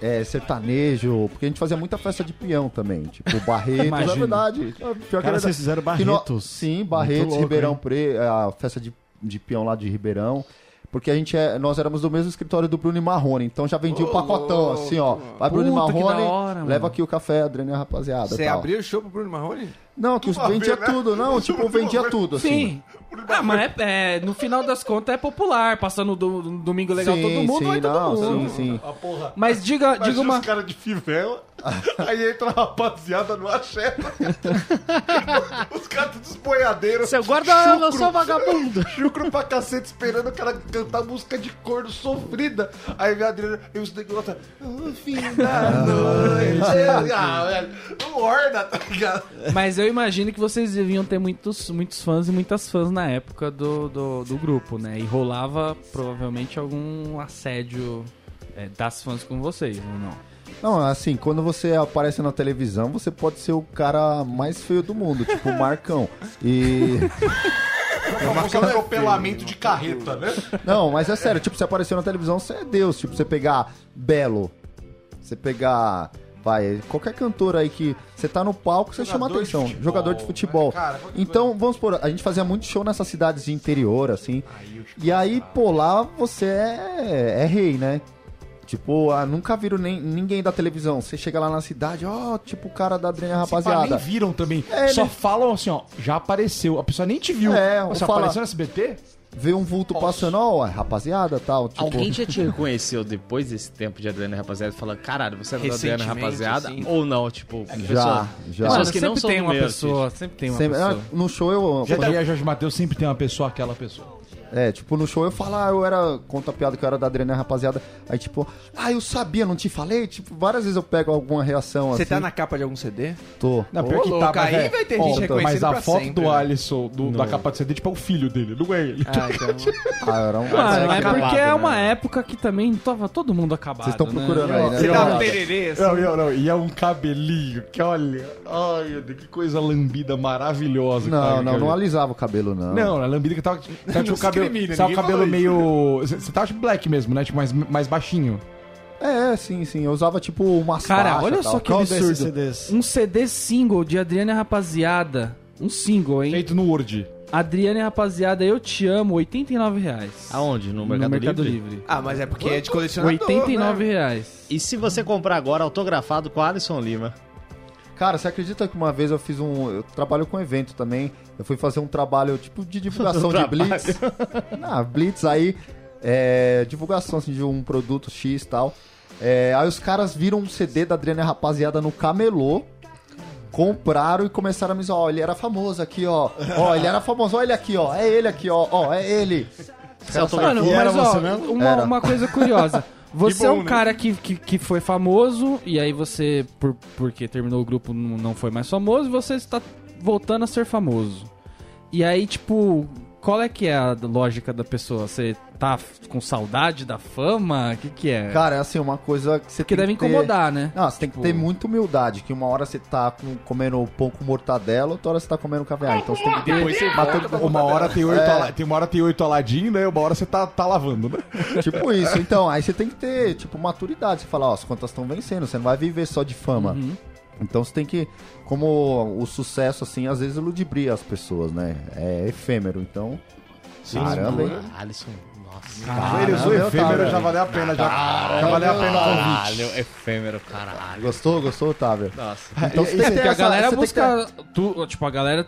[SPEAKER 3] é, sertanejo, porque a gente fazia muita festa de peão também, tipo Barretos, é
[SPEAKER 1] Imagino.
[SPEAKER 3] verdade. Pior que é
[SPEAKER 9] Cara,
[SPEAKER 3] verdade.
[SPEAKER 9] vocês fizeram
[SPEAKER 3] Que no-
[SPEAKER 9] barretos.
[SPEAKER 3] Sim, Barretos,
[SPEAKER 9] louco,
[SPEAKER 3] Ribeirão
[SPEAKER 9] hein?
[SPEAKER 3] Preto, a festa de, de peão lá de Ribeirão. Porque a gente é, nós éramos do mesmo escritório do Bruno e Marrone, então já vendia o pacotom,
[SPEAKER 5] louco.
[SPEAKER 3] assim, ó. Vai Bruno e
[SPEAKER 1] Puta, que
[SPEAKER 3] Marrone,
[SPEAKER 1] da hora, mano.
[SPEAKER 3] leva aqui o café, Adriana, rapaziada.
[SPEAKER 5] Você
[SPEAKER 3] tal.
[SPEAKER 5] abriu o show pro Bruno Marrone?
[SPEAKER 3] Não, que os- vendia
[SPEAKER 5] né?
[SPEAKER 3] tudo, não, tipo, vendia tudo, assim.
[SPEAKER 1] Sim. Ah, mas é, é, no final das contas é popular. Passando do, do domingo legal
[SPEAKER 3] Sim,
[SPEAKER 1] todo mundo,
[SPEAKER 3] sim,
[SPEAKER 1] vai todo
[SPEAKER 3] não,
[SPEAKER 1] mundo.
[SPEAKER 3] Sim, sim.
[SPEAKER 1] Mas diga, diga uma.
[SPEAKER 2] cara de fivela, aí entra a rapaziada no axé. os caras dos boiadeiros.
[SPEAKER 7] Seu guarda, eu sou vagabundo.
[SPEAKER 2] Chucro pra cacete esperando o cara cantar música de corno sofrida. Aí vem a Adriana e os negros lá, "Ah, fim da noite. ah, velho. Não orna, tá ligado?
[SPEAKER 1] Mas eu imagino que vocês deviam ter muitos, muitos fãs e muitas fãs na época do, do, do grupo, né? E rolava provavelmente algum assédio é, das fãs com vocês, ou não?
[SPEAKER 3] Não, assim, quando você aparece na televisão, você pode ser o cara mais feio do mundo, tipo o Marcão. E.
[SPEAKER 2] É um atropelamento de carreta, né?
[SPEAKER 3] Não, mas é sério, tipo, você apareceu na televisão, você é Deus. Tipo, você pegar Belo, você pegar Vai, qualquer cantor aí que você tá no palco, você chama
[SPEAKER 5] Jogador de
[SPEAKER 3] atenção.
[SPEAKER 5] futebol,
[SPEAKER 3] jogador de
[SPEAKER 5] né?
[SPEAKER 3] futebol.
[SPEAKER 5] Cara, vou-
[SPEAKER 3] então, vamos por, a gente fazia muito show nessas cidades de interior, assim. e aí, pô, lá você é, é rei, né? Tipo, ah, nunca viram nem, ninguém da televisão. Você chega lá na cidade, ó, tipo o cara da Adrenha
[SPEAKER 2] Rapaziada. Nem
[SPEAKER 3] Rapaziada.
[SPEAKER 2] viram também.
[SPEAKER 3] É,
[SPEAKER 2] Só
[SPEAKER 3] ele-
[SPEAKER 2] falam assim, ó, já apareceu. A pessoa nem te viu.
[SPEAKER 3] É,
[SPEAKER 2] Você
[SPEAKER 3] ou fala-
[SPEAKER 2] apareceu no SBT?
[SPEAKER 3] Vê um vulto passando, ó, rapaziada tal. Tipo,
[SPEAKER 7] Alguém já te reconheceu depois desse tempo de Adriana Rapaziada falando, caralho, você é da Adriana
[SPEAKER 5] Recentemente,
[SPEAKER 7] Rapaziada?
[SPEAKER 5] assim.
[SPEAKER 7] Ou não, tipo, já,
[SPEAKER 3] já.
[SPEAKER 7] pessoas
[SPEAKER 3] Mano,
[SPEAKER 7] que não são
[SPEAKER 1] tem
[SPEAKER 7] do
[SPEAKER 1] uma
[SPEAKER 7] meio, assim.
[SPEAKER 1] pessoa, sempre tem uma
[SPEAKER 3] sempre-
[SPEAKER 1] pessoa.
[SPEAKER 3] ah, no show eu.
[SPEAKER 2] Já tá-
[SPEAKER 5] tá
[SPEAKER 2] Maria Jorge Matheus sempre tem uma pessoa, aquela pessoa.
[SPEAKER 3] É, tipo, no show eu falo, ah, eu era. Conta a piada que eu era da Adrenalina, rapaziada. Aí, tipo, ah, eu sabia, não te falei? Tipo, várias vezes eu pego alguma reação
[SPEAKER 5] Você
[SPEAKER 3] assim.
[SPEAKER 5] tá na capa de algum CD?
[SPEAKER 3] Tô.
[SPEAKER 2] Não,
[SPEAKER 5] Ô, louco, aí vai ter gente
[SPEAKER 2] ó, então, Mas
[SPEAKER 5] reconhecendo
[SPEAKER 2] a
[SPEAKER 5] pra
[SPEAKER 2] foto
[SPEAKER 5] sempre,
[SPEAKER 2] do
[SPEAKER 5] né?
[SPEAKER 2] Alisson, do- da capa de CD, tipo, é o filho dele, não é ele.
[SPEAKER 5] Ah, então.
[SPEAKER 3] Ah, eu era um.
[SPEAKER 1] Mano, mas
[SPEAKER 7] acabado,
[SPEAKER 1] porque é
[SPEAKER 7] né?
[SPEAKER 1] uma época que também tava todo mundo acabado.
[SPEAKER 3] Vocês estão
[SPEAKER 1] né?
[SPEAKER 3] procurando aí, né?
[SPEAKER 5] Você tá no
[SPEAKER 3] Eu-
[SPEAKER 5] tererê, assim.
[SPEAKER 2] Não, não, não. E é um cabelinho que, olha. Ai, meu Deus, que coisa lambida maravilhosa. que tá
[SPEAKER 3] Não,
[SPEAKER 2] o
[SPEAKER 3] não, não
[SPEAKER 2] cabelo.
[SPEAKER 3] alisava o cabelo, não.
[SPEAKER 2] Não, a lambida que tava. tava tipo, o cabelo,
[SPEAKER 5] é discrimina,
[SPEAKER 2] sabe, o
[SPEAKER 5] ninguém
[SPEAKER 2] cabelo
[SPEAKER 5] falou
[SPEAKER 2] meio. Você tava tipo black mesmo, né? Tipo, mais, mais baixinho.
[SPEAKER 3] É, é, sim, sim. Eu usava, tipo, uma
[SPEAKER 1] Cara,
[SPEAKER 3] faixa,
[SPEAKER 1] olha
[SPEAKER 3] tal.
[SPEAKER 1] só que
[SPEAKER 9] Qual desses
[SPEAKER 1] absurdo.
[SPEAKER 9] CDs?
[SPEAKER 1] Um CD single de Adriana e Rapaziada. Um single, hein?
[SPEAKER 2] Feito no Word.
[SPEAKER 1] Adriana e Rapaziada, eu te amo, R$ 89 reais.
[SPEAKER 7] Aonde? No
[SPEAKER 1] No
[SPEAKER 7] Mercado,
[SPEAKER 1] Mercado
[SPEAKER 7] Livre?
[SPEAKER 1] Livre.
[SPEAKER 5] Ah, mas é porque é de colecionador.
[SPEAKER 1] 89
[SPEAKER 5] né?
[SPEAKER 1] reais.
[SPEAKER 7] E se você comprar agora autografado com Alisson Lima?
[SPEAKER 3] Cara, você acredita que uma vez eu fiz um. Eu trabalho com evento também. Eu fui fazer um trabalho, tipo, de
[SPEAKER 1] Um
[SPEAKER 3] divulgação de
[SPEAKER 7] Trabalho.
[SPEAKER 3] Blitz. Na Blitz aí. é, divulgação assim, de um produto X e tal. É, aí os caras viram um CD da Adriana e a Rapaziada no Camelô. Compraram e começaram a me zoar. Ó, ele era famoso aqui, ó. Ó, ele era famoso. Ó, ele aqui, ó. É ele aqui, ó. Ó, é ele. Os caras saíram-
[SPEAKER 1] Mano, mas ó, uma,
[SPEAKER 3] Era.
[SPEAKER 1] uma coisa curiosa. Você é
[SPEAKER 5] bom,
[SPEAKER 1] um
[SPEAKER 5] né?
[SPEAKER 1] cara que, que, que foi famoso, e aí você, por, porque terminou o grupo, não não foi mais famoso, e você está voltando a ser famoso. E aí, tipo, qual é que é a lógica da pessoa? Você tá f- com saudade da fama? O que que é?
[SPEAKER 3] Cara, é assim, uma coisa que você
[SPEAKER 1] porque
[SPEAKER 3] tem
[SPEAKER 1] deve
[SPEAKER 3] que ter-
[SPEAKER 1] incomodar, né?
[SPEAKER 3] Não, você tem que
[SPEAKER 1] Tipo-
[SPEAKER 3] ter muita humildade, que uma hora você tá com- comendo pão com mortadela, outra hora você tá comendo caviar. Então você tem que
[SPEAKER 7] Depois você
[SPEAKER 3] bater
[SPEAKER 2] Uma hora tem oito,
[SPEAKER 5] É.
[SPEAKER 2] ala- tem uma hora tem oito Aladim, né? Uma hora você tá, tá lavando, né?
[SPEAKER 3] Tipo isso. Então, aí você tem que ter, tipo, maturidade. Você fala, ó, as contas estão vencendo, você não vai viver só de fama.
[SPEAKER 1] Uhum.
[SPEAKER 3] Então você tem que, como o sucesso, assim, às vezes ludibria as pessoas, né? É efêmero, então... Caramba, hein?
[SPEAKER 7] Alisson, nossa.
[SPEAKER 2] Ele usou
[SPEAKER 3] meu
[SPEAKER 2] efêmero,
[SPEAKER 3] cara.
[SPEAKER 2] já valeu a pena, já, já valeu a pena o convite.
[SPEAKER 7] Caralho, efêmero, caralho.
[SPEAKER 3] Gostou, gostou, Otávio?
[SPEAKER 7] Nossa.
[SPEAKER 3] Então você tem que ter
[SPEAKER 1] Porque É, a
[SPEAKER 3] essa-
[SPEAKER 1] galera
[SPEAKER 3] você tem que ter-
[SPEAKER 1] busca. tu- tipo, a galera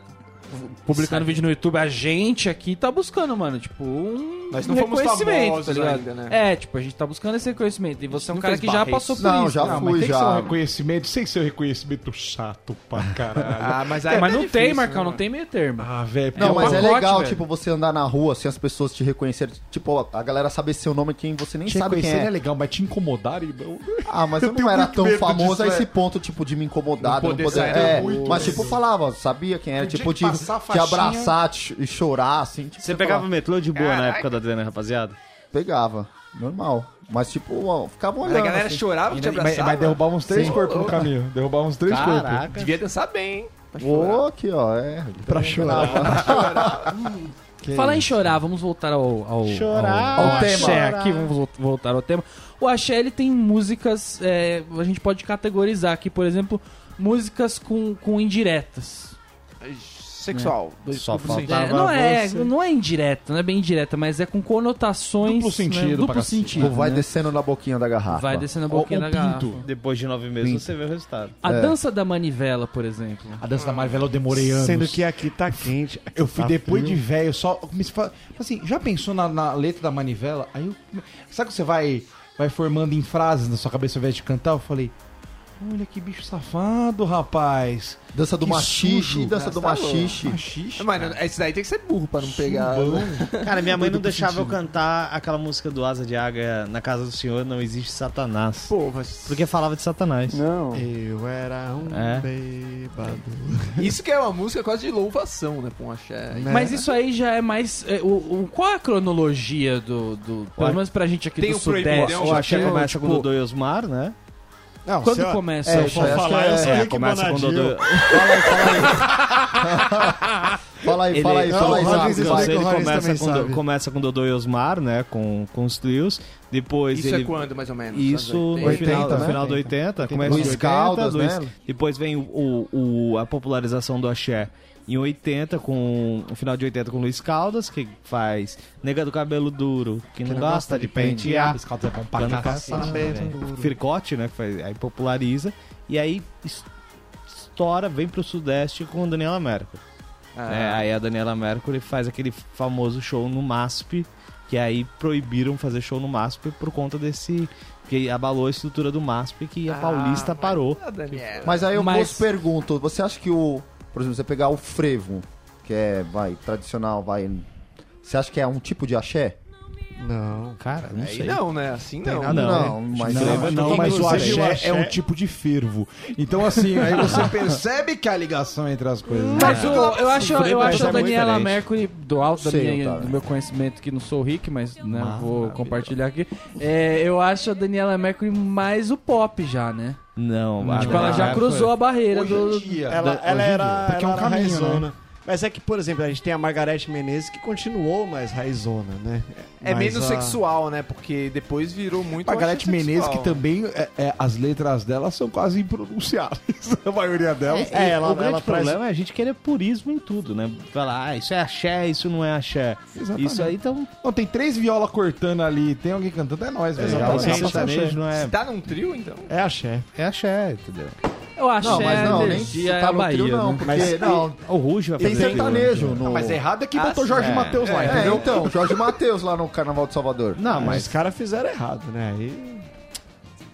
[SPEAKER 1] publicando vídeo no YouTube, a gente aqui tá buscando, mano, tipo, um
[SPEAKER 5] Nós não fomos
[SPEAKER 1] reconhecimento,
[SPEAKER 5] famosos
[SPEAKER 1] tá ligado?
[SPEAKER 5] ainda, né?
[SPEAKER 1] É, tipo, a gente tá buscando esse reconhecimento. E você é um
[SPEAKER 5] Não
[SPEAKER 1] cara
[SPEAKER 5] fez
[SPEAKER 1] que já
[SPEAKER 5] barra
[SPEAKER 1] passou
[SPEAKER 5] isso.
[SPEAKER 1] por
[SPEAKER 3] Não,
[SPEAKER 1] isso.
[SPEAKER 3] já
[SPEAKER 2] Não, mas
[SPEAKER 3] fui,
[SPEAKER 2] tem que ser um
[SPEAKER 3] já.
[SPEAKER 2] reconhecimento, sem ser um reconhecimento chato pra caralho.
[SPEAKER 5] Ah, mas aí
[SPEAKER 1] É, mas
[SPEAKER 5] tá
[SPEAKER 1] não
[SPEAKER 5] difícil,
[SPEAKER 1] tem,
[SPEAKER 5] né?
[SPEAKER 1] Marcão, não tem meio termo.
[SPEAKER 2] ah, velho.
[SPEAKER 3] Não,
[SPEAKER 1] É um
[SPEAKER 3] mas é
[SPEAKER 1] pacote,
[SPEAKER 3] legal,
[SPEAKER 1] velho.
[SPEAKER 3] tipo, você andar na rua assim, as pessoas te reconhecerem. Tipo, a galera saber seu nome, quem você nem
[SPEAKER 2] Te
[SPEAKER 3] sabe quem
[SPEAKER 2] reconhecer
[SPEAKER 3] é.
[SPEAKER 2] é legal, mas te incomodarem, não.
[SPEAKER 3] Ah, mas
[SPEAKER 2] Eu
[SPEAKER 3] eu,
[SPEAKER 2] tenho
[SPEAKER 3] não era
[SPEAKER 2] muito
[SPEAKER 3] tão
[SPEAKER 2] medo
[SPEAKER 3] famoso
[SPEAKER 2] disso,
[SPEAKER 3] a
[SPEAKER 2] é.
[SPEAKER 3] esse ponto, tipo, de me incomodar, de
[SPEAKER 2] Não
[SPEAKER 3] não
[SPEAKER 2] poder
[SPEAKER 3] poder.
[SPEAKER 2] sair
[SPEAKER 3] é,
[SPEAKER 2] da rua,
[SPEAKER 3] mas,
[SPEAKER 2] né?
[SPEAKER 3] tipo, eu falava, sabia quem era,
[SPEAKER 2] Tinha
[SPEAKER 3] tipo,
[SPEAKER 2] que
[SPEAKER 3] de,
[SPEAKER 2] passar a
[SPEAKER 3] de
[SPEAKER 2] faixinha.
[SPEAKER 3] abraçar te- e chorar, assim. Tipo,
[SPEAKER 7] Você pegava o metrô de boa na época da Adriana Rapaziada?
[SPEAKER 3] falava, pegava, normal. Mas, tipo, ó, ficava
[SPEAKER 5] Mas a
[SPEAKER 3] olhando.
[SPEAKER 5] galera
[SPEAKER 3] assim.
[SPEAKER 5] chorava, te
[SPEAKER 2] Mas,
[SPEAKER 5] abraçava.
[SPEAKER 2] mas derrubava uns três
[SPEAKER 3] Sim.
[SPEAKER 2] corpos no caminho. Derrubava uns três corpos.
[SPEAKER 5] Devia dançar bem, hein? Pra chorar.
[SPEAKER 3] tipo, Ô, aqui, ó, é.
[SPEAKER 2] Pra chorar.
[SPEAKER 1] Falar em chorar, vamos voltar ao, ao,
[SPEAKER 7] Chorar,
[SPEAKER 1] ao, ao axé
[SPEAKER 7] chorar.
[SPEAKER 1] aqui, vamos vol- voltar ao tema. O axé, ele tem músicas, é, a gente pode categorizar aqui, por exemplo, músicas com, com indiretas.
[SPEAKER 5] Sexual. Dois
[SPEAKER 7] Só
[SPEAKER 5] duplo
[SPEAKER 7] faltava-
[SPEAKER 3] assim,
[SPEAKER 5] sentido.
[SPEAKER 1] É, não, é,
[SPEAKER 7] você.
[SPEAKER 1] não é indireta, não é bem indireta, mas é com conotações...
[SPEAKER 2] Duplo sentido
[SPEAKER 1] né,
[SPEAKER 2] pra
[SPEAKER 1] duplo
[SPEAKER 2] cacete.
[SPEAKER 1] sentido
[SPEAKER 3] vai
[SPEAKER 1] né?
[SPEAKER 3] descendo na boquinha da garrafa.
[SPEAKER 1] Vai descendo a
[SPEAKER 2] Ó,
[SPEAKER 1] boquinha
[SPEAKER 2] ó,
[SPEAKER 1] da
[SPEAKER 2] pinto.
[SPEAKER 1] garrafa.
[SPEAKER 7] Depois de nove meses você vê o resultado.
[SPEAKER 1] A dança da manivela, por exemplo.
[SPEAKER 2] A dança da Marvel eu demorei anos.
[SPEAKER 9] Sendo
[SPEAKER 3] é-
[SPEAKER 9] que aqui tá quente. aqui
[SPEAKER 2] Eu fui
[SPEAKER 9] tá
[SPEAKER 2] depois
[SPEAKER 9] frio.
[SPEAKER 2] de velho, só. eu Comecei a falar, assim, já pensou na, na letra da manivela? Aí eu. Sabe que você vai, vai formando em frases na sua cabeça ao invés de cantar? Eu falei. Olha que bicho safado, rapaz.
[SPEAKER 3] Dança do
[SPEAKER 2] Que
[SPEAKER 3] machixe,
[SPEAKER 2] sujo.
[SPEAKER 3] dança do machixe.
[SPEAKER 2] Machixe.
[SPEAKER 5] Mas não, esse daí tem que ser burro pra não pegar. né?
[SPEAKER 7] Cara, minha mãe não deixava eu cantar aquela música do Asa de Águia na casa do senhor, não existe Satanás.
[SPEAKER 5] Pô, mas...
[SPEAKER 7] Porque falava de Satanás.
[SPEAKER 3] é
[SPEAKER 5] Não.
[SPEAKER 9] Eu era um
[SPEAKER 7] É.
[SPEAKER 9] bêbado.
[SPEAKER 5] Isso que é uma música quase de louvação, né? Pra um axé.
[SPEAKER 9] Né?
[SPEAKER 1] Mas isso aí já é mais. é, o, o- qual a cronologia do. do pelo menos pra gente aqui
[SPEAKER 5] Tem
[SPEAKER 1] do
[SPEAKER 5] o Proibidão,
[SPEAKER 1] Sudeste.
[SPEAKER 5] já
[SPEAKER 7] O Axé
[SPEAKER 1] Tem o,
[SPEAKER 7] começa com o
[SPEAKER 1] tipo,
[SPEAKER 7] Dodô e Osmar, né?
[SPEAKER 9] Não,
[SPEAKER 1] Quando
[SPEAKER 9] se eu-
[SPEAKER 1] começa
[SPEAKER 3] É,
[SPEAKER 1] o
[SPEAKER 3] isso aí,
[SPEAKER 1] axé?
[SPEAKER 3] acho que é-
[SPEAKER 7] começa com o Dodô.
[SPEAKER 3] Fala aí, fala aí,
[SPEAKER 8] Ele-
[SPEAKER 3] fala aí,
[SPEAKER 9] Não,
[SPEAKER 3] Zago,
[SPEAKER 9] Rodrigues,
[SPEAKER 3] vai.
[SPEAKER 8] Mas
[SPEAKER 9] Sabe que
[SPEAKER 8] ele
[SPEAKER 9] o Raiz
[SPEAKER 8] começa
[SPEAKER 9] também
[SPEAKER 8] com,
[SPEAKER 9] sabe.
[SPEAKER 8] Do- começa com Dodô e Osmar, né? Com, com os trios. Depois
[SPEAKER 5] Isso
[SPEAKER 8] ele.
[SPEAKER 5] é quando, mais ou menos?
[SPEAKER 8] Isso no
[SPEAKER 5] 80,
[SPEAKER 8] final,
[SPEAKER 3] né?
[SPEAKER 8] no final do 80, começa
[SPEAKER 3] Luiz
[SPEAKER 8] em 80,
[SPEAKER 3] Caldas,
[SPEAKER 8] Luiz-
[SPEAKER 3] né?
[SPEAKER 8] depois vem o, o- o- a popularização do axé em 80, com o final de 80 com Luiz Caldas, que faz Nega do Cabelo Duro, que não, gosta de pentear,
[SPEAKER 2] Esse caldo é bom pra
[SPEAKER 8] Cano
[SPEAKER 2] cacete.
[SPEAKER 8] Caçado, né? Fircote, né? Que faz, aí populariza, e aí es- estoura, vem pro Sudeste com Daniela Mercury. né?
[SPEAKER 5] Ah,
[SPEAKER 8] Aí a Daniela Mercury faz aquele famoso show no MASP, que aí proibiram fazer show no MASP por conta desse. que abalou a estrutura do MASP que a
[SPEAKER 5] Ah,
[SPEAKER 8] Paulista
[SPEAKER 5] mas-
[SPEAKER 8] parou.
[SPEAKER 5] ah, Daniela.
[SPEAKER 3] Mas aí eu
[SPEAKER 1] Mas-
[SPEAKER 3] vos pergunto, você acha que o. Por exemplo, você pegar o frevo, que é, vai, tradicional, vai. Você acha que é um tipo de axé?
[SPEAKER 9] Não.
[SPEAKER 8] Cara, não
[SPEAKER 5] Aí não, né? Assim não.
[SPEAKER 8] Não,
[SPEAKER 3] mas.
[SPEAKER 2] Não, não, mas o axé, é um tipo de fervo. Então, assim, aí você percebe que há ligação entre as coisas. né?
[SPEAKER 1] Mas o- eu acho, eu
[SPEAKER 11] Mas
[SPEAKER 1] acho
[SPEAKER 11] é
[SPEAKER 1] a
[SPEAKER 11] muito
[SPEAKER 1] Daniela
[SPEAKER 11] diferente.
[SPEAKER 1] Mercury, do alto da
[SPEAKER 3] Sei,
[SPEAKER 1] minha-
[SPEAKER 3] Otávio.
[SPEAKER 1] do meu conhecimento, que não sou rico, mas né, vou compartilhar aqui. É, eu acho a Daniela Mercury mais o pop já, né?
[SPEAKER 8] Não,
[SPEAKER 1] tipo, ela já cruzou a barreira
[SPEAKER 2] Hoje
[SPEAKER 1] do.
[SPEAKER 2] em dia.
[SPEAKER 9] Ela, ela era.
[SPEAKER 2] Porque é
[SPEAKER 9] ela
[SPEAKER 2] um
[SPEAKER 9] era
[SPEAKER 2] caminho,
[SPEAKER 9] raizona. Mas é que, por exemplo, a gente tem a Margareth Menezes que continuou mais raizona, né?
[SPEAKER 5] É
[SPEAKER 9] Mas
[SPEAKER 5] menos
[SPEAKER 9] a-
[SPEAKER 5] sexual, né? Porque depois virou muito.
[SPEAKER 2] Margarete
[SPEAKER 5] homossexual.
[SPEAKER 2] Menezes, que também é- é, as letras dela são quase impronunciáveis, a maioria delas.
[SPEAKER 9] É, ela,
[SPEAKER 8] o grande
[SPEAKER 9] ela traz-
[SPEAKER 8] problema é a gente querer purismo em tudo, né? Falar, ah, isso é axé, isso não é axé.
[SPEAKER 2] Exatamente.
[SPEAKER 8] Isso aí então.
[SPEAKER 2] Não, tem três viola cortando ali, tem alguém cantando, é nós, velho.
[SPEAKER 9] Exatamente.
[SPEAKER 2] Ela passa
[SPEAKER 8] sertanejo
[SPEAKER 2] axé.
[SPEAKER 8] não é,
[SPEAKER 5] Você tá num trio, então?
[SPEAKER 9] É axé.
[SPEAKER 8] é axé, entendeu?
[SPEAKER 1] Eu acho
[SPEAKER 3] Não, mas não, nem
[SPEAKER 1] que é
[SPEAKER 3] tá
[SPEAKER 1] a
[SPEAKER 3] no trio,
[SPEAKER 1] Bahia.
[SPEAKER 3] não,
[SPEAKER 1] né?
[SPEAKER 3] porque.
[SPEAKER 9] Mas-
[SPEAKER 3] não,
[SPEAKER 8] O Ruge vai
[SPEAKER 3] tem
[SPEAKER 8] fazer.
[SPEAKER 3] sertanejo no.
[SPEAKER 2] Ah, mas errado é que
[SPEAKER 5] Ah,
[SPEAKER 2] botou Jorge
[SPEAKER 8] é.
[SPEAKER 2] Mateus lá,
[SPEAKER 3] É,
[SPEAKER 2] entendeu?
[SPEAKER 3] então, Jorge Matheus lá no Carnaval de Salvador.
[SPEAKER 8] Não,
[SPEAKER 9] Ah, Mas
[SPEAKER 8] mas
[SPEAKER 9] os caras fizeram errado, né? Aí.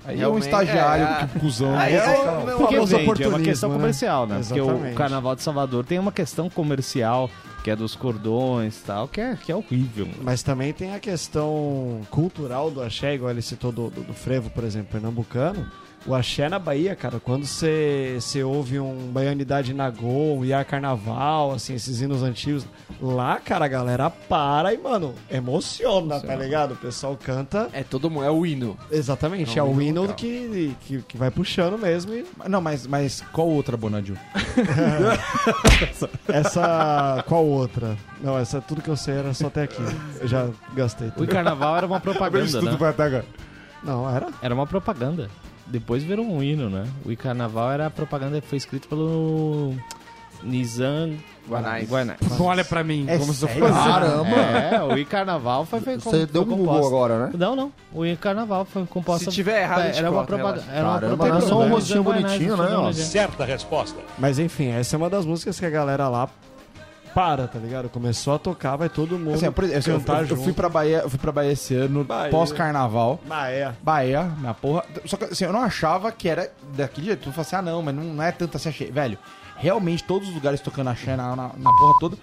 [SPEAKER 2] Aí é um
[SPEAKER 5] Realmente,
[SPEAKER 2] estagiário,
[SPEAKER 5] é.
[SPEAKER 2] que cuzão.
[SPEAKER 5] Aí
[SPEAKER 2] né?
[SPEAKER 5] é, não,
[SPEAKER 8] Porque
[SPEAKER 9] famoso
[SPEAKER 8] vende, é uma
[SPEAKER 9] oportunismo,
[SPEAKER 8] questão
[SPEAKER 9] né?
[SPEAKER 8] comercial, né? Porque
[SPEAKER 9] Exatamente.
[SPEAKER 8] o Carnaval de Salvador tem uma questão comercial, que é dos cordões e tal, que é, que é horrível. mano.
[SPEAKER 9] Mas também tem a questão cultural do axé, igual ele citou do, do, do frevo, por exemplo, pernambucano. O axé na Bahia, cara, quando você você ouve um Baianidade Nagô, um Iar Carnaval, assim, esses hinos antigos, lá, cara, a galera para e, mano, emociona, tá ligado? O pessoal canta.
[SPEAKER 5] É todo mundo, é o hino.
[SPEAKER 9] Exatamente, é, o hino que, que, que vai puxando mesmo. E
[SPEAKER 2] Não, mas, mas qual outra, Bonadio?
[SPEAKER 9] essa. qual outra? Não, essa tudo que eu sei era só até aqui. Eu já gastei
[SPEAKER 8] O
[SPEAKER 9] tudo.
[SPEAKER 8] Carnaval era uma propaganda, né?
[SPEAKER 2] vai até agora.
[SPEAKER 9] Não, era?
[SPEAKER 8] Era uma propaganda. Depois virou um hino, né? O Carnaval era a propaganda que foi escrita pelo Nizam
[SPEAKER 5] Guanais.
[SPEAKER 1] Não olha pra mim.
[SPEAKER 2] É
[SPEAKER 1] como se eu fosse-
[SPEAKER 2] assim,
[SPEAKER 3] Caramba!
[SPEAKER 8] É, o Carnaval foi, foi
[SPEAKER 3] Você deu um Google agora, né?
[SPEAKER 8] Não, não. O Carnaval foi composta.
[SPEAKER 5] Se tiver errado, a gente
[SPEAKER 8] É, era uma
[SPEAKER 5] corta,
[SPEAKER 8] propaganda.
[SPEAKER 5] relaxa.
[SPEAKER 8] Era uma
[SPEAKER 3] Caramba,
[SPEAKER 8] propaganda.
[SPEAKER 3] não, só um
[SPEAKER 8] do
[SPEAKER 3] rostinho
[SPEAKER 8] Guanais,
[SPEAKER 3] bonitinho, né,
[SPEAKER 8] funcionando
[SPEAKER 3] ó.
[SPEAKER 8] ali.
[SPEAKER 9] Mas enfim, essa é uma das músicas que a galera lá para, tá ligado? Começou a tocar, vai todo mundo.
[SPEAKER 2] Assim, por exemplo, assim, eu-
[SPEAKER 9] cantar
[SPEAKER 2] eu, eu
[SPEAKER 9] junto.
[SPEAKER 2] fui pra Bahia, eu fui pra Bahia esse ano,
[SPEAKER 9] Bahia.
[SPEAKER 2] pós-carnaval.
[SPEAKER 9] Ah, é.
[SPEAKER 2] Bahia, minha porra. Só que assim, eu não achava que era daquele jeito. Tu fala assim, ah não, mas não, não é tanto assim, achei. Velho, realmente todos os lugares tocando axé na, na, na porra toda.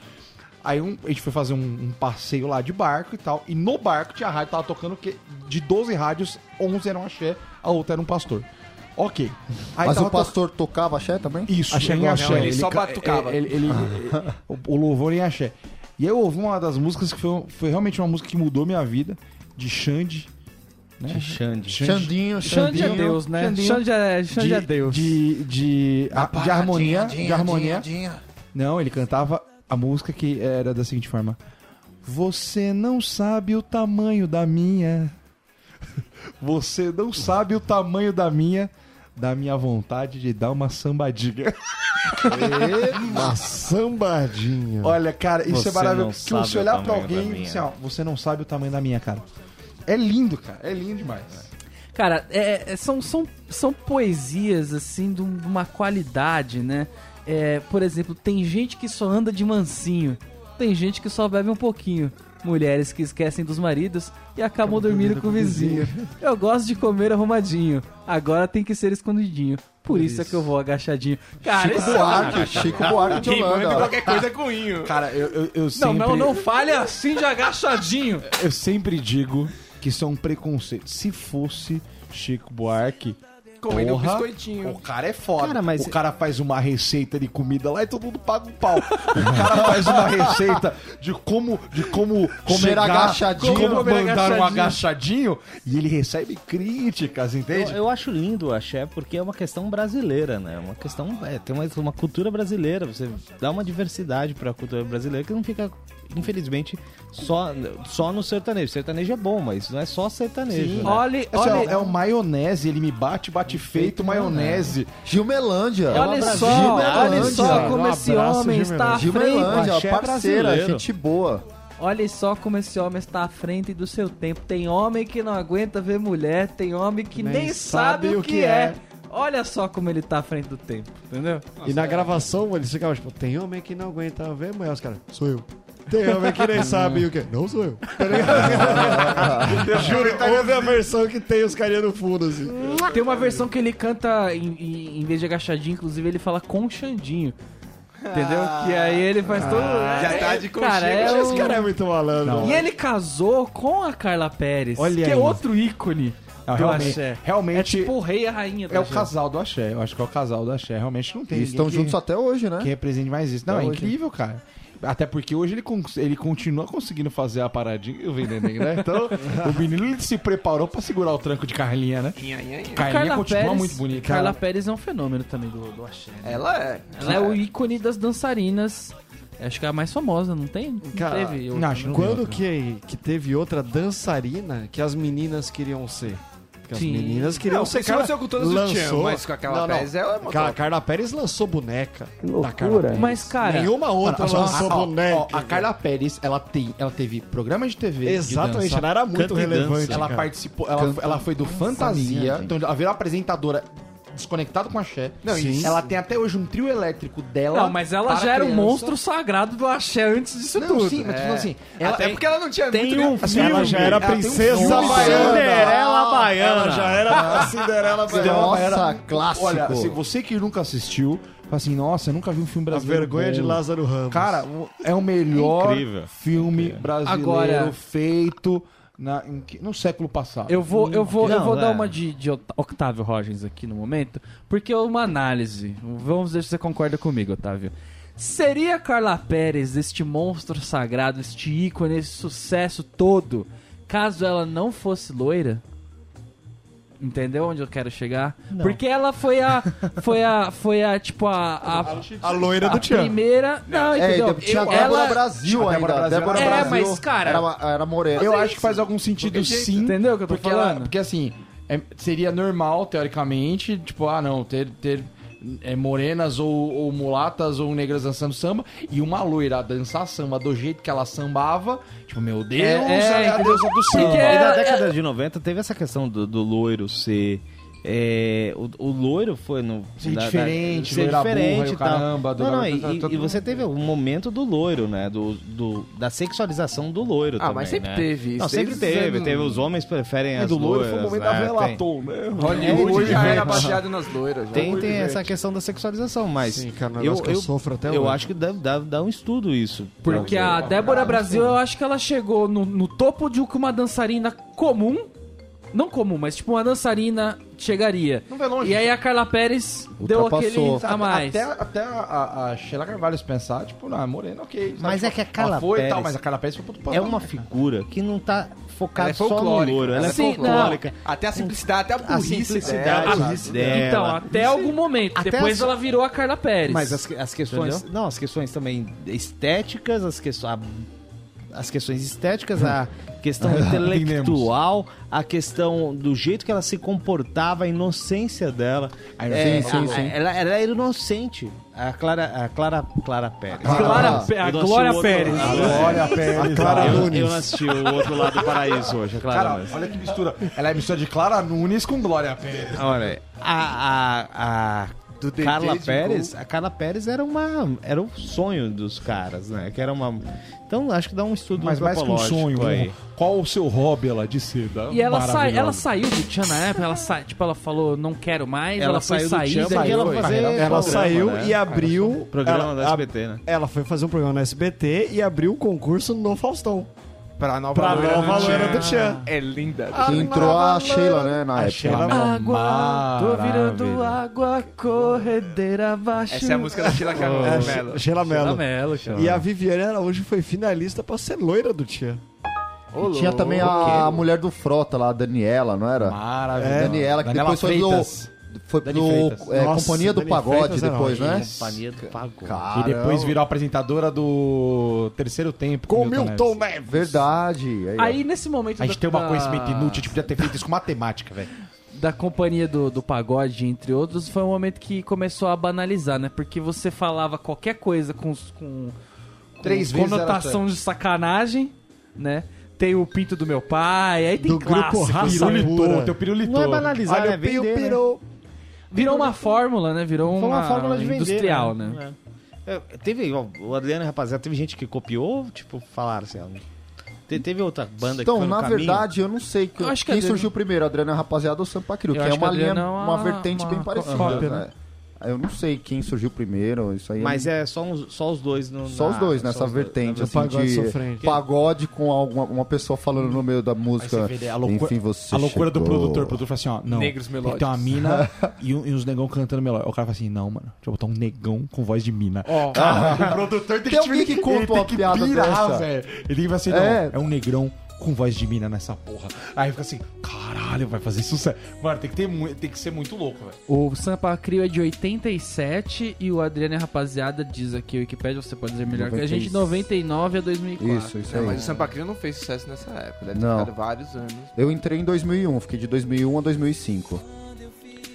[SPEAKER 2] Aí um- a gente foi fazer um, um passeio lá de barco e tal. E no barco tinha rádio, tava tocando o quê? De 12 rádios, 11 eram axé, a outra era um pastor. Ok. Aí
[SPEAKER 3] Mas
[SPEAKER 2] tava
[SPEAKER 3] o pastor tocava axé também?
[SPEAKER 2] Isso,
[SPEAKER 9] Axé
[SPEAKER 2] em
[SPEAKER 9] gospel.
[SPEAKER 2] axé.
[SPEAKER 9] Não,
[SPEAKER 5] ele só
[SPEAKER 2] ca-
[SPEAKER 5] batucava.
[SPEAKER 2] Ele, ele- o, o louvor em axé. E aí eu ouvi uma das músicas que foi, foi realmente uma música que mudou minha vida, de Xande. Né?
[SPEAKER 8] Xande.
[SPEAKER 3] Xandinho,
[SPEAKER 1] Xande é
[SPEAKER 3] Xandinho.
[SPEAKER 1] Deus, né?
[SPEAKER 2] Xandinho.
[SPEAKER 1] Xande é, Xande é Deus.
[SPEAKER 2] De, de, a- de harmonia. de harmonia. Não, ele cantava a música que era da seguinte forma: Você não sabe o tamanho da minha. Você não sabe o tamanho da minha. Da minha vontade de dar uma sambadinha.
[SPEAKER 9] Uma sambadinha.
[SPEAKER 2] Olha, cara, isso
[SPEAKER 8] Você
[SPEAKER 2] é maravilhoso.
[SPEAKER 8] não
[SPEAKER 2] Que
[SPEAKER 8] sabe
[SPEAKER 2] você
[SPEAKER 8] o
[SPEAKER 2] olhar pra
[SPEAKER 8] tamanho da
[SPEAKER 2] alguém e
[SPEAKER 8] minha.
[SPEAKER 2] assim, ó, você não sabe o tamanho da minha, cara. É lindo, cara. É lindo demais.
[SPEAKER 1] Cara, é- é- são, são, são poesias, assim, de um- de uma qualidade, né? É, por exemplo, tem gente que só anda de mansinho, tem gente que só bebe um pouquinho, mulheres que esquecem dos maridos e acabam dormindo com o vizinho. Eu gosto de comer arrumadinho, agora tem que ser escondidinho, por isso, é que eu vou agachadinho. Cara,
[SPEAKER 3] Chico
[SPEAKER 1] isso-
[SPEAKER 2] Ah,
[SPEAKER 3] Buarque, Chico Buarque de
[SPEAKER 5] Quem manda
[SPEAKER 3] Holanda.
[SPEAKER 5] qualquer coisa é com o hino.
[SPEAKER 2] Cara, eu, eu, eu
[SPEAKER 1] Não,
[SPEAKER 2] sempre...
[SPEAKER 1] não, não fale assim de agachadinho.
[SPEAKER 2] Eu sempre digo que isso é um preconceito. Se fosse Chico Buarque,
[SPEAKER 5] comendo um
[SPEAKER 2] Porra.
[SPEAKER 5] biscoitinho.
[SPEAKER 2] O cara é foda.
[SPEAKER 7] Cara, mas-
[SPEAKER 2] O cara faz uma receita de comida lá e todo mundo paga um pau. O cara faz uma receita de como de como
[SPEAKER 3] Comer
[SPEAKER 2] chegar,
[SPEAKER 3] agachadinho.
[SPEAKER 2] como
[SPEAKER 1] Comer
[SPEAKER 2] mandar um
[SPEAKER 1] agachadinho.
[SPEAKER 2] agachadinho e ele recebe críticas,
[SPEAKER 8] Eu,
[SPEAKER 2] entende?
[SPEAKER 8] eu acho lindo o axé porque é uma questão brasileira, né? Uma questão. é, tem uma, uma cultura brasileira. Você dá uma diversidade pra cultura brasileira que não fica, infelizmente, só, só no sertanejo. Sertanejo é bom, mas não é só sertanejo. né?
[SPEAKER 1] Olha,
[SPEAKER 2] Assim,
[SPEAKER 1] olha,
[SPEAKER 2] ó, é o maionese, ele me bate, bate feito, maionese.
[SPEAKER 3] Gilmelândia.
[SPEAKER 1] olha só,
[SPEAKER 3] Gilmelândia.
[SPEAKER 1] olha só
[SPEAKER 9] Gilmelândia.
[SPEAKER 1] como
[SPEAKER 9] Um
[SPEAKER 1] esse
[SPEAKER 9] abraço,
[SPEAKER 1] homem está à frente.
[SPEAKER 3] Gilmelândia,
[SPEAKER 8] Axé
[SPEAKER 3] parceira,
[SPEAKER 8] brasileiro.
[SPEAKER 3] gente boa.
[SPEAKER 1] Olha só como esse homem está à frente do seu tempo. Tem homem que não aguenta ver mulher, tem homem que nem, sabe, o que é. Olha só como ele tá à frente do tempo, entendeu?
[SPEAKER 9] E na gravação eles ficavam tipo, tem homem que não aguenta ver mulher. Os caras, sou eu. Tem homem que nem sabe o que é. Não sou eu. Tá ligado? Eu Juro,
[SPEAKER 2] Tá
[SPEAKER 9] houve a versão que tem os carinha no fundo, assim.
[SPEAKER 1] Tem uma versão que ele canta em, em- em vez de agachadinho, inclusive ele fala conchandinho. Entendeu? que aí ele faz todo.
[SPEAKER 5] já tá de
[SPEAKER 1] Cara, é
[SPEAKER 5] conchinha.
[SPEAKER 1] um-
[SPEAKER 9] Esse cara é muito malandro.
[SPEAKER 1] E ele casou com a Carla Pérez,
[SPEAKER 9] Olha
[SPEAKER 1] que
[SPEAKER 9] aí.
[SPEAKER 1] é outro ícone
[SPEAKER 2] Não,
[SPEAKER 1] do
[SPEAKER 2] realmente,
[SPEAKER 1] axé. É
[SPEAKER 2] realmente
[SPEAKER 1] tipo o rei e a rainha do
[SPEAKER 2] é o
[SPEAKER 1] axé.
[SPEAKER 2] casal do axé. Eu acho que é o casal do axé. Realmente não tem
[SPEAKER 3] E
[SPEAKER 2] ninguém
[SPEAKER 3] estão
[SPEAKER 2] que-
[SPEAKER 3] juntos até hoje, né?
[SPEAKER 2] que represente mais isso. Não,
[SPEAKER 3] Até
[SPEAKER 2] é
[SPEAKER 3] hoje.
[SPEAKER 2] incrível, cara. Até porque hoje ele, con- ele continua conseguindo fazer a paradinha e o Vendeném, né? Então, o menino ele se preparou pra segurar o tranco de Carlinha, né?
[SPEAKER 1] A
[SPEAKER 2] Carlinha continua muito bonita.
[SPEAKER 1] Carla Pérez é um fenômeno também do, do axé. né?
[SPEAKER 5] Ela é.
[SPEAKER 1] Ela é o ícone das dançarinas. Acho que é a mais famosa, não tem? Não
[SPEAKER 9] Cara,
[SPEAKER 1] teve.
[SPEAKER 2] Não, acho que não
[SPEAKER 9] Quando
[SPEAKER 2] tem
[SPEAKER 9] que, que teve outra dançarina que as meninas queriam ser? Que as
[SPEAKER 1] Sim.
[SPEAKER 9] meninas queriam
[SPEAKER 5] Não,
[SPEAKER 9] ser.
[SPEAKER 5] você
[SPEAKER 9] Cara,
[SPEAKER 5] cara com todas as
[SPEAKER 9] lançou...
[SPEAKER 5] Tchan, mas com aquela
[SPEAKER 9] Não, não.
[SPEAKER 5] Pérez é uma
[SPEAKER 9] Cara, a Carla Pérez lançou boneca. Que
[SPEAKER 1] Mas, cara,
[SPEAKER 9] Nenhuma outra
[SPEAKER 2] Olha só,
[SPEAKER 9] lançou
[SPEAKER 2] ó, ó,
[SPEAKER 9] boneca.
[SPEAKER 2] ó, a Carla Pérez, ela, tem, ela teve programa de TV. de
[SPEAKER 9] Exatamente,
[SPEAKER 2] dança.
[SPEAKER 9] ela era muito
[SPEAKER 8] Canta e dança.
[SPEAKER 9] relevante.
[SPEAKER 2] Ela
[SPEAKER 9] cara.
[SPEAKER 2] participou, ela, ela foi do Fantasia. Então, ela virou apresentadora desconectada com a Xé. Não,
[SPEAKER 9] Sim.
[SPEAKER 2] Ela tem até hoje um trio elétrico dela.
[SPEAKER 1] não, mas ela
[SPEAKER 2] para
[SPEAKER 1] já era um
[SPEAKER 2] criança.
[SPEAKER 1] monstro sagrado do axé antes disso
[SPEAKER 2] Não,
[SPEAKER 1] tudo.
[SPEAKER 2] sim, mas
[SPEAKER 1] É.
[SPEAKER 2] tipo assim,
[SPEAKER 5] Até porque ela não tinha
[SPEAKER 1] Tem
[SPEAKER 5] muito.
[SPEAKER 1] um
[SPEAKER 2] assim,
[SPEAKER 1] filme.
[SPEAKER 9] Ela já era
[SPEAKER 2] Ela tem um
[SPEAKER 9] princesa
[SPEAKER 2] filme.
[SPEAKER 9] baiana.
[SPEAKER 7] Cinderela Baiana.
[SPEAKER 9] Ela já era a Cinderela baiana.
[SPEAKER 3] Nossa, clássico.
[SPEAKER 2] Olha, se você que nunca assistiu, fala assim, nossa, eu nunca vi um filme
[SPEAKER 9] A
[SPEAKER 2] brasileiro.
[SPEAKER 9] vergonha
[SPEAKER 2] bom.
[SPEAKER 9] de Lázaro Ramos.
[SPEAKER 2] Cara, o- é o melhor
[SPEAKER 8] Incrível.
[SPEAKER 2] filme brasileiro
[SPEAKER 1] Agora-
[SPEAKER 2] feito na- em que- no século passado.
[SPEAKER 1] Eu vou, eu vou, eu
[SPEAKER 8] Não,
[SPEAKER 1] vou dar
[SPEAKER 8] é.
[SPEAKER 1] uma de, de Ot- Octávio Rogers aqui no momento, porque é uma análise. Vamos ver se você concorda comigo, Otávio. Seria Carla Pérez este monstro sagrado, este ícone, esse sucesso todo, caso ela não fosse loira? Entendeu onde eu quero chegar? Porque ela foi a. Foi a. Foi a, tipo, a. A,
[SPEAKER 9] a loira
[SPEAKER 1] a
[SPEAKER 9] do Tchan.
[SPEAKER 1] primeira. Não,
[SPEAKER 3] É,
[SPEAKER 1] entendeu?
[SPEAKER 3] tinha
[SPEAKER 1] Eu-
[SPEAKER 3] a Débora
[SPEAKER 1] ela-
[SPEAKER 3] Brasil ainda.
[SPEAKER 2] Débora Brasil
[SPEAKER 3] Débora
[SPEAKER 1] era- É,
[SPEAKER 3] Brasil
[SPEAKER 1] mas, cara-
[SPEAKER 3] Era, uma- era morena.
[SPEAKER 2] Eu acho que faz algum sentido sim.
[SPEAKER 1] Entendeu o que eu tô
[SPEAKER 2] porque
[SPEAKER 1] falando?
[SPEAKER 2] ela- porque assim, é- seria normal, teoricamente, tipo, ah não, ter, ter é, morenas ou, ou mulatas ou negras dançando samba e uma loira dançar samba do jeito que ela sambava. Tipo, meu Deus,
[SPEAKER 1] É,
[SPEAKER 2] ela
[SPEAKER 1] é,
[SPEAKER 2] é a
[SPEAKER 1] entendeu?
[SPEAKER 2] deusa do
[SPEAKER 1] Porque
[SPEAKER 2] samba.
[SPEAKER 8] E na
[SPEAKER 5] é-
[SPEAKER 1] ela-
[SPEAKER 8] década de 90 teve essa questão do, do loiro ser. é, o, o loiro foi no.
[SPEAKER 2] Ser diferente,
[SPEAKER 8] ser
[SPEAKER 2] loira
[SPEAKER 8] diferente
[SPEAKER 2] burra e o
[SPEAKER 8] e tal.
[SPEAKER 2] caramba, do-
[SPEAKER 8] não, não,
[SPEAKER 2] tá-
[SPEAKER 8] e,
[SPEAKER 2] tá-
[SPEAKER 8] e você teve um momento do loiro, né? Do, do- da sexualização do loiro.
[SPEAKER 5] Ah, mas
[SPEAKER 8] também,
[SPEAKER 5] sempre
[SPEAKER 8] né?
[SPEAKER 5] teve isso,
[SPEAKER 8] Não, sempre
[SPEAKER 5] desde os
[SPEAKER 8] teve.
[SPEAKER 5] anos-
[SPEAKER 8] Teve os homens preferem
[SPEAKER 1] é
[SPEAKER 8] as loiras. né? Tem-
[SPEAKER 2] um né?
[SPEAKER 5] Hollywood já era baseado nas loiras. já.
[SPEAKER 8] Tem, tem essa questão da sexualização, mas.
[SPEAKER 9] Sim, cara, um
[SPEAKER 8] eu,
[SPEAKER 9] negócio que eu sofro até
[SPEAKER 8] eu
[SPEAKER 9] hoje.
[SPEAKER 8] acho que dá, dá, dá um estudo isso.
[SPEAKER 1] Porque a Débora Brasil, eu acho que ela chegou no, no topo de o que uma dançarina comum. Não comum, mas tipo uma dançarina chegaria.
[SPEAKER 2] Não vai longe.
[SPEAKER 1] E aí a Carla Pérez deu aquele
[SPEAKER 3] Ultrapassou.
[SPEAKER 1] a mais.
[SPEAKER 2] Até, até a, a- a Sheila Carvalho se pensar, tipo, não, é morena, ok. sabe?
[SPEAKER 8] Mas
[SPEAKER 2] Tipo,
[SPEAKER 8] é que a
[SPEAKER 2] ela
[SPEAKER 8] Carla
[SPEAKER 2] foi e tal,
[SPEAKER 8] Perez
[SPEAKER 2] mas a Carla Pérez foi pro outro
[SPEAKER 8] É
[SPEAKER 2] patamar.
[SPEAKER 8] uma figura que não tá
[SPEAKER 5] Ela
[SPEAKER 8] focada
[SPEAKER 5] é
[SPEAKER 8] só no
[SPEAKER 5] folclórica,
[SPEAKER 8] louro. Ela é
[SPEAKER 1] Sim,
[SPEAKER 8] folclórica.
[SPEAKER 5] Até a simplicidade, até a
[SPEAKER 8] A
[SPEAKER 5] burrice
[SPEAKER 8] simplicidade
[SPEAKER 5] dela.
[SPEAKER 8] dela.
[SPEAKER 1] Então, até algum momento.
[SPEAKER 8] Até
[SPEAKER 1] Depois
[SPEAKER 8] as-
[SPEAKER 1] ela virou a Carla Pérez.
[SPEAKER 8] Mas as, as questões. Não, as questões também estéticas, as questões. a- as questões estéticas, a questão intelectual, a questão do jeito que ela se comportava, a inocência dela. É,
[SPEAKER 3] sim, sim,
[SPEAKER 8] a-
[SPEAKER 3] sim.
[SPEAKER 8] Ela, ela era inocente. A Clara, a Clara, Clara Pérez.
[SPEAKER 1] Clara, Pé- a
[SPEAKER 8] Ah, Eu não assisti
[SPEAKER 1] Glória
[SPEAKER 8] o outro-
[SPEAKER 1] Pérez.
[SPEAKER 8] Ah,
[SPEAKER 2] Olha, Pérez. A Clara
[SPEAKER 8] Eu, eu não assisti o outro lado do paraíso hoje, a Clara
[SPEAKER 2] Cara,
[SPEAKER 8] Nunes.
[SPEAKER 2] olha que mistura. Ela é mistura de Clara Nunes com Glória Pérez.
[SPEAKER 8] Olha, aí, a, a, a Carla Pérez, a Carla Pérez era uma era o sonho dos caras, né? Que era uma Então acho que dá um estudo
[SPEAKER 2] Mas mais que um
[SPEAKER 8] antropológico
[SPEAKER 2] sonho,
[SPEAKER 8] aí.
[SPEAKER 2] um- Qual o seu hobby ela de seda?
[SPEAKER 1] E ela, sa
[SPEAKER 2] Maravilhosa.
[SPEAKER 1] ela saiu do Tchan na época, ela sa... tipo, ela falou, não quero mais, ela,
[SPEAKER 8] Ela
[SPEAKER 1] foi
[SPEAKER 8] saiu do
[SPEAKER 1] saída.
[SPEAKER 8] Tchan, mas
[SPEAKER 1] e
[SPEAKER 8] ela
[SPEAKER 1] foi-
[SPEAKER 8] fazer
[SPEAKER 9] Ela
[SPEAKER 8] programa,
[SPEAKER 9] saiu
[SPEAKER 8] né?
[SPEAKER 9] e abriu.
[SPEAKER 8] Programa
[SPEAKER 9] ela,
[SPEAKER 8] da SBT, né?
[SPEAKER 9] Ela foi fazer um programa no SBT e abriu o concurso no Faustão.
[SPEAKER 5] Pra nova
[SPEAKER 9] Pra
[SPEAKER 5] loira
[SPEAKER 9] nova
[SPEAKER 5] do Tchan.
[SPEAKER 9] loira do Tchan.
[SPEAKER 5] É linda.
[SPEAKER 9] Ah,
[SPEAKER 3] Que entrou
[SPEAKER 9] lá, lá,
[SPEAKER 3] a Sheila, né, na época.
[SPEAKER 9] Sheila
[SPEAKER 2] Água, tô virando
[SPEAKER 4] água corredeira abaixo.
[SPEAKER 5] Essa é a música da Sheila
[SPEAKER 9] É,
[SPEAKER 5] Carlos Mello.
[SPEAKER 9] She- Sheila Mello.
[SPEAKER 1] Melo, cara.
[SPEAKER 9] E a Viviane Araújo foi finalista pra ser loira do Tchan.
[SPEAKER 3] E tinha também a mulher do Frota lá, a Daniela, não era?
[SPEAKER 2] Maravilha.
[SPEAKER 3] É, Daniela, que depois foi do. Foi
[SPEAKER 8] Dani Freitas.
[SPEAKER 3] do. é,
[SPEAKER 9] Nossa,
[SPEAKER 3] Companhia do
[SPEAKER 9] Dani
[SPEAKER 3] Pagode
[SPEAKER 9] Freitas era
[SPEAKER 3] depois, né?
[SPEAKER 8] Companhia do Pagode.
[SPEAKER 2] E
[SPEAKER 3] Cara,
[SPEAKER 2] depois virou apresentadora do Terceiro Tempo.
[SPEAKER 9] Com
[SPEAKER 2] o
[SPEAKER 9] Milton
[SPEAKER 2] Neves.
[SPEAKER 9] Neves.
[SPEAKER 3] é verdade. Aí, ó.
[SPEAKER 1] Aí nesse momento.
[SPEAKER 2] A gente
[SPEAKER 1] da-
[SPEAKER 2] tem
[SPEAKER 8] Ah,
[SPEAKER 2] uma
[SPEAKER 1] da-
[SPEAKER 2] conhecimento inútil, a gente podia ter feito isso com matemática, velho.
[SPEAKER 1] Da companhia do, do pagode, entre outros, foi um momento que começou a banalizar, né? Porque você falava qualquer coisa com, os- com, com
[SPEAKER 5] Três vezes era
[SPEAKER 1] conotação de sacanagem, né? Tem o pinto do meu pai, aí tem
[SPEAKER 9] Do grupo
[SPEAKER 1] clássicos,
[SPEAKER 9] Raça
[SPEAKER 1] sabe?
[SPEAKER 9] Pura.
[SPEAKER 2] teu pirulitou.
[SPEAKER 8] Não é banalizar,
[SPEAKER 9] Olha,
[SPEAKER 8] é
[SPEAKER 9] o Pio
[SPEAKER 8] vender, né?
[SPEAKER 9] pirou.
[SPEAKER 1] Virou uma fórmula, né? Virou uma,
[SPEAKER 8] Foi uma fórmula de vender.
[SPEAKER 1] industrial, né?
[SPEAKER 8] É. É, Teve, ó, o Adriano, rapaziada, teve gente que copiou, tipo, falaram assim, ó, te- teve outra banda que
[SPEAKER 3] Então,
[SPEAKER 8] foi no
[SPEAKER 3] na
[SPEAKER 8] caminho.
[SPEAKER 3] verdade, eu não sei que-
[SPEAKER 1] Eu acho que
[SPEAKER 3] quem
[SPEAKER 1] a Adriana-
[SPEAKER 3] surgiu primeiro, Adriana é Rapaziada ou Sampa Crio,
[SPEAKER 1] Eu
[SPEAKER 3] que é
[SPEAKER 1] acho que
[SPEAKER 3] uma
[SPEAKER 1] a
[SPEAKER 3] linha,
[SPEAKER 1] Adriana é
[SPEAKER 3] uma,
[SPEAKER 1] uma-
[SPEAKER 3] vertente
[SPEAKER 1] uma
[SPEAKER 3] bem
[SPEAKER 1] co-
[SPEAKER 3] parecida.
[SPEAKER 1] cópia,
[SPEAKER 3] né? Eu não sei quem surgiu primeiro, isso aí.
[SPEAKER 8] Mas
[SPEAKER 3] eu
[SPEAKER 8] é só, uns- só os dois. No,
[SPEAKER 3] não- Só os
[SPEAKER 8] na-
[SPEAKER 3] dois
[SPEAKER 8] só
[SPEAKER 3] nessa
[SPEAKER 8] os dois, né?
[SPEAKER 3] vertente,
[SPEAKER 8] na-
[SPEAKER 3] assim,
[SPEAKER 9] Pagode
[SPEAKER 3] de
[SPEAKER 9] sofrente.
[SPEAKER 3] pagode com alguma, uma pessoa falando no meio da
[SPEAKER 2] Aí você
[SPEAKER 3] música.
[SPEAKER 2] vê, né, a loucura-
[SPEAKER 3] Enfim, você
[SPEAKER 2] a loucura do
[SPEAKER 3] chegou.
[SPEAKER 2] produtor. O produtor fala assim, ó, não.
[SPEAKER 5] Negros
[SPEAKER 2] tem que
[SPEAKER 5] melódicos.
[SPEAKER 2] ter uma mina e, um- e uns negão cantando melódico. O cara fala assim, não, mano, deixa eu botar um negão com voz de mina.
[SPEAKER 5] Ó,
[SPEAKER 2] o produtor
[SPEAKER 3] Ah. Tem alguém que conta
[SPEAKER 2] ele tem
[SPEAKER 3] uma
[SPEAKER 2] que
[SPEAKER 3] piada
[SPEAKER 2] pirar,
[SPEAKER 3] dessa?
[SPEAKER 2] velho. Ele tem que falar assim, não,
[SPEAKER 3] É.
[SPEAKER 2] é. um negrão com voz de mina nessa porra. Aí fica assim, caralho, vai fazer sucesso. Mano, tem que, ter, mu- tem que ser muito louco, velho.
[SPEAKER 1] O Sampa Crio é de 87 e o Adriano e a Rapaziada diz aqui, o Wikipedia, você pode dizer melhor que a gente, 99 a 2004.
[SPEAKER 3] Isso, isso
[SPEAKER 5] É,
[SPEAKER 3] aí.
[SPEAKER 5] mas o Sampa Crio não fez sucesso nessa época. Deve ter
[SPEAKER 3] Não.
[SPEAKER 5] ficado vários anos.
[SPEAKER 3] Eu entrei em 2001, fiquei de 2001 a 2005.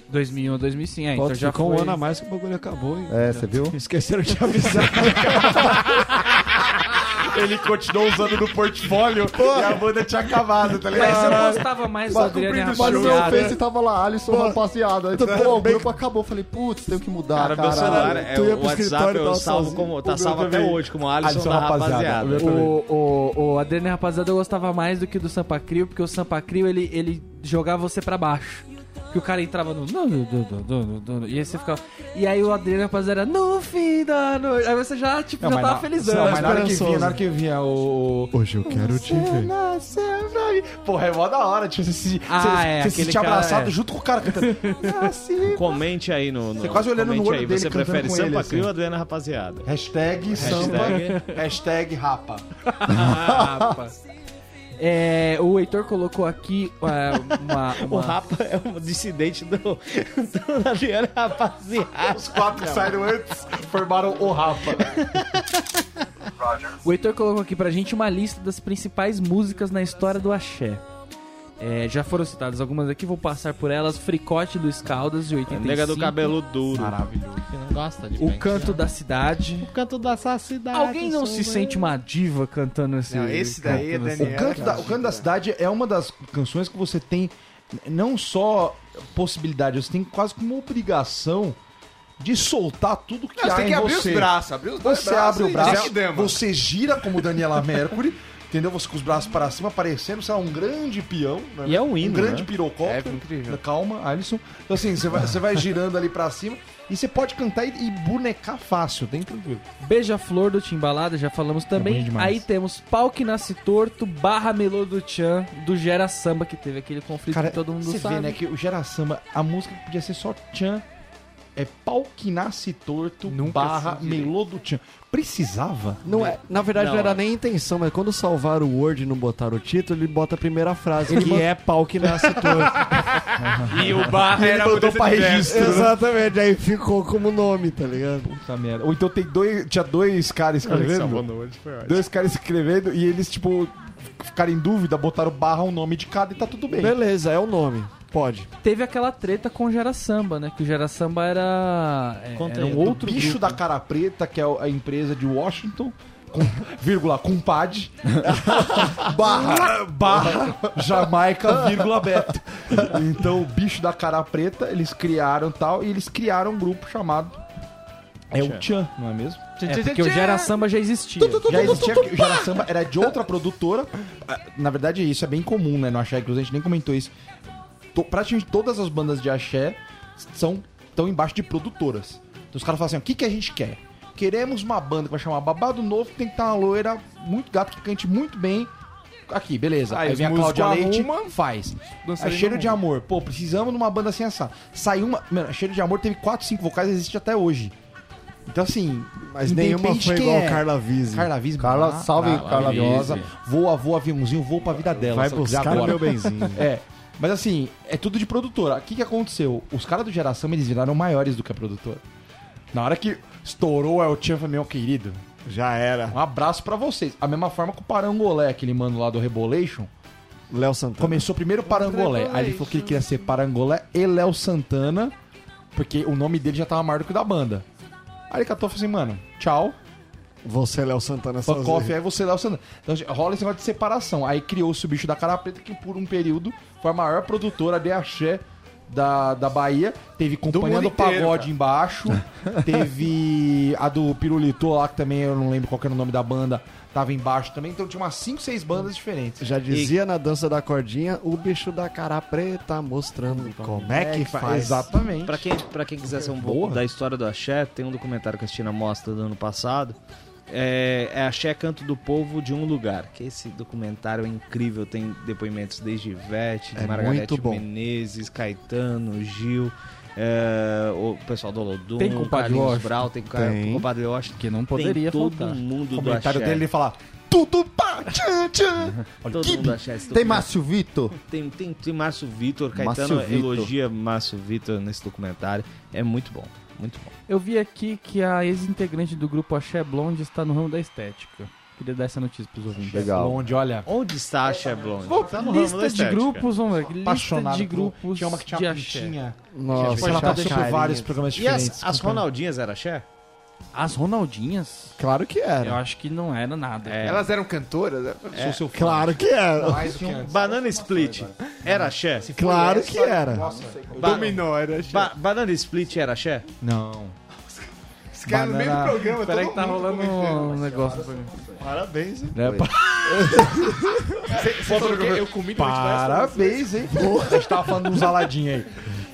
[SPEAKER 1] 2001 a 2005, é, então
[SPEAKER 9] Pode
[SPEAKER 1] já
[SPEAKER 9] ficar um
[SPEAKER 1] foi...
[SPEAKER 9] ano a mais que o bagulho acabou, hein?
[SPEAKER 3] É, você viu?
[SPEAKER 9] Esqueceram de avisar.
[SPEAKER 2] Ele continuou usando no portfólio e a banda tinha acabado, tá ligado?
[SPEAKER 1] Mas eu gostava mais do
[SPEAKER 3] Mas
[SPEAKER 1] Adriano e a
[SPEAKER 3] Mas o meu
[SPEAKER 1] Rapaziada.
[SPEAKER 3] fez e tava lá, Alisson, rapaziada. Aí, pô, o grupo acabou. Falei, putz, tenho que mudar,
[SPEAKER 8] Cara,
[SPEAKER 3] cara.
[SPEAKER 8] meu celular, é,
[SPEAKER 9] tu ia
[SPEAKER 8] o
[SPEAKER 9] pro
[SPEAKER 8] WhatsApp
[SPEAKER 9] escritório e
[SPEAKER 8] eu
[SPEAKER 9] tava
[SPEAKER 8] salvo
[SPEAKER 9] sozinho.
[SPEAKER 8] como,
[SPEAKER 2] O
[SPEAKER 8] tá
[SPEAKER 2] meu
[SPEAKER 8] salvo até
[SPEAKER 2] também.
[SPEAKER 8] hoje, como Alisson,
[SPEAKER 2] Alisson é um
[SPEAKER 8] da
[SPEAKER 2] Rapaziada.
[SPEAKER 8] rapaziada.
[SPEAKER 2] O meu também.
[SPEAKER 1] O, o, o Adriano e a Rapaziada eu gostava mais do que do Sampa Crio, porque o Sampa Crio, ele, ele jogava você pra baixo. Que o cara entrava no... não, não, não, não, não, não, não, E aí você ficava... E aí o Adriano e a Rapaziada era... No fim da noite... Aí você já, tipo, já
[SPEAKER 2] mas
[SPEAKER 1] tava
[SPEAKER 2] na-
[SPEAKER 1] felizão.
[SPEAKER 2] Não, mas na hora que vinha,
[SPEAKER 9] esperançoso.
[SPEAKER 2] na hora que vinha o.
[SPEAKER 9] Hoje eu quero te ver.
[SPEAKER 2] Nasceu pra mim. Porra, é mó da hora. Tipo, você se,
[SPEAKER 1] Ah,
[SPEAKER 2] você,
[SPEAKER 1] é,
[SPEAKER 2] você se
[SPEAKER 1] aquele
[SPEAKER 2] sentia
[SPEAKER 1] cara,
[SPEAKER 2] abraçado
[SPEAKER 1] é.
[SPEAKER 2] junto com o cara cantando. Nasci.
[SPEAKER 8] Comente aí no, no-
[SPEAKER 2] Você quase olhando no
[SPEAKER 8] comente
[SPEAKER 2] olho
[SPEAKER 8] aí,
[SPEAKER 2] dele
[SPEAKER 8] Você
[SPEAKER 2] cantando
[SPEAKER 8] prefere
[SPEAKER 2] com
[SPEAKER 8] Sampa
[SPEAKER 2] ele, assim.
[SPEAKER 8] Crio ou Adriana Rapaziada?
[SPEAKER 2] Hashtag samba. Hashtag rapa.
[SPEAKER 1] É, o Heitor colocou aqui é, uma... uma-
[SPEAKER 8] O Rapa é um dissidente do, do Adriana Rapaziada.
[SPEAKER 2] Os quatro que saíram antes formaram o rapa.
[SPEAKER 1] O Heitor colocou aqui pra gente uma lista das principais músicas na história do axé. É, já foram citadas algumas aqui, vou passar por elas. Fricote do Escaldas, de 85.
[SPEAKER 8] Nega do cabelo duro.
[SPEAKER 7] Gosta de
[SPEAKER 1] O Canto da Cidade.
[SPEAKER 8] canto da cidade.
[SPEAKER 1] Alguém não se sente uma diva cantando esse...
[SPEAKER 5] Não, esse daí é
[SPEAKER 1] cantando
[SPEAKER 5] Daniel.
[SPEAKER 2] O canto, da, o Canto da cidade é uma das canções que você tem não só possibilidade, você tem quase como obrigação de soltar tudo que
[SPEAKER 5] Não, você
[SPEAKER 2] há
[SPEAKER 5] tem que
[SPEAKER 2] em
[SPEAKER 5] abrir
[SPEAKER 2] você.
[SPEAKER 5] os braços, abrir os dois
[SPEAKER 2] Você
[SPEAKER 5] braços
[SPEAKER 2] abre
[SPEAKER 5] e
[SPEAKER 2] o
[SPEAKER 5] é um
[SPEAKER 2] braço,
[SPEAKER 5] dizer que dama.
[SPEAKER 2] você gira como Daniela Mercury, entendeu? Você com os braços para cima, parecendo, sei lá, um grande peão. né?
[SPEAKER 8] E é um hino,
[SPEAKER 2] Um grande
[SPEAKER 8] né?
[SPEAKER 2] pirocópio.
[SPEAKER 5] É, incrível.
[SPEAKER 2] Calma, Alisson. Então, assim, você vai, você vai girando ali pra cima e você pode cantar e, e bonecar fácil, tem tranquilo.
[SPEAKER 1] Beija-Flor do Timbalada, já falamos também.
[SPEAKER 2] bonito demais.
[SPEAKER 1] Aí temos Pau que Nasce Torto, Barra Melô do Tchan, do Gera Samba, que teve aquele conflito
[SPEAKER 2] Cara,
[SPEAKER 1] que todo mundo
[SPEAKER 2] você
[SPEAKER 1] sabe.
[SPEAKER 2] vê, né, que o Gera Samba, a música que podia ser só Tchan, é pau que nasce torto, barra melô do Tchan. Precisava?
[SPEAKER 9] Não é, na verdade não,
[SPEAKER 8] Não,
[SPEAKER 9] era
[SPEAKER 8] é.
[SPEAKER 9] nem a intenção, mas quando salvar o Word e não botar o título, ele bota a primeira frase,
[SPEAKER 1] Ele
[SPEAKER 9] que
[SPEAKER 1] bota-
[SPEAKER 9] é pau que nasce torto.
[SPEAKER 5] E o barra era
[SPEAKER 2] mandou pra registro.
[SPEAKER 9] Exatamente, aí ficou como nome, tá ligado?
[SPEAKER 2] Puta merda. Ou então tem dois, tinha dois caras
[SPEAKER 8] Tá
[SPEAKER 2] escrevendo. Dois caras escrevendo e eles, tipo, ficaram em dúvida, botaram barra o nome de cada e tá tudo bem.
[SPEAKER 9] Beleza, é o nome. Pode.
[SPEAKER 1] Teve aquela treta com o Gera Samba, né? Que o Gera Samba era, é,
[SPEAKER 8] Conta
[SPEAKER 1] era
[SPEAKER 8] aí,
[SPEAKER 1] um
[SPEAKER 8] do
[SPEAKER 1] outro
[SPEAKER 2] Bicho
[SPEAKER 1] grupo.
[SPEAKER 2] da Cara Preta, que é a empresa de Washington, com, vírgula, compadre, barra, barra, Jamaica, vírgula, Beto. Então, o Bicho da Cara Preta, eles criaram tal, e eles criaram um grupo chamado... É o Tchan, não é mesmo?
[SPEAKER 1] É, porque o Gera Samba já existia.
[SPEAKER 2] Já existia o Gera Samba, era de outra produtora. Ah, Na verdade, isso é bem comum, né? No Axé, inclusive, a gente nem comentou isso. To- praticamente todas as bandas de Axé são, estão embaixo de produtoras. Então os caras falam assim, ó, o que, que a gente quer? Queremos uma banda que vai chamar Babado Novo, que tem que estar uma loira muito gato, que cante muito bem, Aqui, beleza.
[SPEAKER 9] Ah,
[SPEAKER 2] Aí,
[SPEAKER 5] os
[SPEAKER 2] vem a
[SPEAKER 5] músicos
[SPEAKER 2] Cláudia Leite,
[SPEAKER 5] arruma,
[SPEAKER 2] faz. Aí,
[SPEAKER 5] dançarino é
[SPEAKER 2] cheiro de
[SPEAKER 5] arruma.
[SPEAKER 2] amor. Pô, precisamos de uma banda assim assar. Saiu uma. Mano, cheiro de amor teve 4, 5 vocais, existe até hoje. Então, assim.
[SPEAKER 9] Mas nenhuma
[SPEAKER 2] independe
[SPEAKER 9] foi
[SPEAKER 2] quem
[SPEAKER 9] igual
[SPEAKER 2] é.
[SPEAKER 9] Carla Ah, Vise.
[SPEAKER 2] Carla Vise,
[SPEAKER 3] Carla-
[SPEAKER 2] mara-
[SPEAKER 3] salve, Carla
[SPEAKER 2] maravilhosa.
[SPEAKER 3] Vise.
[SPEAKER 2] Voa, voa, aviãozinho, voa pra vida dela.
[SPEAKER 9] Vai
[SPEAKER 2] se ela quiser
[SPEAKER 9] buscar o
[SPEAKER 2] agora.
[SPEAKER 9] meu benzinho.
[SPEAKER 2] É. Mas assim, é tudo de produtora. O que, que aconteceu? Os caras do Geração, eles viraram maiores do que a produtora. Na hora que estourou o El Chan, eu falei, meu querido,
[SPEAKER 9] Já era.
[SPEAKER 2] um abraço pra vocês. A mesma forma que o Parangolé, aquele mano lá do Rebolation,
[SPEAKER 9] Léo Santana.
[SPEAKER 2] começou primeiro o Parangolé. Aí ele falou que ele queria ser Parangolé e Léo Santana, porque o nome dele já tava maior do que o da banda. Aí ele catou e falou assim, mano, tchau,
[SPEAKER 9] Você, Léo Santana,
[SPEAKER 2] fuck
[SPEAKER 9] sozinho.
[SPEAKER 2] off, aí você Léo Santana. Então rola esse negócio de separação. Aí criou-se o bicho da cara preta, que por um período foi a maior produtora de axé da, da Bahia. Teve Companhia do,
[SPEAKER 5] mundo inteiro,
[SPEAKER 2] Pagode
[SPEAKER 5] cara.
[SPEAKER 2] embaixo, teve a do Pirulito lá, que também eu não lembro qual que era o nome da banda, tava embaixo também. Então tinha umas 5, 6 bandas diferentes.
[SPEAKER 9] Já dizia na dança da cordinha, o bicho da cara preta mostrando como é que faz.
[SPEAKER 2] Exatamente.
[SPEAKER 8] Pra quem, pra quem quiser saber um pouco da história do Axé, tem um documentário que a Cristina mostra do ano passado. É, é Axé Canto do Povo de um Lugar. Que esse documentário é incrível, tem depoimentos desde Ivete, de
[SPEAKER 9] É
[SPEAKER 8] Margarete
[SPEAKER 9] muito bom.
[SPEAKER 8] Menezes, Caetano, Gil, é, o pessoal do Olodum,
[SPEAKER 1] Tem compadre
[SPEAKER 8] Carlinhos
[SPEAKER 1] Washington?
[SPEAKER 8] Brau, tem, ca-
[SPEAKER 9] Tem.
[SPEAKER 8] compadre Washington.
[SPEAKER 1] Que não poderia
[SPEAKER 8] tem todo
[SPEAKER 1] faltar.
[SPEAKER 8] mundo
[SPEAKER 2] O
[SPEAKER 8] do Axé.
[SPEAKER 2] comentário dele ele fala. Tudo pá, tchan, tchan.
[SPEAKER 8] todo mundo do Axé. esse
[SPEAKER 3] Tem
[SPEAKER 8] documentário.
[SPEAKER 3] Márcio Vitor?
[SPEAKER 8] Tem, tem, tem Márcio Vitor,
[SPEAKER 3] Márcio
[SPEAKER 8] Caetano
[SPEAKER 3] Vitor.
[SPEAKER 8] elogia Márcio Vitor nesse documentário. É muito bom, muito bom.
[SPEAKER 1] Eu vi aqui que a ex-integrante do grupo Axé Blonde está no ramo da estética. Queria dar essa notícia pros ouvintes.
[SPEAKER 3] Legal.
[SPEAKER 2] Onde, olha.
[SPEAKER 8] Onde está a Tá Cheblon?
[SPEAKER 1] Vou-
[SPEAKER 2] Tá
[SPEAKER 1] lista de
[SPEAKER 8] estética.
[SPEAKER 1] grupos, vamos ver. aqui, Lista
[SPEAKER 2] Apaixonado.
[SPEAKER 1] de
[SPEAKER 2] por- um-"
[SPEAKER 1] grupos
[SPEAKER 2] Tinha uma que tinha
[SPEAKER 1] de
[SPEAKER 2] uma
[SPEAKER 1] axé.
[SPEAKER 2] pintinha.
[SPEAKER 9] Nossa,
[SPEAKER 2] Ela
[SPEAKER 9] já
[SPEAKER 2] passou por
[SPEAKER 9] carinha.
[SPEAKER 2] vários programas
[SPEAKER 8] E
[SPEAKER 2] diferentes.
[SPEAKER 8] as, as
[SPEAKER 2] com-
[SPEAKER 8] Ronaldinhas era Xé?
[SPEAKER 1] As Ronaldinhas?
[SPEAKER 9] Claro que
[SPEAKER 1] Eu
[SPEAKER 9] era.
[SPEAKER 1] acho que não era nada.
[SPEAKER 8] É.
[SPEAKER 5] Elas eram cantoras? né?
[SPEAKER 2] Sou seu fã.
[SPEAKER 9] Claro que era.
[SPEAKER 2] Mais do que antes.
[SPEAKER 8] Banana Split era Xé?
[SPEAKER 2] É,
[SPEAKER 9] Claro que era.
[SPEAKER 8] Ba-
[SPEAKER 5] Dominó, era Xé.
[SPEAKER 8] Ba- Banana Split era Xé?
[SPEAKER 2] Não.
[SPEAKER 5] Esse cara é no meio do
[SPEAKER 2] banana-
[SPEAKER 5] programa,
[SPEAKER 1] Peraí que
[SPEAKER 5] todo
[SPEAKER 1] tá
[SPEAKER 5] mundo
[SPEAKER 1] rolando um negócio pra mim.
[SPEAKER 9] Parabéns, hein?
[SPEAKER 2] Né,
[SPEAKER 5] Você falou que eu comi durante várias
[SPEAKER 2] Parabéns, hein? A gente tava falando de uns aladinhos aí.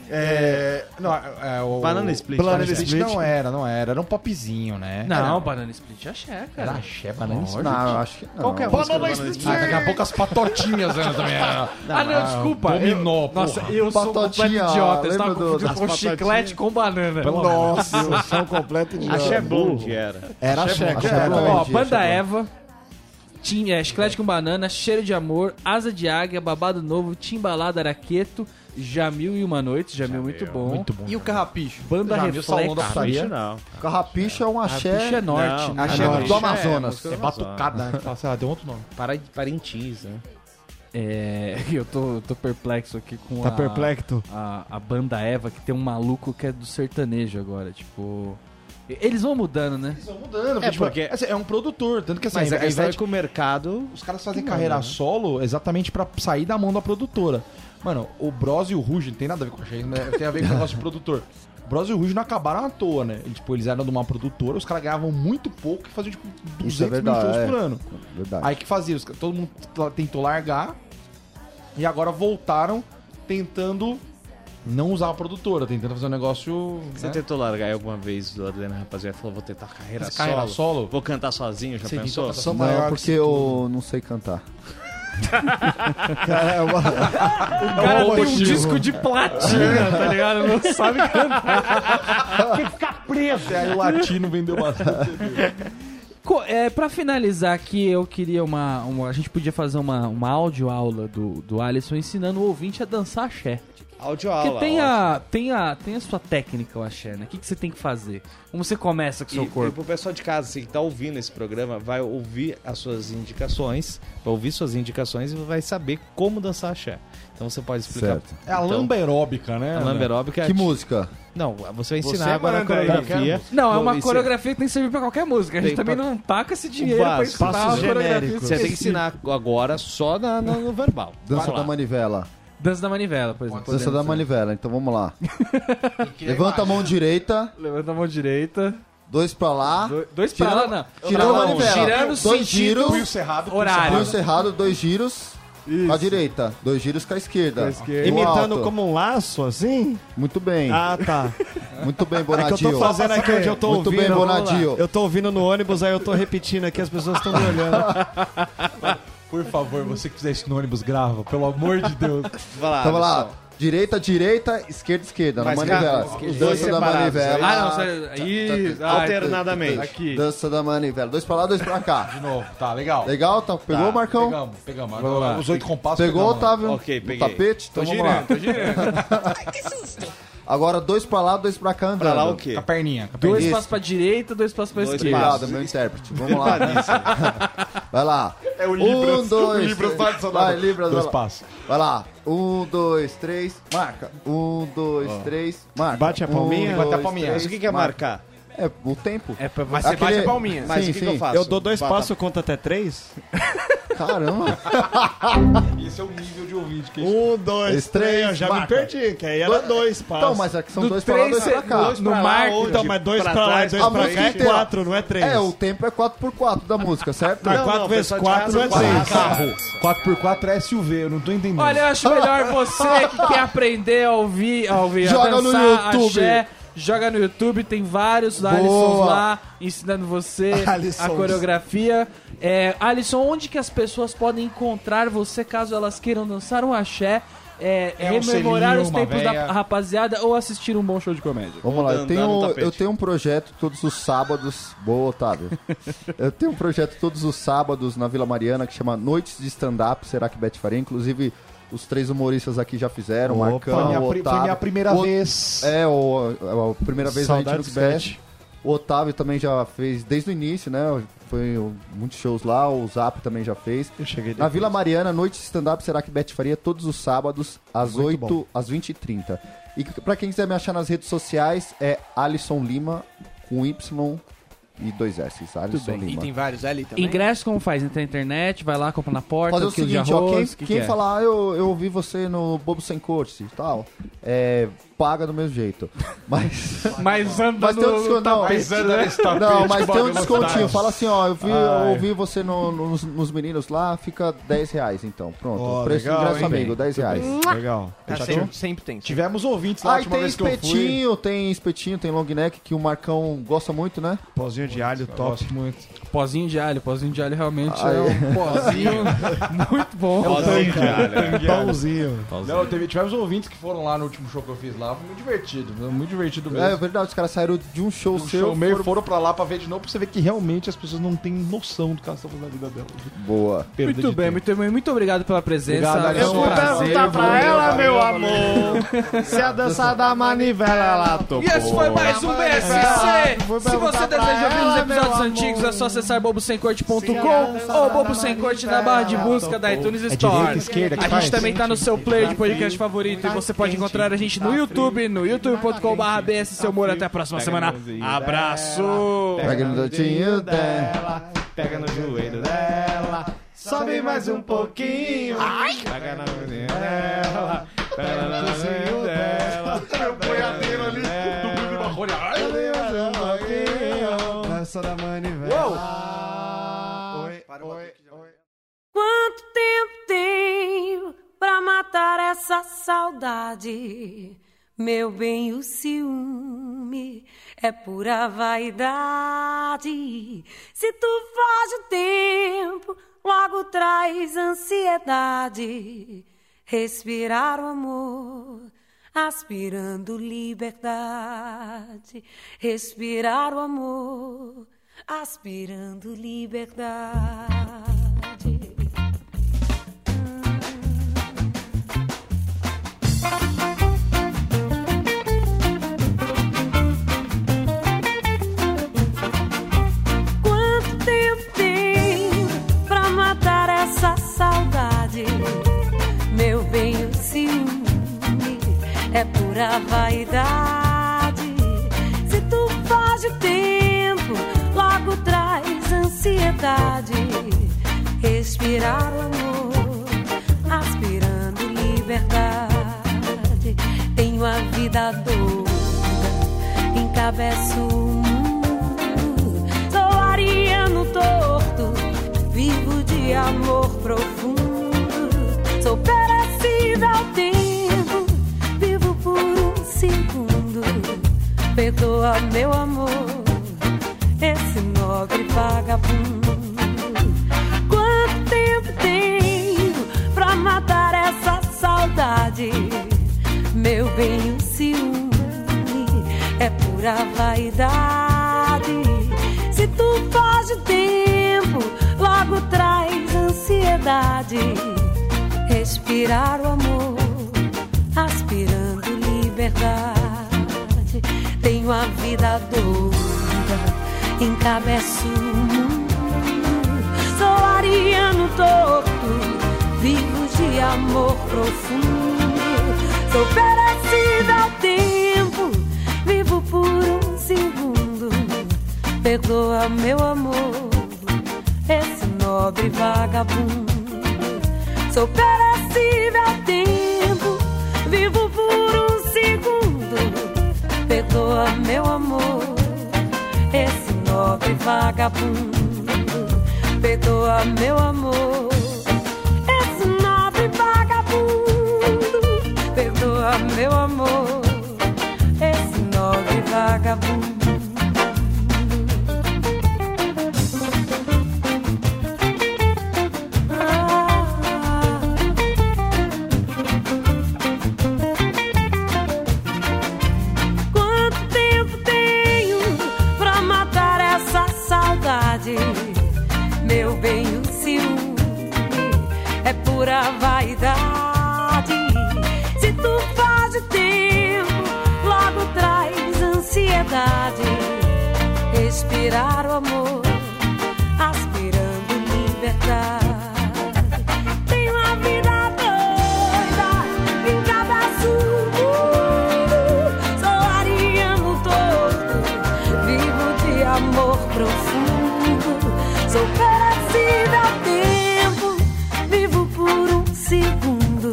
[SPEAKER 2] É. Não, é, o,
[SPEAKER 8] Banana Split.
[SPEAKER 2] Banana
[SPEAKER 9] Banana
[SPEAKER 2] Split
[SPEAKER 9] Split.
[SPEAKER 2] não era, não era. Era um popzinho, né?
[SPEAKER 1] Não, Banana Split é axé,
[SPEAKER 2] Era
[SPEAKER 1] cara.
[SPEAKER 2] axé, banana Split.
[SPEAKER 3] Não, eu acho que não.
[SPEAKER 8] Qual que é a música do Banana Split?
[SPEAKER 2] Ah, daqui a pouco as patotinhas né, também. Era.
[SPEAKER 1] ah, não, desculpa.
[SPEAKER 2] Dominó,
[SPEAKER 1] eu, Nossa,
[SPEAKER 2] porra.
[SPEAKER 1] eu sou um
[SPEAKER 3] Batotinha,
[SPEAKER 1] completo idiota. Eu estava
[SPEAKER 3] lembra do-
[SPEAKER 1] confundindo
[SPEAKER 3] das
[SPEAKER 1] com
[SPEAKER 3] batatinhas?
[SPEAKER 1] chiclete com banana.
[SPEAKER 9] Nossa, eu sou um completo
[SPEAKER 8] A Xé
[SPEAKER 9] idiota.
[SPEAKER 8] Blonde era.
[SPEAKER 9] Era a
[SPEAKER 3] Axé
[SPEAKER 9] checa.
[SPEAKER 3] Blonde.
[SPEAKER 9] era.
[SPEAKER 3] Blonde.
[SPEAKER 1] Ó,
[SPEAKER 3] Entendi,
[SPEAKER 1] Banda
[SPEAKER 3] chegou.
[SPEAKER 1] Eva, tim, é, Chiclete com Banana, Cheiro de Amor, Asa de Águia, Babado Novo, Timbalada Araqueto, Jamil e Uma Noite, Jamil, muito bom.
[SPEAKER 2] Muito bom.
[SPEAKER 5] E o carrapicho?
[SPEAKER 1] Banda
[SPEAKER 2] Jamil, Salão da
[SPEAKER 1] Reflexo,
[SPEAKER 2] Putaria.
[SPEAKER 8] Não.
[SPEAKER 3] Carrapicho é um axé.
[SPEAKER 1] Picha Norte, né?
[SPEAKER 5] Axé
[SPEAKER 3] Ah,
[SPEAKER 5] não.
[SPEAKER 3] do Amazonas.
[SPEAKER 2] É batucada, né? Sei lá, deu outro nome.
[SPEAKER 8] Para, Parintins, né?
[SPEAKER 1] É, eu tô, tô perplexo aqui com
[SPEAKER 9] Tá
[SPEAKER 1] a,
[SPEAKER 9] perplexo?
[SPEAKER 1] a, a Banda Eva, que tem um maluco que é do sertanejo agora, tipo... e- Eles vão mudando, né?
[SPEAKER 2] Estão mudando,
[SPEAKER 8] É, porque-
[SPEAKER 2] assim, é um produtor. Tanto que assim,
[SPEAKER 8] Mas
[SPEAKER 2] a
[SPEAKER 8] a questão é
[SPEAKER 2] Ivete-
[SPEAKER 8] que o mercado... né?
[SPEAKER 2] Os caras fazem carreira solo exatamente pra sair da mão da produtora. Mano, o Bros e o Ruge não tem nada a ver com o Chase, mas tem a ver com o negócio de produtor. O Bros e o Ruge não acabaram à toa, né? Eles, tipo, eles eram de uma produtora, os caras ganhavam muito pouco e faziam, tipo, 200
[SPEAKER 3] Isso é
[SPEAKER 2] mil
[SPEAKER 3] verdade,
[SPEAKER 2] shows
[SPEAKER 3] é.
[SPEAKER 2] por ano.
[SPEAKER 3] Verdade.
[SPEAKER 2] Aí que fazia? Os, ca- todo mundo t- tentou largar e agora voltaram tentando não usar a produtora, tentando fazer um negócio.
[SPEAKER 8] Você
[SPEAKER 2] né?
[SPEAKER 8] tentou largar alguma vez do Adriana Rapaziada? Falou, vou tentar carreira
[SPEAKER 2] Essa carreira
[SPEAKER 8] solo.
[SPEAKER 2] solo?
[SPEAKER 8] Vou cantar sozinho, já
[SPEAKER 2] Você
[SPEAKER 8] pensou?
[SPEAKER 2] tentou-
[SPEAKER 9] é
[SPEAKER 3] Não,
[SPEAKER 2] maior
[SPEAKER 3] porque eu não sei cantar. É,
[SPEAKER 1] O
[SPEAKER 8] É
[SPEAKER 1] cara tem um disco de platina, tá ligado? Não sabe
[SPEAKER 2] Aí o latino vendeu bastante.
[SPEAKER 1] Co- É, pra finalizar aqui, eu queria uma. uma- a gente podia fazer uma, uma aula do, do Alisson ensinando o ouvinte a dançar axé. Porque
[SPEAKER 8] Audioaula.
[SPEAKER 1] tem,
[SPEAKER 8] Tá ótimo.
[SPEAKER 1] a, tem, a, tem a sua técnica, o axé, né? O que, que você tem que fazer? Como você começa com o seu
[SPEAKER 8] e, E
[SPEAKER 1] corpo?
[SPEAKER 8] pro pessoal de casa, assim, que tá ouvindo esse programa, vai ouvir as suas indicações, vai ouvir suas indicações e vai saber como dançar axé. Então você pode explicar.
[SPEAKER 3] Certo. É,
[SPEAKER 2] É a lamba aeróbica, né?
[SPEAKER 8] A
[SPEAKER 2] André?
[SPEAKER 8] lamba aeróbica.
[SPEAKER 3] Que música?
[SPEAKER 8] Não, você vai
[SPEAKER 5] Você
[SPEAKER 8] ensinar agora a
[SPEAKER 5] manda aí,
[SPEAKER 8] coreografia.
[SPEAKER 1] Não, é
[SPEAKER 8] Vou
[SPEAKER 1] uma
[SPEAKER 8] ensinar-
[SPEAKER 1] coreografia que tem que servir pra qualquer música. A gente
[SPEAKER 8] Tem
[SPEAKER 1] também
[SPEAKER 8] pra-
[SPEAKER 1] não taca esse dinheiro pra
[SPEAKER 8] vaso,
[SPEAKER 1] ensinar
[SPEAKER 9] passos
[SPEAKER 1] as coreografias.
[SPEAKER 9] genéricos.
[SPEAKER 8] Você tem que ensinar agora só na- na- no verbal.
[SPEAKER 3] Dança
[SPEAKER 8] Vai lá.
[SPEAKER 3] da manivela.
[SPEAKER 1] Dança da manivela, por exemplo.
[SPEAKER 3] Dança da manivela, então vamos lá. Levanta a mão direita,
[SPEAKER 1] Levanta a mão direita.
[SPEAKER 3] dois pra lá,
[SPEAKER 1] do- Dois
[SPEAKER 3] Tira-
[SPEAKER 1] pra lá, É, não.
[SPEAKER 3] tirou a manivela.
[SPEAKER 1] Girando
[SPEAKER 3] dois
[SPEAKER 1] sentido-
[SPEAKER 3] giros,
[SPEAKER 2] cerrado.
[SPEAKER 1] Horário.
[SPEAKER 3] pulso errado, dois giros com a direita, dois giros com a esquerda. No
[SPEAKER 9] tá Imitando
[SPEAKER 3] alto.
[SPEAKER 9] como um laço, assim?
[SPEAKER 3] Muito bem,
[SPEAKER 9] Ah, tá.
[SPEAKER 3] muito bem,
[SPEAKER 9] É que eu tô
[SPEAKER 3] Bonadio.
[SPEAKER 9] fazendo aqui onde eu tô
[SPEAKER 3] Muito bem,
[SPEAKER 9] ouvindo.
[SPEAKER 3] Bonadio.
[SPEAKER 9] Eu tô ouvindo no ônibus, aí eu tô repetindo aqui, as pessoas estão me olhando.
[SPEAKER 2] Por favor, você que fizer isso no ônibus, grava, pelo amor de Deus.
[SPEAKER 10] Vai lá,
[SPEAKER 3] Então vai
[SPEAKER 10] Alisson.
[SPEAKER 3] lá. Direita, direita, esquerda, esquerda.
[SPEAKER 10] Mas,
[SPEAKER 3] na
[SPEAKER 10] cara,
[SPEAKER 3] manivela.
[SPEAKER 10] esquerda- dois
[SPEAKER 3] Dança da
[SPEAKER 10] separados, né?
[SPEAKER 3] manivela.
[SPEAKER 1] Ah, não, sério.
[SPEAKER 8] Tá,
[SPEAKER 1] Aí. ah,
[SPEAKER 10] Alternadamente.
[SPEAKER 1] Aqui.
[SPEAKER 3] Dança da manivela. Dois pra lá, dois pra cá.
[SPEAKER 2] De novo, tá, legal.
[SPEAKER 3] Legal? Tá, pegou, Marcão?
[SPEAKER 2] Pegamos, pegamos. Agora, os oito compassos.
[SPEAKER 3] Pegou,
[SPEAKER 2] pegamos.
[SPEAKER 3] tá. Otávio?
[SPEAKER 10] Tá Ok,
[SPEAKER 3] No
[SPEAKER 10] peguei.
[SPEAKER 3] tapete? Então
[SPEAKER 5] Tô
[SPEAKER 3] vamos lá.
[SPEAKER 5] girando, tô girando.
[SPEAKER 3] Agora dois pra lá, dois pra cá andando.
[SPEAKER 10] Pra lá o quê?
[SPEAKER 2] Com a perninha. Com a perninha.
[SPEAKER 1] Dois
[SPEAKER 3] Isso.
[SPEAKER 1] passos pra direita, dois passos pra
[SPEAKER 10] Dois
[SPEAKER 1] esquerda.
[SPEAKER 3] Obrigado, meu intérprete. Vamos lá. Vai lá. É o
[SPEAKER 2] Libras.
[SPEAKER 3] Um, dois,
[SPEAKER 2] O Libras
[SPEAKER 3] três.
[SPEAKER 2] vai adicionar
[SPEAKER 3] Vai, Libras.
[SPEAKER 2] dois
[SPEAKER 3] vai lá.
[SPEAKER 2] passos.
[SPEAKER 3] Vai lá. Um, dois, três, marca. Um, dois, três, marca.
[SPEAKER 9] Bate a palminha?
[SPEAKER 3] Um,
[SPEAKER 2] Bate a
[SPEAKER 3] dois,
[SPEAKER 2] palminha.
[SPEAKER 3] três,
[SPEAKER 10] Mas o que, que é marcar?
[SPEAKER 3] É o tempo.
[SPEAKER 5] É, pra- mas você bate a palminha.
[SPEAKER 10] Mas
[SPEAKER 3] sim,
[SPEAKER 10] o que,
[SPEAKER 3] sim.
[SPEAKER 10] que eu faço?
[SPEAKER 9] Eu dou dois
[SPEAKER 3] tá.
[SPEAKER 10] Bata-
[SPEAKER 9] passos, eu conto até três?
[SPEAKER 3] Caramba.
[SPEAKER 2] Esse é o nível de ouvinte que a gente
[SPEAKER 9] Um, dois,
[SPEAKER 3] Dois, três,
[SPEAKER 9] eu já me
[SPEAKER 3] marca.
[SPEAKER 9] perdi, que aí era dois passos.
[SPEAKER 3] Então, mas é que são
[SPEAKER 1] Do
[SPEAKER 3] dois pra lá,
[SPEAKER 1] três,
[SPEAKER 3] dois pra
[SPEAKER 1] cê-
[SPEAKER 3] cá.
[SPEAKER 9] no
[SPEAKER 10] pra lá,
[SPEAKER 9] mar,
[SPEAKER 10] ou
[SPEAKER 9] então,
[SPEAKER 10] de-
[SPEAKER 9] mas dois
[SPEAKER 10] pra
[SPEAKER 9] pra, lá,
[SPEAKER 10] trás,
[SPEAKER 9] dois
[SPEAKER 3] pra
[SPEAKER 9] pra cá é
[SPEAKER 3] frente.
[SPEAKER 9] quatro, não é três.
[SPEAKER 3] É, o tempo é 4x4 da música, certo?
[SPEAKER 9] Mas quatro vezes
[SPEAKER 10] pessoal de
[SPEAKER 9] quatro não é
[SPEAKER 10] casa,
[SPEAKER 9] três.
[SPEAKER 2] 4x4 é SUV, eu não tô entendendo.
[SPEAKER 1] Olha, eu acho melhor você que quer aprender a ouvir, a ouvir, a
[SPEAKER 3] Joga no
[SPEAKER 1] dançar,
[SPEAKER 3] YouTube.
[SPEAKER 1] axé, joga no YouTube, tem vários Alissons
[SPEAKER 3] Boa.
[SPEAKER 1] lá ensinando você a
[SPEAKER 9] Alissons.
[SPEAKER 1] coreografia. É, Alisson, onde que as pessoas podem encontrar você caso elas queiram dançar um axé, é,
[SPEAKER 2] É um
[SPEAKER 1] rememorar
[SPEAKER 2] selinho,
[SPEAKER 1] os
[SPEAKER 2] uma
[SPEAKER 1] tempos
[SPEAKER 2] véia.
[SPEAKER 1] da rapaziada ou assistir um bom show de comédia?
[SPEAKER 3] Vamos lá,
[SPEAKER 10] Andar
[SPEAKER 3] eu
[SPEAKER 10] no
[SPEAKER 3] tenho,
[SPEAKER 10] tapete.
[SPEAKER 3] eu tenho um projeto todos os sábados. Boa, Otávio. eu tenho um projeto todos os sábados na Vila Mariana que chama Noites de Stand-Up. Será que Beth Faria? Inclusive, os três humoristas aqui já fizeram:
[SPEAKER 9] Opa.
[SPEAKER 2] Foi
[SPEAKER 3] Marcão,
[SPEAKER 2] minha, pri-
[SPEAKER 3] Otávio.
[SPEAKER 2] foi minha primeira
[SPEAKER 3] O-
[SPEAKER 2] vez.
[SPEAKER 3] É, o, a- a primeira vez a
[SPEAKER 9] Saudades,
[SPEAKER 3] gente não Beth. O Otávio também já fez desde o início, né? Foi um- muitos shows lá, o Zap também já fez.
[SPEAKER 9] Eu cheguei
[SPEAKER 3] Na Vila Mariana, noite de stand-up, será que Beth Faria? Todos os sábados, às
[SPEAKER 9] Muito
[SPEAKER 3] 8, às 20h30. E c- pra quem quiser me achar nas redes sociais, é Alisson Lima, com Y e dois S. Alisson
[SPEAKER 1] bem.
[SPEAKER 3] Lima.
[SPEAKER 5] E tem vários ali também.
[SPEAKER 1] Ingresso como faz? Entra na internet, vai lá, compra na porta,
[SPEAKER 3] Fazer o
[SPEAKER 1] um quilo
[SPEAKER 3] seguinte,
[SPEAKER 1] de arroz,
[SPEAKER 3] ó, quem, quem
[SPEAKER 1] que que é?
[SPEAKER 3] falar, "Ah, eu, eu ouvi você no Bobo Sem Corte e tal, é, paga do mesmo jeito. Mas,
[SPEAKER 1] Mas anda
[SPEAKER 3] mas tem um
[SPEAKER 1] no...
[SPEAKER 3] desconto, não,
[SPEAKER 2] é
[SPEAKER 3] não, mas tem um descontinho. Fala assim, ó, eu, vi, eu ouvi você no- nos, nos meninos lá, fica 10 reais então. Pronto,
[SPEAKER 2] Ó,
[SPEAKER 3] preço
[SPEAKER 2] legal,
[SPEAKER 3] do ingresso
[SPEAKER 2] hein,
[SPEAKER 3] amigo, 10 reais.
[SPEAKER 9] Legal.
[SPEAKER 5] Ah, sempre, sempre tem. sempre.
[SPEAKER 2] Tivemos ouvintes lá a
[SPEAKER 3] Aí
[SPEAKER 2] última
[SPEAKER 3] tem
[SPEAKER 2] vez que eu fui.
[SPEAKER 3] espetinho, tem espetinho, tem long neck que o Marcão gosta muito, né?
[SPEAKER 9] Pozinho de alho,
[SPEAKER 2] Eu
[SPEAKER 9] top.
[SPEAKER 2] Gosto muito.
[SPEAKER 1] Pozinho de alho, pozinho de alho realmente
[SPEAKER 3] Aí-
[SPEAKER 1] é um pozinho muito bom.
[SPEAKER 10] Pauzinho de alho.
[SPEAKER 9] Pãozinho.
[SPEAKER 2] Não, teve, tivemos ouvintes que foram lá no último show que eu fiz lá. Foi muito divertido, muito divertido mesmo.
[SPEAKER 3] É verdade, os caras saíram de um show
[SPEAKER 2] o
[SPEAKER 3] seu.
[SPEAKER 2] show meio foram... pra lá pra ver de novo pra você ver que realmente as pessoas não têm noção do que elas estão fazendo na vida delas.
[SPEAKER 3] Boa.
[SPEAKER 1] Muito bem, muito bem, muito obrigado pela presença.
[SPEAKER 2] Obrigado,
[SPEAKER 1] Foi
[SPEAKER 2] Alisson.
[SPEAKER 1] um
[SPEAKER 2] Eu vou
[SPEAKER 1] prazer.
[SPEAKER 2] perguntar pra ela,
[SPEAKER 7] meu amor, se a dança da manivela ela tocou.
[SPEAKER 1] E esse foi mais um BSC. Se você deseja ouvir os
[SPEAKER 7] ela,
[SPEAKER 1] episódios
[SPEAKER 7] meu
[SPEAKER 1] antigos, é só acessar bobosemcorte.com ou Bobo Sem Corte na barra de busca da iTunes Store.
[SPEAKER 2] É esquerda que
[SPEAKER 1] A gente também tá no seu player de podcast favorito e você pode encontrar a gente no YouTube, no youtube.com.br BS Seu Moro. Até a próxima semana. Abraço!
[SPEAKER 3] Pega no dedinho dela.
[SPEAKER 7] Pega no joelho dela, sobe mais um pouquinho. Pega na mãozinha dela, pega na mãozinha dela. Meu punhadeiro ali do Bruno Marrone.
[SPEAKER 9] Dança da manivela.
[SPEAKER 3] Oi, oi, oi.
[SPEAKER 12] Quanto tempo tem pra matar essa saudade? Meu bem, o ciúme é pura vaidade. Se tu foge o tempo, logo traz ansiedade. Respirar o amor, aspirando liberdade. Respirar o amor, aspirando liberdade. Quanto tempo tem pra matar essa saudade? Meu bem, o ciúme é pura vaidade. Se tu foge o tempo, logo traz ansiedade. Respirar o amor, aspirando liberdade. Tenho a vida doida, encabeço o mundo. Sou ariano torto, vivo de amor profundo. Sou perecida ao tempo, vivo por um segundo. Perdoa meu amor, esse nobre vagabundo. Quanto tempo tem? vaidade, meu bem, o ciúme é pura vaidade. Se tu foge o tempo, logo traz ansiedade. Respirar o amor, aspirando liberdade. Tenho a vida doida, encabeço o mundo. Sou ariano torto, vivo de amor profundo. Sou perecida ao tempo, vivo por um segundo. Perdoa, meu amor, esse nobre vagabundo. Sou perecível ao tempo, vivo por um segundo. Perdoa, meu amor, esse nobre vagabundo. Perdoa, meu amor, esse nobre vagabundo. Perdoa, meu amor, esse nobre vagabundo. Ah, Quanto tempo tenho pra matar essa saudade? Meu bem, o ciúme é pura vaidade. Se tu faz o tempo, logo traz ansiedade. Respirar o amor, aspirando liberdade. Tenho a vida doida, encabeço o mundo. Sou ariano torto, vivo de amor profundo. Sou perecida ao tempo, vivo por um segundo.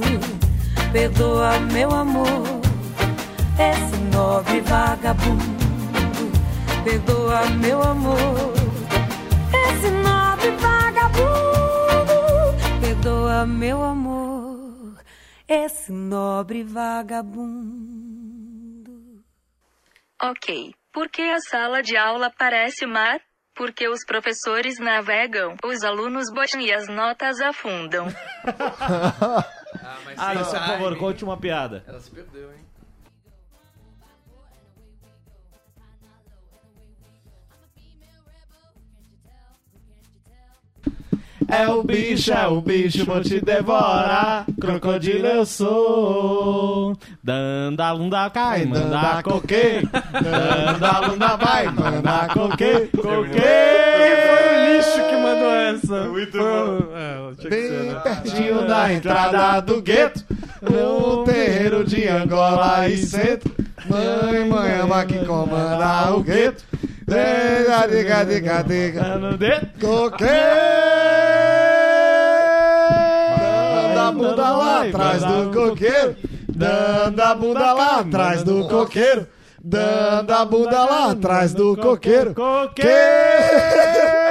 [SPEAKER 12] Perdoa, meu amor, esse nobre É vagabundo. Perdoa, meu amor, esse nobre vagabundo. Perdoa, meu amor, É esse nobre vagabundo.
[SPEAKER 13] Ok. Por que a sala de aula parece mar? Porque os professores navegam, os alunos boiam e as notas afundam.
[SPEAKER 8] Ah, isso, por favor, conte uma piada.
[SPEAKER 5] Ela se perdeu, hein?
[SPEAKER 9] É o bicho, é o bicho, vou te devorar. Crocodilo eu sou.
[SPEAKER 8] Danda lunda cai,
[SPEAKER 9] Manda
[SPEAKER 8] manda co...
[SPEAKER 9] coque, manda lunda vai, manda coque,
[SPEAKER 1] Foi
[SPEAKER 9] coque.
[SPEAKER 1] o lixo que mandou essa. Muito bom.
[SPEAKER 9] Bem pertinho da entrada do gueto, no terreiro de Angola e centro. Mãe, mãe, ama que comanda o gueto. Diga, diga, diga, diga. Coque! Danda a bunda lá atrás do coqueiro. Danda a bunda lá atrás do coqueiro. Danda a bunda lá atrás do coqueiro. Coqueiro!